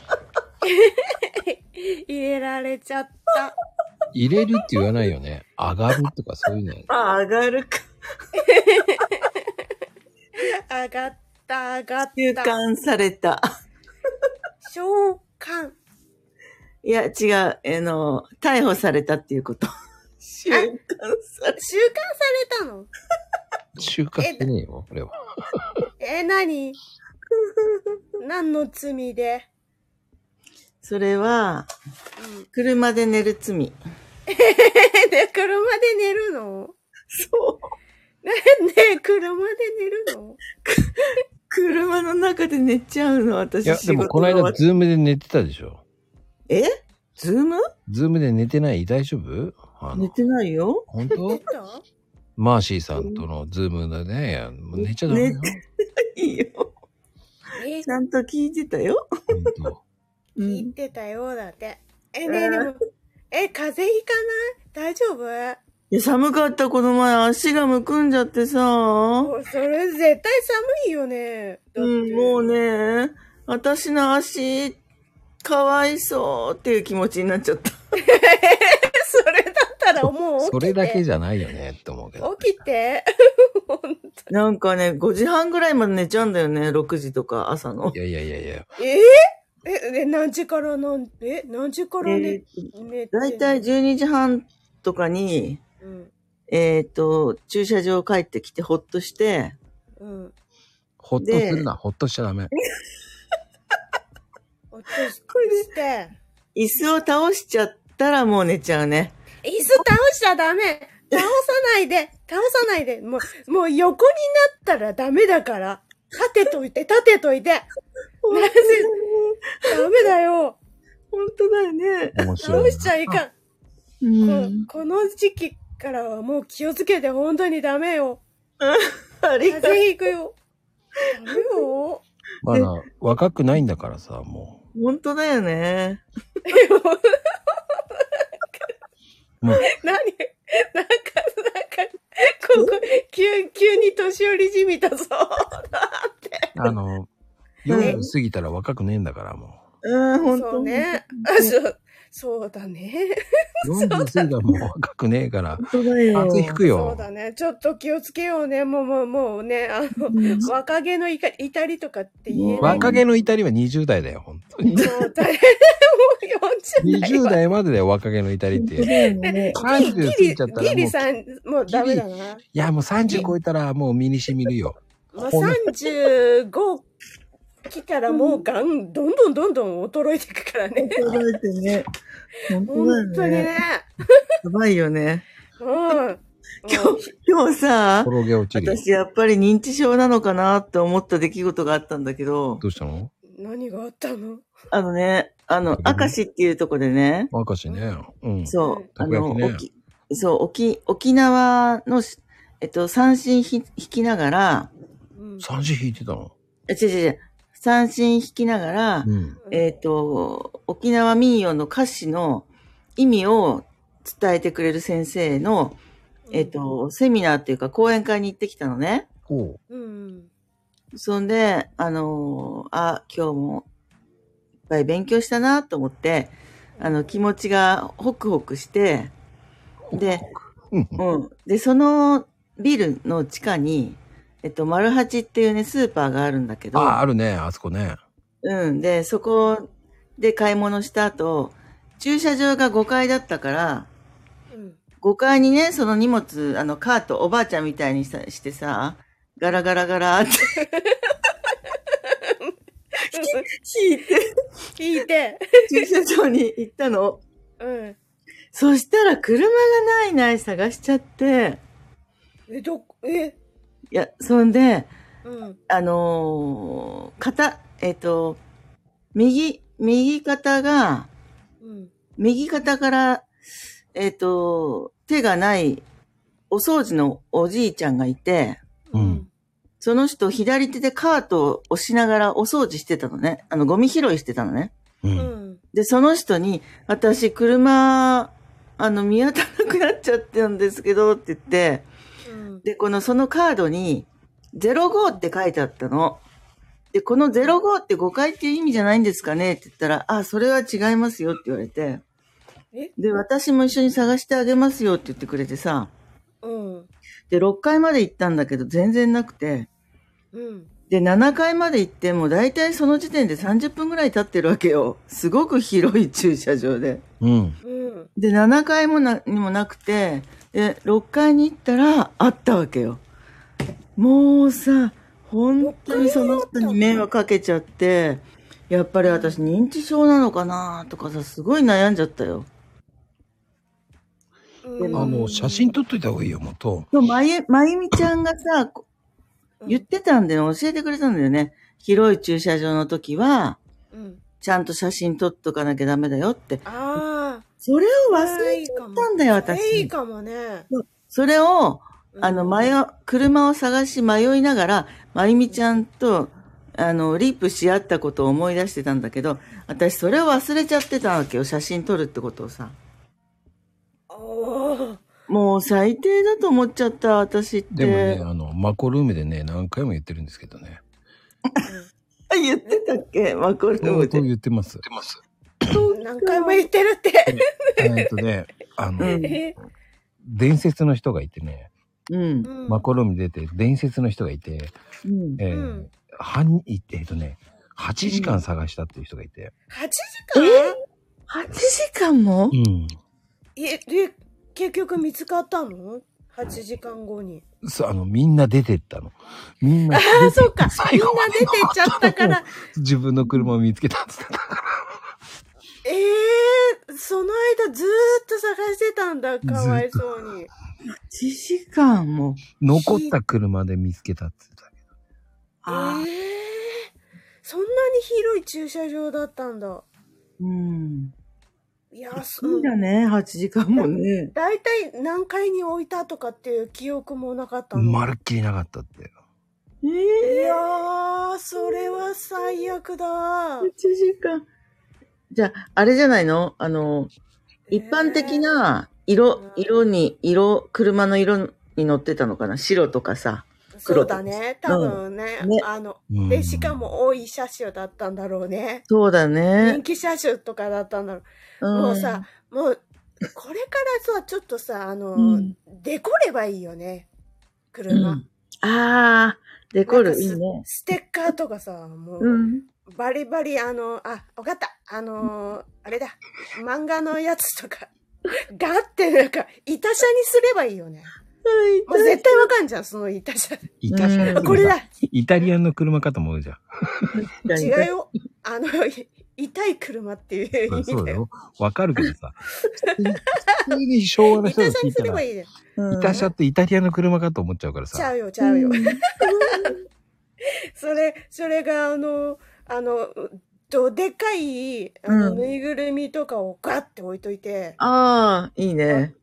[SPEAKER 4] 入れられちゃった。
[SPEAKER 1] 入れるって言わないよね。上がるとかそういうのよね。
[SPEAKER 5] あ、上がるか。
[SPEAKER 4] 上がった、上がっ
[SPEAKER 5] 習
[SPEAKER 4] た。
[SPEAKER 5] 慣された。
[SPEAKER 4] 召喚。
[SPEAKER 5] いや、違う。あの、逮捕されたっていうこと。習慣され
[SPEAKER 4] 習慣されたの
[SPEAKER 1] 収穫してねえよ、これは。
[SPEAKER 4] え、何何の罪で
[SPEAKER 5] それは、
[SPEAKER 4] うん。
[SPEAKER 5] 車で寝る罪。
[SPEAKER 4] え、で、車で寝るの
[SPEAKER 5] そう。
[SPEAKER 4] ね、ね、車で寝るの
[SPEAKER 5] 車の中で寝ちゃうの、私。
[SPEAKER 1] いや、でもこの間、
[SPEAKER 5] 仕事が終わっ
[SPEAKER 1] ズームで寝てたでしょ。
[SPEAKER 5] えズーム
[SPEAKER 1] ズームで寝てない大丈夫あ
[SPEAKER 5] 寝
[SPEAKER 1] の、
[SPEAKER 5] てないよ。
[SPEAKER 1] 本
[SPEAKER 4] 寝
[SPEAKER 1] 当
[SPEAKER 4] た
[SPEAKER 1] マーシーさんとのズームでね、いやもう寝ちゃダメよ。
[SPEAKER 5] いいよ。
[SPEAKER 4] え
[SPEAKER 5] ち、ゃんと聞いてたよ。
[SPEAKER 1] 本当
[SPEAKER 5] う
[SPEAKER 4] 聞い
[SPEAKER 5] ん。
[SPEAKER 4] てたようだって。え、ね、でも、え、風邪ひかない大丈夫
[SPEAKER 5] いや、寒かった、この前、足がむくんじゃってさ。
[SPEAKER 4] おそれ絶対寒いよね。だって
[SPEAKER 5] うん、もう。ね、私の足、かわいそうっていう気持ちになっちゃった。
[SPEAKER 4] それだったら もう起きて。
[SPEAKER 1] それだけじゃないよねって思うけ ど。
[SPEAKER 4] 起きて。ほんと
[SPEAKER 5] なんかね、5時半ぐらいまで寝ちゃうんだよね、6時とか朝の
[SPEAKER 1] い。やいやいやいや、
[SPEAKER 4] えー、え、え、何時からなん、え、何時から
[SPEAKER 5] え
[SPEAKER 4] ね、寝てんの
[SPEAKER 5] だいたい、12時半とかに、
[SPEAKER 4] うん、
[SPEAKER 5] えっ、と、駐車場帰ってきてほっとして、
[SPEAKER 4] うん。
[SPEAKER 1] ほっとするな、ほっとしちゃダメ。
[SPEAKER 4] おっとして、
[SPEAKER 5] 椅子を倒しちゃったらもう寝ちゃうね。
[SPEAKER 4] 椅子倒しちゃダメ倒さないで倒さないでもう、もう横になったらダメだから立てといて、立てといてなぜ、ダメだよ
[SPEAKER 5] 本当だよね。
[SPEAKER 1] 面白いな。
[SPEAKER 4] 倒しちゃいかん、
[SPEAKER 5] う
[SPEAKER 4] こ
[SPEAKER 5] ん。
[SPEAKER 4] この時期からはもう気をつけて本当にダメよ
[SPEAKER 5] ありが
[SPEAKER 4] 風
[SPEAKER 5] とう。
[SPEAKER 4] 邪ひくよダメよ
[SPEAKER 1] まだ若くないんだからさ、も
[SPEAKER 5] 本当だよね。
[SPEAKER 1] う。もう
[SPEAKER 4] 何 なんか、なんか、ここ、急、急に年寄りじみたぞ。
[SPEAKER 1] あの、40過ぎたら若くねえんだから、も
[SPEAKER 5] うん、本
[SPEAKER 4] そ
[SPEAKER 5] 当
[SPEAKER 4] うね。あそうそうだね。
[SPEAKER 1] 40過ぎたらもう若くねえから、
[SPEAKER 5] 本当だよ。
[SPEAKER 1] 風邪ひく
[SPEAKER 4] そ
[SPEAKER 1] よ
[SPEAKER 4] う。だね。ちょっと気をつけようね。もう、もう、もうね、あの、
[SPEAKER 5] うん
[SPEAKER 4] 若気のいか至りとかって言えない。
[SPEAKER 1] 若気の至りは20代だよ、本当 に。
[SPEAKER 4] もう誰も40代
[SPEAKER 1] 20
[SPEAKER 4] は。
[SPEAKER 1] 代までだよ、若気の至りっ
[SPEAKER 5] 本当
[SPEAKER 1] て。
[SPEAKER 5] だよね。
[SPEAKER 1] 30過
[SPEAKER 4] ギ
[SPEAKER 1] ぎ
[SPEAKER 4] リ
[SPEAKER 1] ちゃったらも
[SPEAKER 4] ギ
[SPEAKER 1] う、
[SPEAKER 4] リ
[SPEAKER 1] い
[SPEAKER 4] さん、もうダメだな。
[SPEAKER 1] や、もう30超えたらもう身に染みるよ。
[SPEAKER 4] まあ、35来たらもうガン、どんどんどんどん衰えていくからね。
[SPEAKER 5] 本当だよね。本
[SPEAKER 4] 本
[SPEAKER 5] 当
[SPEAKER 4] 当
[SPEAKER 5] だ
[SPEAKER 4] に
[SPEAKER 5] よ
[SPEAKER 4] ね
[SPEAKER 5] ね。。やばいよね。
[SPEAKER 4] うん。
[SPEAKER 5] 今日、今日さ、
[SPEAKER 1] 転げ落ちるよ。
[SPEAKER 5] 私やっぱり認知症なのかなって思った出来事があったんだけど、
[SPEAKER 1] どうしたの
[SPEAKER 4] 何があったの
[SPEAKER 5] あのね、あの、明石っていうとこでね、
[SPEAKER 1] 若しね。うん。
[SPEAKER 5] そう、
[SPEAKER 1] た
[SPEAKER 5] あ
[SPEAKER 1] こ焼
[SPEAKER 5] の、
[SPEAKER 1] きね
[SPEAKER 5] 沖、そう、沖、沖縄のし、えっと、三振ひ弾きながら、
[SPEAKER 4] うん
[SPEAKER 1] 三時引いてたの。
[SPEAKER 5] え違う違う違う、三振弾きながら、
[SPEAKER 1] うん。
[SPEAKER 5] えっ、と、沖縄民謡の歌詞の意味を伝えてくれる先生の、えっ、、と、セミナーっていうか講演会に行ってきたのね。
[SPEAKER 1] おう。
[SPEAKER 4] うん。
[SPEAKER 5] そんで、あのーあ、今日もいっぱい勉強したなと思って、あの、気持ちがホクホクして、で、
[SPEAKER 1] うん。
[SPEAKER 5] うん。で、そのビルの地下に、えっと、丸八っていうね、スーパーがあるんだけど、
[SPEAKER 1] あ、あるね、あそこね。
[SPEAKER 5] うん。で、そこで買い物した後、駐車場が5階だったから、
[SPEAKER 4] うん。
[SPEAKER 5] 5階にね、その荷物、あの、カート、おばあちゃんみたいにさしてさ、ガラガラガラって引いて、
[SPEAKER 4] 聞いて。
[SPEAKER 5] 駐車場に行ったの。
[SPEAKER 4] うん。
[SPEAKER 5] そしたら、車がないない探しちゃって、
[SPEAKER 4] え、どこ、え、
[SPEAKER 5] いや、そんで、
[SPEAKER 4] うん。
[SPEAKER 5] あのー肩、えっ、と、右、右肩が、
[SPEAKER 4] うん。
[SPEAKER 5] 右肩から、えっ、と、手がない、お掃除のおじいちゃんがいて、
[SPEAKER 1] うん。
[SPEAKER 5] その人左手でカートを押しながらお掃除してたのね。あの、ゴミ拾いしてたのね。
[SPEAKER 1] う。
[SPEAKER 4] うんん。
[SPEAKER 5] で、その人に、私、車、あの、見当たらなくなっちゃってるんですけど、って言って、
[SPEAKER 4] うん。
[SPEAKER 5] で、この、そのカードに、05って書いてあったの。で、この05って誤解っていう意味じゃないんですかねって言ったら、あ、それは違いますよって言われて
[SPEAKER 4] え。
[SPEAKER 5] で、私も一緒に探してあげますよって言ってくれてさ。
[SPEAKER 4] うん。
[SPEAKER 5] で、6階まで行ったんだけど、全然なくて。
[SPEAKER 4] うん。
[SPEAKER 5] で、7階まで行って、もう大体その時点で30分ぐらい経ってるわけよ。すごく広い駐車場で。
[SPEAKER 1] うん。
[SPEAKER 4] うん。
[SPEAKER 5] で、7階もな、にもなくて、で、6階に行ったら、あったわけよ。もうさ、本当にその人に迷惑かけちゃって、やっぱり私認知症なのかなとかさ、すごい悩んじゃったよ。
[SPEAKER 1] あ、
[SPEAKER 4] うん
[SPEAKER 1] もう写真撮っといた方がいいよ、もっと。
[SPEAKER 5] でもまゆ、まゆみちゃんがさ、こ
[SPEAKER 4] うん
[SPEAKER 5] 言ってたんで、教えてくれたんだよね。広い駐車場の時は、
[SPEAKER 4] うん。
[SPEAKER 5] ちゃんと写真撮っとかなきゃダメだよって。
[SPEAKER 4] あ
[SPEAKER 5] それを
[SPEAKER 4] あ。
[SPEAKER 5] 忘れちゃったんだよ、
[SPEAKER 4] それいい
[SPEAKER 5] 私。
[SPEAKER 4] かもね。
[SPEAKER 5] それを、あの、
[SPEAKER 4] 前
[SPEAKER 5] 迷、車を探し迷いながら、まゆみちゃんと、あの、リップし合ったことを思い出してたんだけど、私それを忘れちゃってたわけよ、写真撮るってことをさ。
[SPEAKER 4] おー
[SPEAKER 5] もう最低だと思っちゃった、私っ
[SPEAKER 1] で
[SPEAKER 5] て。
[SPEAKER 1] もね、あの、マコルームでね、何回も言ってるんですけどね。
[SPEAKER 5] あ 言ってたっけマコルーム
[SPEAKER 1] こう
[SPEAKER 5] で。
[SPEAKER 1] 言ってます。
[SPEAKER 4] 何回も言ってるって。
[SPEAKER 1] えっとね、あの、
[SPEAKER 4] え
[SPEAKER 1] 伝説の人がいてね、
[SPEAKER 5] うん。
[SPEAKER 4] うん
[SPEAKER 1] マコルーム出て、伝説の人がいて、
[SPEAKER 5] うん。
[SPEAKER 1] えー
[SPEAKER 4] うん、
[SPEAKER 1] 半、えっとね、8時間探したっていう人がいて。
[SPEAKER 4] 8時
[SPEAKER 5] 8時間も
[SPEAKER 1] うん。
[SPEAKER 4] 間え、で、結局見つかったの ?8 時間後に。
[SPEAKER 1] そう、あの、みんな出てったの。みんな出て。
[SPEAKER 4] ああ、そうか。み
[SPEAKER 1] 最
[SPEAKER 4] んな
[SPEAKER 1] 後まで
[SPEAKER 4] 出てっちゃったから。
[SPEAKER 1] 自分の車を見つけたっつってたか
[SPEAKER 4] ええその間ずーっと探してたんだ。かわいそうに。
[SPEAKER 5] ?8 時間も。
[SPEAKER 1] ら。残った車で見つけたっつってた。
[SPEAKER 5] ああ。
[SPEAKER 4] ええそんなに広い駐車場だったんだ。
[SPEAKER 5] うん。
[SPEAKER 4] いや、そ
[SPEAKER 5] そう
[SPEAKER 4] う。
[SPEAKER 5] だね、8時間もね。
[SPEAKER 4] だいたい何階に置いたとかっていう記憶もなかったの。
[SPEAKER 1] まるっきりなかったって。
[SPEAKER 5] え
[SPEAKER 4] い
[SPEAKER 5] え
[SPEAKER 4] やー、それは最悪
[SPEAKER 5] 1
[SPEAKER 4] だ。
[SPEAKER 5] 時間。じゃあ、あれじゃないのあの、一般的な色、
[SPEAKER 4] うん
[SPEAKER 5] 色に、色、車の色に乗ってたのかな白とかさ。
[SPEAKER 4] そうだね。多分ね。
[SPEAKER 5] うんね
[SPEAKER 4] あの、
[SPEAKER 1] うん
[SPEAKER 4] で、しか。も多い車種だったんだろうね。
[SPEAKER 5] そうだ
[SPEAKER 4] 人
[SPEAKER 5] ね。
[SPEAKER 4] 気車種とかだったんだろう。
[SPEAKER 5] ん
[SPEAKER 4] もうさ、、もう、これからさ、ちょっとさ、あの、
[SPEAKER 5] うん
[SPEAKER 4] デコればいいよね。
[SPEAKER 5] う
[SPEAKER 4] 車。
[SPEAKER 5] ん、ああ、デコ
[SPEAKER 4] な
[SPEAKER 5] ル
[SPEAKER 4] んか
[SPEAKER 5] い
[SPEAKER 4] す
[SPEAKER 5] いね。
[SPEAKER 4] ステッカーとかさ、もう、
[SPEAKER 5] うん。
[SPEAKER 4] バリバリ、あの、あ、わかった。あのーあれだ。漫画のやつとか、があって、なんか、板車にすればいいよね。もう絶対わかんじゃん、その板車。
[SPEAKER 6] イタリア
[SPEAKER 5] う
[SPEAKER 6] の
[SPEAKER 5] ん
[SPEAKER 4] これだ。
[SPEAKER 6] イタリアの車かと思うじゃん。
[SPEAKER 5] 確か
[SPEAKER 4] 違う
[SPEAKER 5] に。
[SPEAKER 4] よ。あの、い痛い車って いう意
[SPEAKER 6] そ
[SPEAKER 4] 味
[SPEAKER 6] うそう
[SPEAKER 4] だ
[SPEAKER 6] だ
[SPEAKER 4] よ。
[SPEAKER 6] よ。わかるけど さ。普通に昭和の
[SPEAKER 4] 板
[SPEAKER 6] 人が
[SPEAKER 4] 車
[SPEAKER 6] 聞
[SPEAKER 4] に
[SPEAKER 6] い
[SPEAKER 4] す
[SPEAKER 6] た
[SPEAKER 4] れ
[SPEAKER 6] ら
[SPEAKER 4] ば、いいじゃん。
[SPEAKER 5] うん
[SPEAKER 6] イタ車ってイタリアの車かと思っちゃうから
[SPEAKER 4] ちゃ
[SPEAKER 6] さ。
[SPEAKER 4] うよ、ちゃうよ。
[SPEAKER 5] うん
[SPEAKER 4] それ、それが、あの、あの、どでかい、あの、
[SPEAKER 5] うん
[SPEAKER 4] ぬいぐるみとかをガッて置いといて、
[SPEAKER 5] ああ、いいね。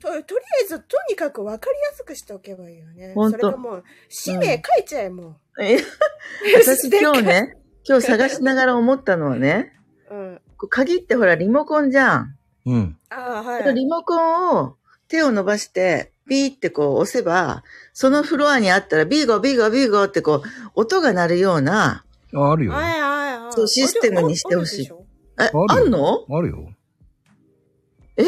[SPEAKER 4] ととりあえず、とにかくわかりやすくしておけばいいよね。
[SPEAKER 5] ほん
[SPEAKER 4] そ
[SPEAKER 5] と
[SPEAKER 4] れがもう、氏名書いちゃえ、もう。
[SPEAKER 5] え 私今日ね、今日探しながら思ったのはね、
[SPEAKER 4] うん。
[SPEAKER 5] こう鍵ってほらリモコンじゃん。
[SPEAKER 6] うん。
[SPEAKER 4] ああ、は
[SPEAKER 5] この
[SPEAKER 4] い。
[SPEAKER 5] リモコンを手を伸ばして、ビーってこう押せば、そのフロアにあったら、ビーゴービーゴービーゴーってこう、音が鳴るような、
[SPEAKER 6] ああるよ。
[SPEAKER 4] は
[SPEAKER 6] あ
[SPEAKER 4] いはいはい。
[SPEAKER 5] そうシステムにしてほしい
[SPEAKER 4] あ
[SPEAKER 5] え、
[SPEAKER 6] あ
[SPEAKER 5] あ
[SPEAKER 6] る
[SPEAKER 5] んの
[SPEAKER 6] るよ。
[SPEAKER 4] あ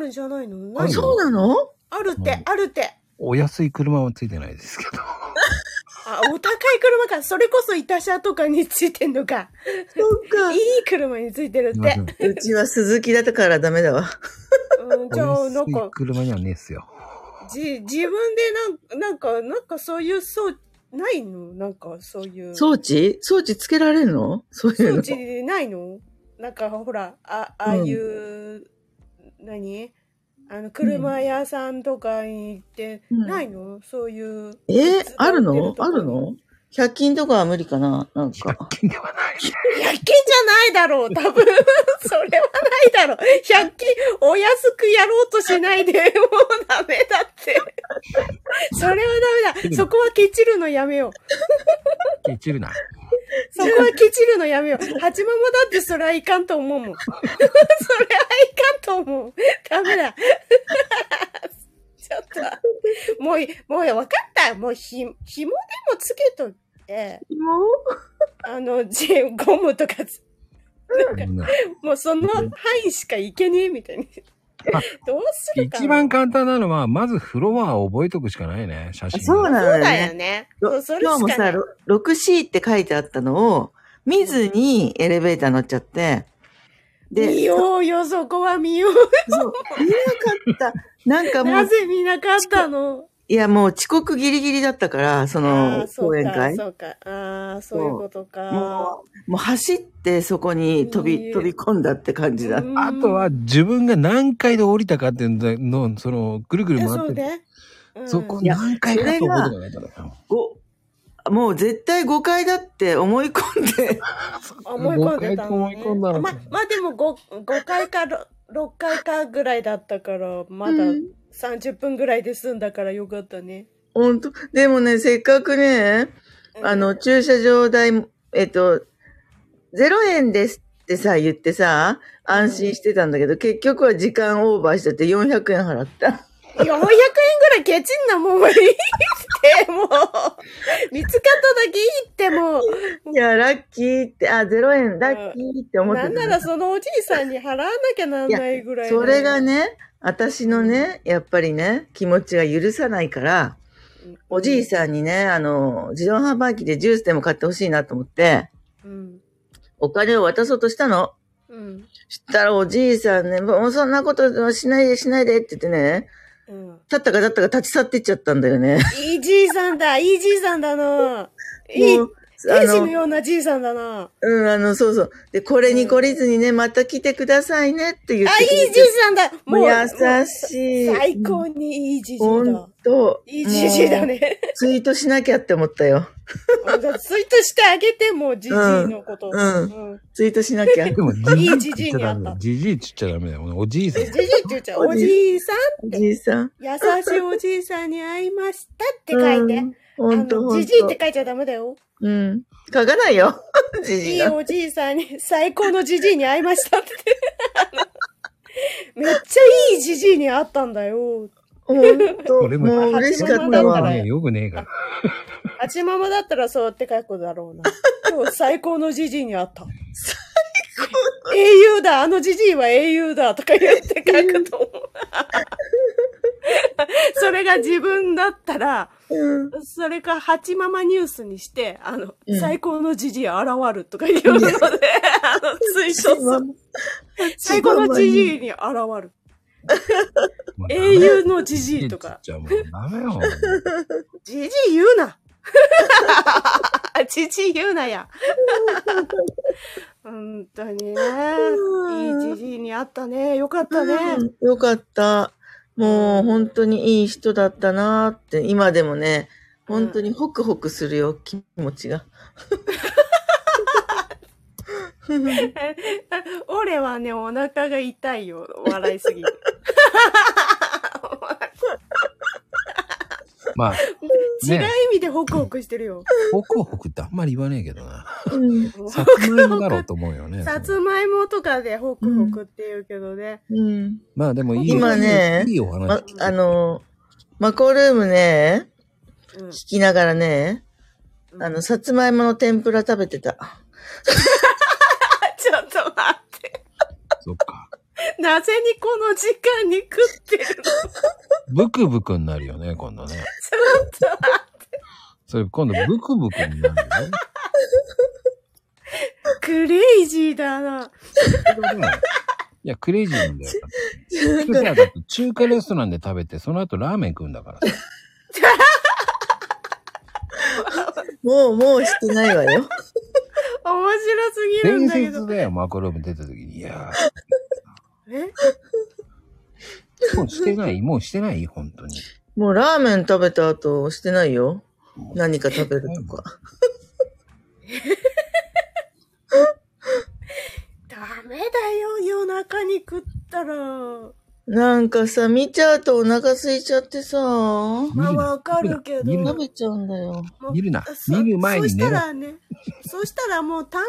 [SPEAKER 4] るんじゃないの
[SPEAKER 6] あ
[SPEAKER 4] な
[SPEAKER 6] る
[SPEAKER 4] い
[SPEAKER 6] よ
[SPEAKER 5] そうなの
[SPEAKER 4] あるって、あるって。
[SPEAKER 6] お安い車はついてないですけど。
[SPEAKER 4] あ、お高い車か。それこそ板車とかについてんのか。
[SPEAKER 5] そっか
[SPEAKER 4] いい車についてる
[SPEAKER 6] すい
[SPEAKER 4] っ
[SPEAKER 6] ま
[SPEAKER 4] て
[SPEAKER 6] せ。ん
[SPEAKER 5] うちは鈴木だからダメだわ。
[SPEAKER 4] うん、じゃ
[SPEAKER 6] お
[SPEAKER 4] あ、な
[SPEAKER 6] 安
[SPEAKER 4] ん
[SPEAKER 6] い
[SPEAKER 4] か、
[SPEAKER 6] 車にはねえっすよ。
[SPEAKER 4] じ、自分でなんか、なんか、なんかそういう、そう、ないのなんか、そういう。
[SPEAKER 5] 装置装置つけられるのそういう
[SPEAKER 4] 装
[SPEAKER 5] の。
[SPEAKER 4] 置ないのなんか、ほら、あ、ああいう、何あの、車屋さんとかに行って、
[SPEAKER 5] うん
[SPEAKER 4] ないのそういう。
[SPEAKER 5] え
[SPEAKER 4] つ
[SPEAKER 5] ある
[SPEAKER 4] 売っ
[SPEAKER 5] の
[SPEAKER 4] てとこ
[SPEAKER 5] あるの ?100 均とかは無理かななんか。
[SPEAKER 6] 100均ではない。
[SPEAKER 4] 100均じゃないだろう、多分。 それはないだろう。100均、お安くやろうとしないで、もうダメだって。それはダメだ。そこはケチるのやめよう。
[SPEAKER 6] ケチる な。
[SPEAKER 4] そこはケチるのやめよう。八ママだってそれはいかんと思うもん。 それはいかんと思う。ダメだ。 ちょっと、もうい、もうわかった。もうひ、紐でもつけといて、
[SPEAKER 5] も
[SPEAKER 4] あの、ジゴムとかつ
[SPEAKER 6] みんな
[SPEAKER 4] もうその範囲しか行けねえみたいに
[SPEAKER 6] あ。
[SPEAKER 4] どうするかな。
[SPEAKER 6] 一番簡単なのは、まずフロアを覚えておくしかないね。写真。
[SPEAKER 5] そうな
[SPEAKER 4] そ
[SPEAKER 5] の
[SPEAKER 4] う
[SPEAKER 5] よ
[SPEAKER 4] だよ
[SPEAKER 5] ね。
[SPEAKER 4] ね。そう
[SPEAKER 5] ろ
[SPEAKER 4] それ
[SPEAKER 5] 今日も
[SPEAKER 4] しかな
[SPEAKER 5] さ、
[SPEAKER 4] い。
[SPEAKER 5] ろ 6C って書いてあったのを、見ずにエレベーター乗っちゃって、
[SPEAKER 4] 見
[SPEAKER 5] で、
[SPEAKER 4] ようよ、そこは見よう。
[SPEAKER 5] そう見なかった。なんかも
[SPEAKER 4] な
[SPEAKER 5] う、
[SPEAKER 4] ぜ見なかったの
[SPEAKER 5] いやもう遅刻ギリギリだったから、そ
[SPEAKER 4] あ
[SPEAKER 5] の
[SPEAKER 4] あ、そ
[SPEAKER 5] 講
[SPEAKER 4] う
[SPEAKER 5] 演
[SPEAKER 4] か、
[SPEAKER 5] 会。
[SPEAKER 4] そうか。ああ、そういうことか
[SPEAKER 5] も。う、もう走ってそこに飛
[SPEAKER 4] いい
[SPEAKER 5] び、
[SPEAKER 4] え
[SPEAKER 5] 飛び込んだって感じだ。
[SPEAKER 4] うん
[SPEAKER 6] あとは、自分が何階で降りたかっていうのの、その、ぐるぐる
[SPEAKER 4] え
[SPEAKER 6] 回
[SPEAKER 4] そう
[SPEAKER 6] ってる。
[SPEAKER 4] ね。うん
[SPEAKER 6] そこ何階かと覚えておかないとだよ。
[SPEAKER 5] ごもう絶対5階だって思い込ん で、
[SPEAKER 4] 思い込んでたの、
[SPEAKER 6] 誤解と思
[SPEAKER 4] ね
[SPEAKER 6] い込んだの
[SPEAKER 4] ま。まあでも 5, 5回かろ6回かぐらいだったから、まだ
[SPEAKER 5] うん
[SPEAKER 4] 30分ぐらいで済んだからよかったね。
[SPEAKER 5] ほんと。でもね、せっかくね、あの、駐車場代、えっと、0円ですってさ、言ってさ、安心してたんだけど、結局は時間オーバーしちゃって400円払った。
[SPEAKER 4] 400円ぐらいケチんなもん。いいって、もう。見つかっただけいいって、も
[SPEAKER 5] いや、ラッキーって、あ、0円、ラッキーって思
[SPEAKER 4] う。
[SPEAKER 5] って
[SPEAKER 4] な
[SPEAKER 5] た
[SPEAKER 4] ん
[SPEAKER 5] の。
[SPEAKER 4] ならそのおじいさんに払わなきゃなんないぐらいだよ
[SPEAKER 5] それが、ね、私のね、やっぱりね、気持ちが許さないから、
[SPEAKER 4] うん
[SPEAKER 5] おじいさんにね、あの、自動販売機でジュースでも買ってほしいなと思って、
[SPEAKER 4] うん。
[SPEAKER 5] お金を渡そうとしたの。
[SPEAKER 4] うん。
[SPEAKER 5] したらおじいさんね、もうそんなことしないでしないでって言ってね、
[SPEAKER 4] うん。
[SPEAKER 5] 立ったか立ったか立ち去ってっちゃったんだよね。
[SPEAKER 4] いいじいさんだ、いいじいさんだな。いい
[SPEAKER 5] も、うあ
[SPEAKER 4] 天使
[SPEAKER 5] の、
[SPEAKER 4] のようなじいさんだな。
[SPEAKER 5] うん、あの、そうそう。で、これに懲りずにね、また来てくださいねって言っ
[SPEAKER 4] あ、
[SPEAKER 5] て
[SPEAKER 4] いい
[SPEAKER 5] くれて。
[SPEAKER 4] じいさんだ。もう、
[SPEAKER 5] もう
[SPEAKER 4] も
[SPEAKER 5] 優
[SPEAKER 4] う
[SPEAKER 5] しい。
[SPEAKER 4] 最高にいいじい
[SPEAKER 5] ほ
[SPEAKER 4] じだ
[SPEAKER 5] ん。と。
[SPEAKER 4] いいじじだ
[SPEAKER 5] もう。
[SPEAKER 4] ね。
[SPEAKER 5] ツイートしなきゃって思ったよ。
[SPEAKER 4] じゃあツイートしてあげて、もうじじいのこと。
[SPEAKER 5] うん
[SPEAKER 4] うん
[SPEAKER 5] ツイートしなき ゃ。
[SPEAKER 6] でも、ジ
[SPEAKER 4] いい
[SPEAKER 6] ジ
[SPEAKER 4] じ
[SPEAKER 6] イって
[SPEAKER 4] じい
[SPEAKER 6] 言っち
[SPEAKER 4] に
[SPEAKER 6] ゃ
[SPEAKER 4] 会
[SPEAKER 6] ダ
[SPEAKER 4] っ
[SPEAKER 6] メだ
[SPEAKER 4] た。。
[SPEAKER 6] ジジイって言っちゃダメだよ。おじいさん
[SPEAKER 4] じ。じいって言っちゃう。おじいさん
[SPEAKER 5] おじいさん。
[SPEAKER 4] 優しいおじいさんに会いましたって書いて。
[SPEAKER 5] うん。ほんと
[SPEAKER 4] あの
[SPEAKER 5] ほんと。
[SPEAKER 4] じじいって書いちゃダメだよ。
[SPEAKER 5] うん。書かないよ。 じじ
[SPEAKER 4] い
[SPEAKER 5] い
[SPEAKER 4] い
[SPEAKER 5] が。
[SPEAKER 4] おじいさんに、最高のじじいに会いましたって。 あのめっちゃいいじじいに会ったんだよ。
[SPEAKER 5] ほんと。
[SPEAKER 6] 俺も
[SPEAKER 5] もう嬉しかっ
[SPEAKER 4] 八
[SPEAKER 5] た
[SPEAKER 4] 幡だか
[SPEAKER 5] わ
[SPEAKER 4] ら。
[SPEAKER 6] ねよくねえから。
[SPEAKER 4] あちままだったらそうやって書くだろうな。今日最高のじじいに会った。英雄だあのじじいは英雄だとか言って書くと思 う。それが自分だったら、
[SPEAKER 5] うん。
[SPEAKER 4] それか、ハチママニュースにして、あの、
[SPEAKER 5] うん
[SPEAKER 4] 最高のじじい現るとか言うので、あの、推奨する。最高のじじいに現る。
[SPEAKER 1] もうダメ
[SPEAKER 4] 英雄のじじいとか。
[SPEAKER 1] じゃあもうダメよ。
[SPEAKER 4] じじい言 うなじじい言うなや。本当にね。いいじじいに会ったね。よかったね。
[SPEAKER 5] うんよかった。もう本当にいい人だったなーって、今でもね、本当にホクホクするよ、気持ち が。
[SPEAKER 4] 俺はね、お腹が痛いよ。笑いす ぎて。
[SPEAKER 1] まあ、
[SPEAKER 4] 違う
[SPEAKER 1] ね、
[SPEAKER 4] 意味でホクホクしてるよ。
[SPEAKER 1] ホクホクってあんまり言わねえけどな。
[SPEAKER 5] うん。
[SPEAKER 1] さつまいもだろうと思うよね。
[SPEAKER 4] さつまいもとかでホクホクって言うけどね。
[SPEAKER 5] うん。
[SPEAKER 1] まあでもいい
[SPEAKER 5] 今ね
[SPEAKER 1] いいお話
[SPEAKER 5] ま。、あの、マコルームね、
[SPEAKER 4] うん
[SPEAKER 5] 聞きながらね、
[SPEAKER 4] うん
[SPEAKER 5] あの、さつまいもの天ぷら食べてた。
[SPEAKER 4] ちょっと待って。
[SPEAKER 1] そっか。
[SPEAKER 4] なぜにこの時間に食ってるの
[SPEAKER 1] ブクブクになるよね、今度ね。
[SPEAKER 4] ちょっと待って
[SPEAKER 1] それ今度ブクブクになるよね。
[SPEAKER 4] クレイジーだな。
[SPEAKER 1] それ でいや、クレイジーなんだよ。だってだって中華レストランで食べて、その後ラーメン食うんだからさ。
[SPEAKER 5] もう、もうしてないわ よ。
[SPEAKER 4] 面白すぎるん
[SPEAKER 1] 伝
[SPEAKER 4] だけ
[SPEAKER 1] 説
[SPEAKER 4] ど。
[SPEAKER 1] だよ、マクローム出た時に。いや
[SPEAKER 4] え
[SPEAKER 1] ー、もうしてない、もうしてない、本当に。
[SPEAKER 5] もうラーメン食べた後、してないよ。何か食べるとか。
[SPEAKER 4] ダメだよ、夜中に食ったら。
[SPEAKER 5] なんかさ、見ちゃうとお腹空いちゃってさ、
[SPEAKER 4] まあわかるけど。
[SPEAKER 1] 見るな
[SPEAKER 5] 食べちゃうんだよ。
[SPEAKER 4] もう
[SPEAKER 1] 見るな
[SPEAKER 4] そ
[SPEAKER 1] 見る前に寝ろ
[SPEAKER 4] そしたらね、そしたらもう炭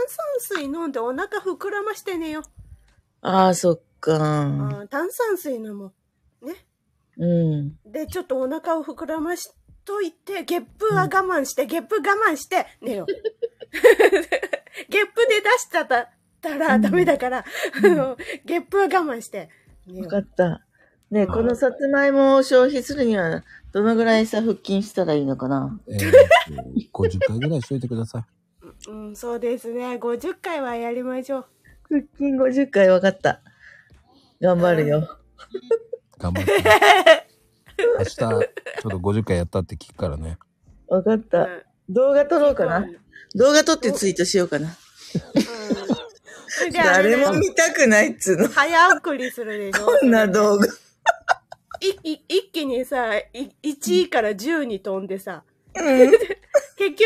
[SPEAKER 4] 酸水飲んでお腹膨らまして寝よ
[SPEAKER 5] ああ、そっ
[SPEAKER 4] う。
[SPEAKER 5] か。
[SPEAKER 4] あー炭酸水飲もう。ね。
[SPEAKER 5] うん。
[SPEAKER 4] で、ちょっとお腹を膨らましといて、ゲップは我慢して、ゲップ我慢して、寝よう。 ゲップで出しちゃったらダメだから、あのゲップは我慢して、寝よ
[SPEAKER 5] わか
[SPEAKER 4] う。
[SPEAKER 5] った。ねこのさつまいもを消費するには、どのぐらいさ、腹筋したらいいのかな
[SPEAKER 1] えー、50回ぐらいしといてください。
[SPEAKER 4] うん、そうですね。50回はやりましょう。
[SPEAKER 5] 腹筋50回わかった。頑張るよ。
[SPEAKER 1] 頑張って。明日、ちょっと50回やったって聞くからね。
[SPEAKER 5] わかった。動画撮ろうか
[SPEAKER 4] う。
[SPEAKER 5] なん 動画撮ってツイートしようかな。
[SPEAKER 4] うん、であれ
[SPEAKER 5] 誰
[SPEAKER 4] ね
[SPEAKER 5] も見たくないっつうの。
[SPEAKER 4] 早送りするでしょ
[SPEAKER 5] こんな動画。
[SPEAKER 4] いい一気にさ、い1位から10に飛んでさ、
[SPEAKER 5] うん。
[SPEAKER 4] 結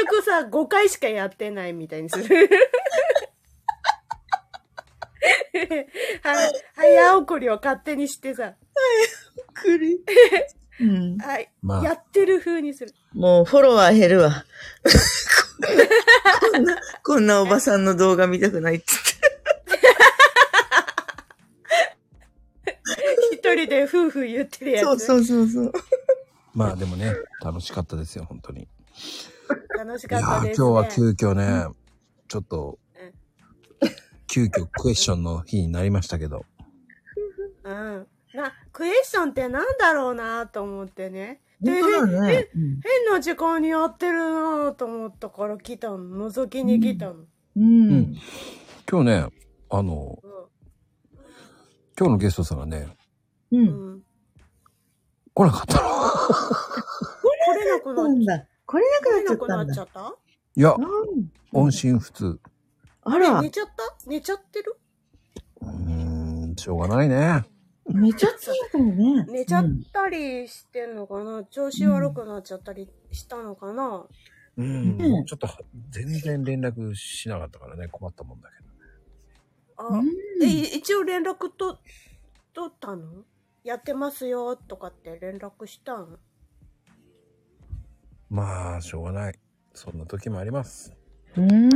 [SPEAKER 4] 局さ、5回しかやってないみたいにする。は早送りを勝手にしてさ、
[SPEAKER 5] くり。うん。
[SPEAKER 4] はい、
[SPEAKER 1] まあ
[SPEAKER 4] やってる風にする。
[SPEAKER 5] もうフォロワー減るわ。 こんな、こんなおばさんの動画見たくないっつって。
[SPEAKER 4] 一人で夫婦言ってるや つ。
[SPEAKER 5] そうそうそうそう。
[SPEAKER 1] まあでもね、楽しかったですよ、本当に。
[SPEAKER 4] 楽し
[SPEAKER 1] い
[SPEAKER 4] か
[SPEAKER 1] や
[SPEAKER 4] った
[SPEAKER 1] ー今
[SPEAKER 4] です、
[SPEAKER 1] 日
[SPEAKER 4] ね。
[SPEAKER 1] は急遽ね、ちょっと
[SPEAKER 4] うん、
[SPEAKER 1] 急遽クエスチョンの日になりましたけど、
[SPEAKER 4] うん。な、クエスチョンってなんだろうなと思ってね。で
[SPEAKER 5] 本当だね。うん
[SPEAKER 4] 変な時間にやってるなと思ったから来たの。覗きに来たの。
[SPEAKER 5] うん。
[SPEAKER 1] 今日ね、あの、今日のゲストさんがね、
[SPEAKER 5] う。
[SPEAKER 4] うんん。うん。
[SPEAKER 1] 来なかったの。
[SPEAKER 4] 来れなく
[SPEAKER 5] な
[SPEAKER 4] なっ
[SPEAKER 5] んだ。これ
[SPEAKER 4] 来れ
[SPEAKER 5] な
[SPEAKER 4] な
[SPEAKER 5] く
[SPEAKER 4] く
[SPEAKER 5] な
[SPEAKER 4] な
[SPEAKER 5] っ
[SPEAKER 4] っ
[SPEAKER 5] ち
[SPEAKER 4] ち
[SPEAKER 5] ゃ
[SPEAKER 4] ゃ
[SPEAKER 5] っ
[SPEAKER 4] った
[SPEAKER 1] いや
[SPEAKER 5] たん、だ。なん
[SPEAKER 1] 音信不通。
[SPEAKER 5] あら
[SPEAKER 4] 寝、ちゃった寝ちゃってる
[SPEAKER 1] うーん、しょうがないね。
[SPEAKER 5] めちゃついたよね。
[SPEAKER 4] 寝ちゃったりしてんのかな、調子悪くなっちゃったりしたのかな、
[SPEAKER 1] うん、
[SPEAKER 5] うん
[SPEAKER 1] もうちょっと全然連絡しなかったからね、困ったもんだけど。
[SPEAKER 5] う
[SPEAKER 4] あ
[SPEAKER 5] ん。
[SPEAKER 4] え一応連絡と取ったのやってますよとかって連絡したの
[SPEAKER 1] まあ、しょうがない。そんな時もあります。
[SPEAKER 5] うん。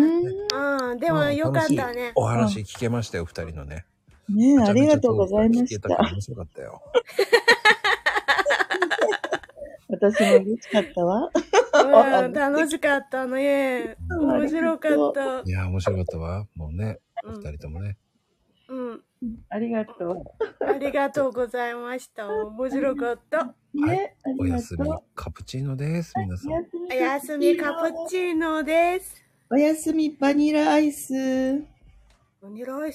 [SPEAKER 4] ああで
[SPEAKER 1] まあ
[SPEAKER 4] もよかったね、
[SPEAKER 1] お話聞けましたよ、二人のね。
[SPEAKER 5] ねありがとうございま
[SPEAKER 1] めち
[SPEAKER 5] し
[SPEAKER 1] ゃめちゃトークが聞けたか
[SPEAKER 5] た。
[SPEAKER 1] ら面白かったよ。
[SPEAKER 5] 私も嬉 しかったわ。
[SPEAKER 4] うん、楽しかったね。面白かった。
[SPEAKER 1] いや、面白かったわ。もうね、
[SPEAKER 4] う
[SPEAKER 1] 二
[SPEAKER 4] ん
[SPEAKER 1] 人ともね。
[SPEAKER 4] うん。
[SPEAKER 5] ありがと
[SPEAKER 4] ありがとうございました。面白かった。
[SPEAKER 5] う。ね、あ
[SPEAKER 1] お
[SPEAKER 5] り
[SPEAKER 1] や
[SPEAKER 5] が
[SPEAKER 1] すみ
[SPEAKER 5] とう。。
[SPEAKER 1] カプチーノです。皆さん。
[SPEAKER 4] おやすみカプチーノです。
[SPEAKER 5] おやすみバニラアイス。
[SPEAKER 4] バニラアイス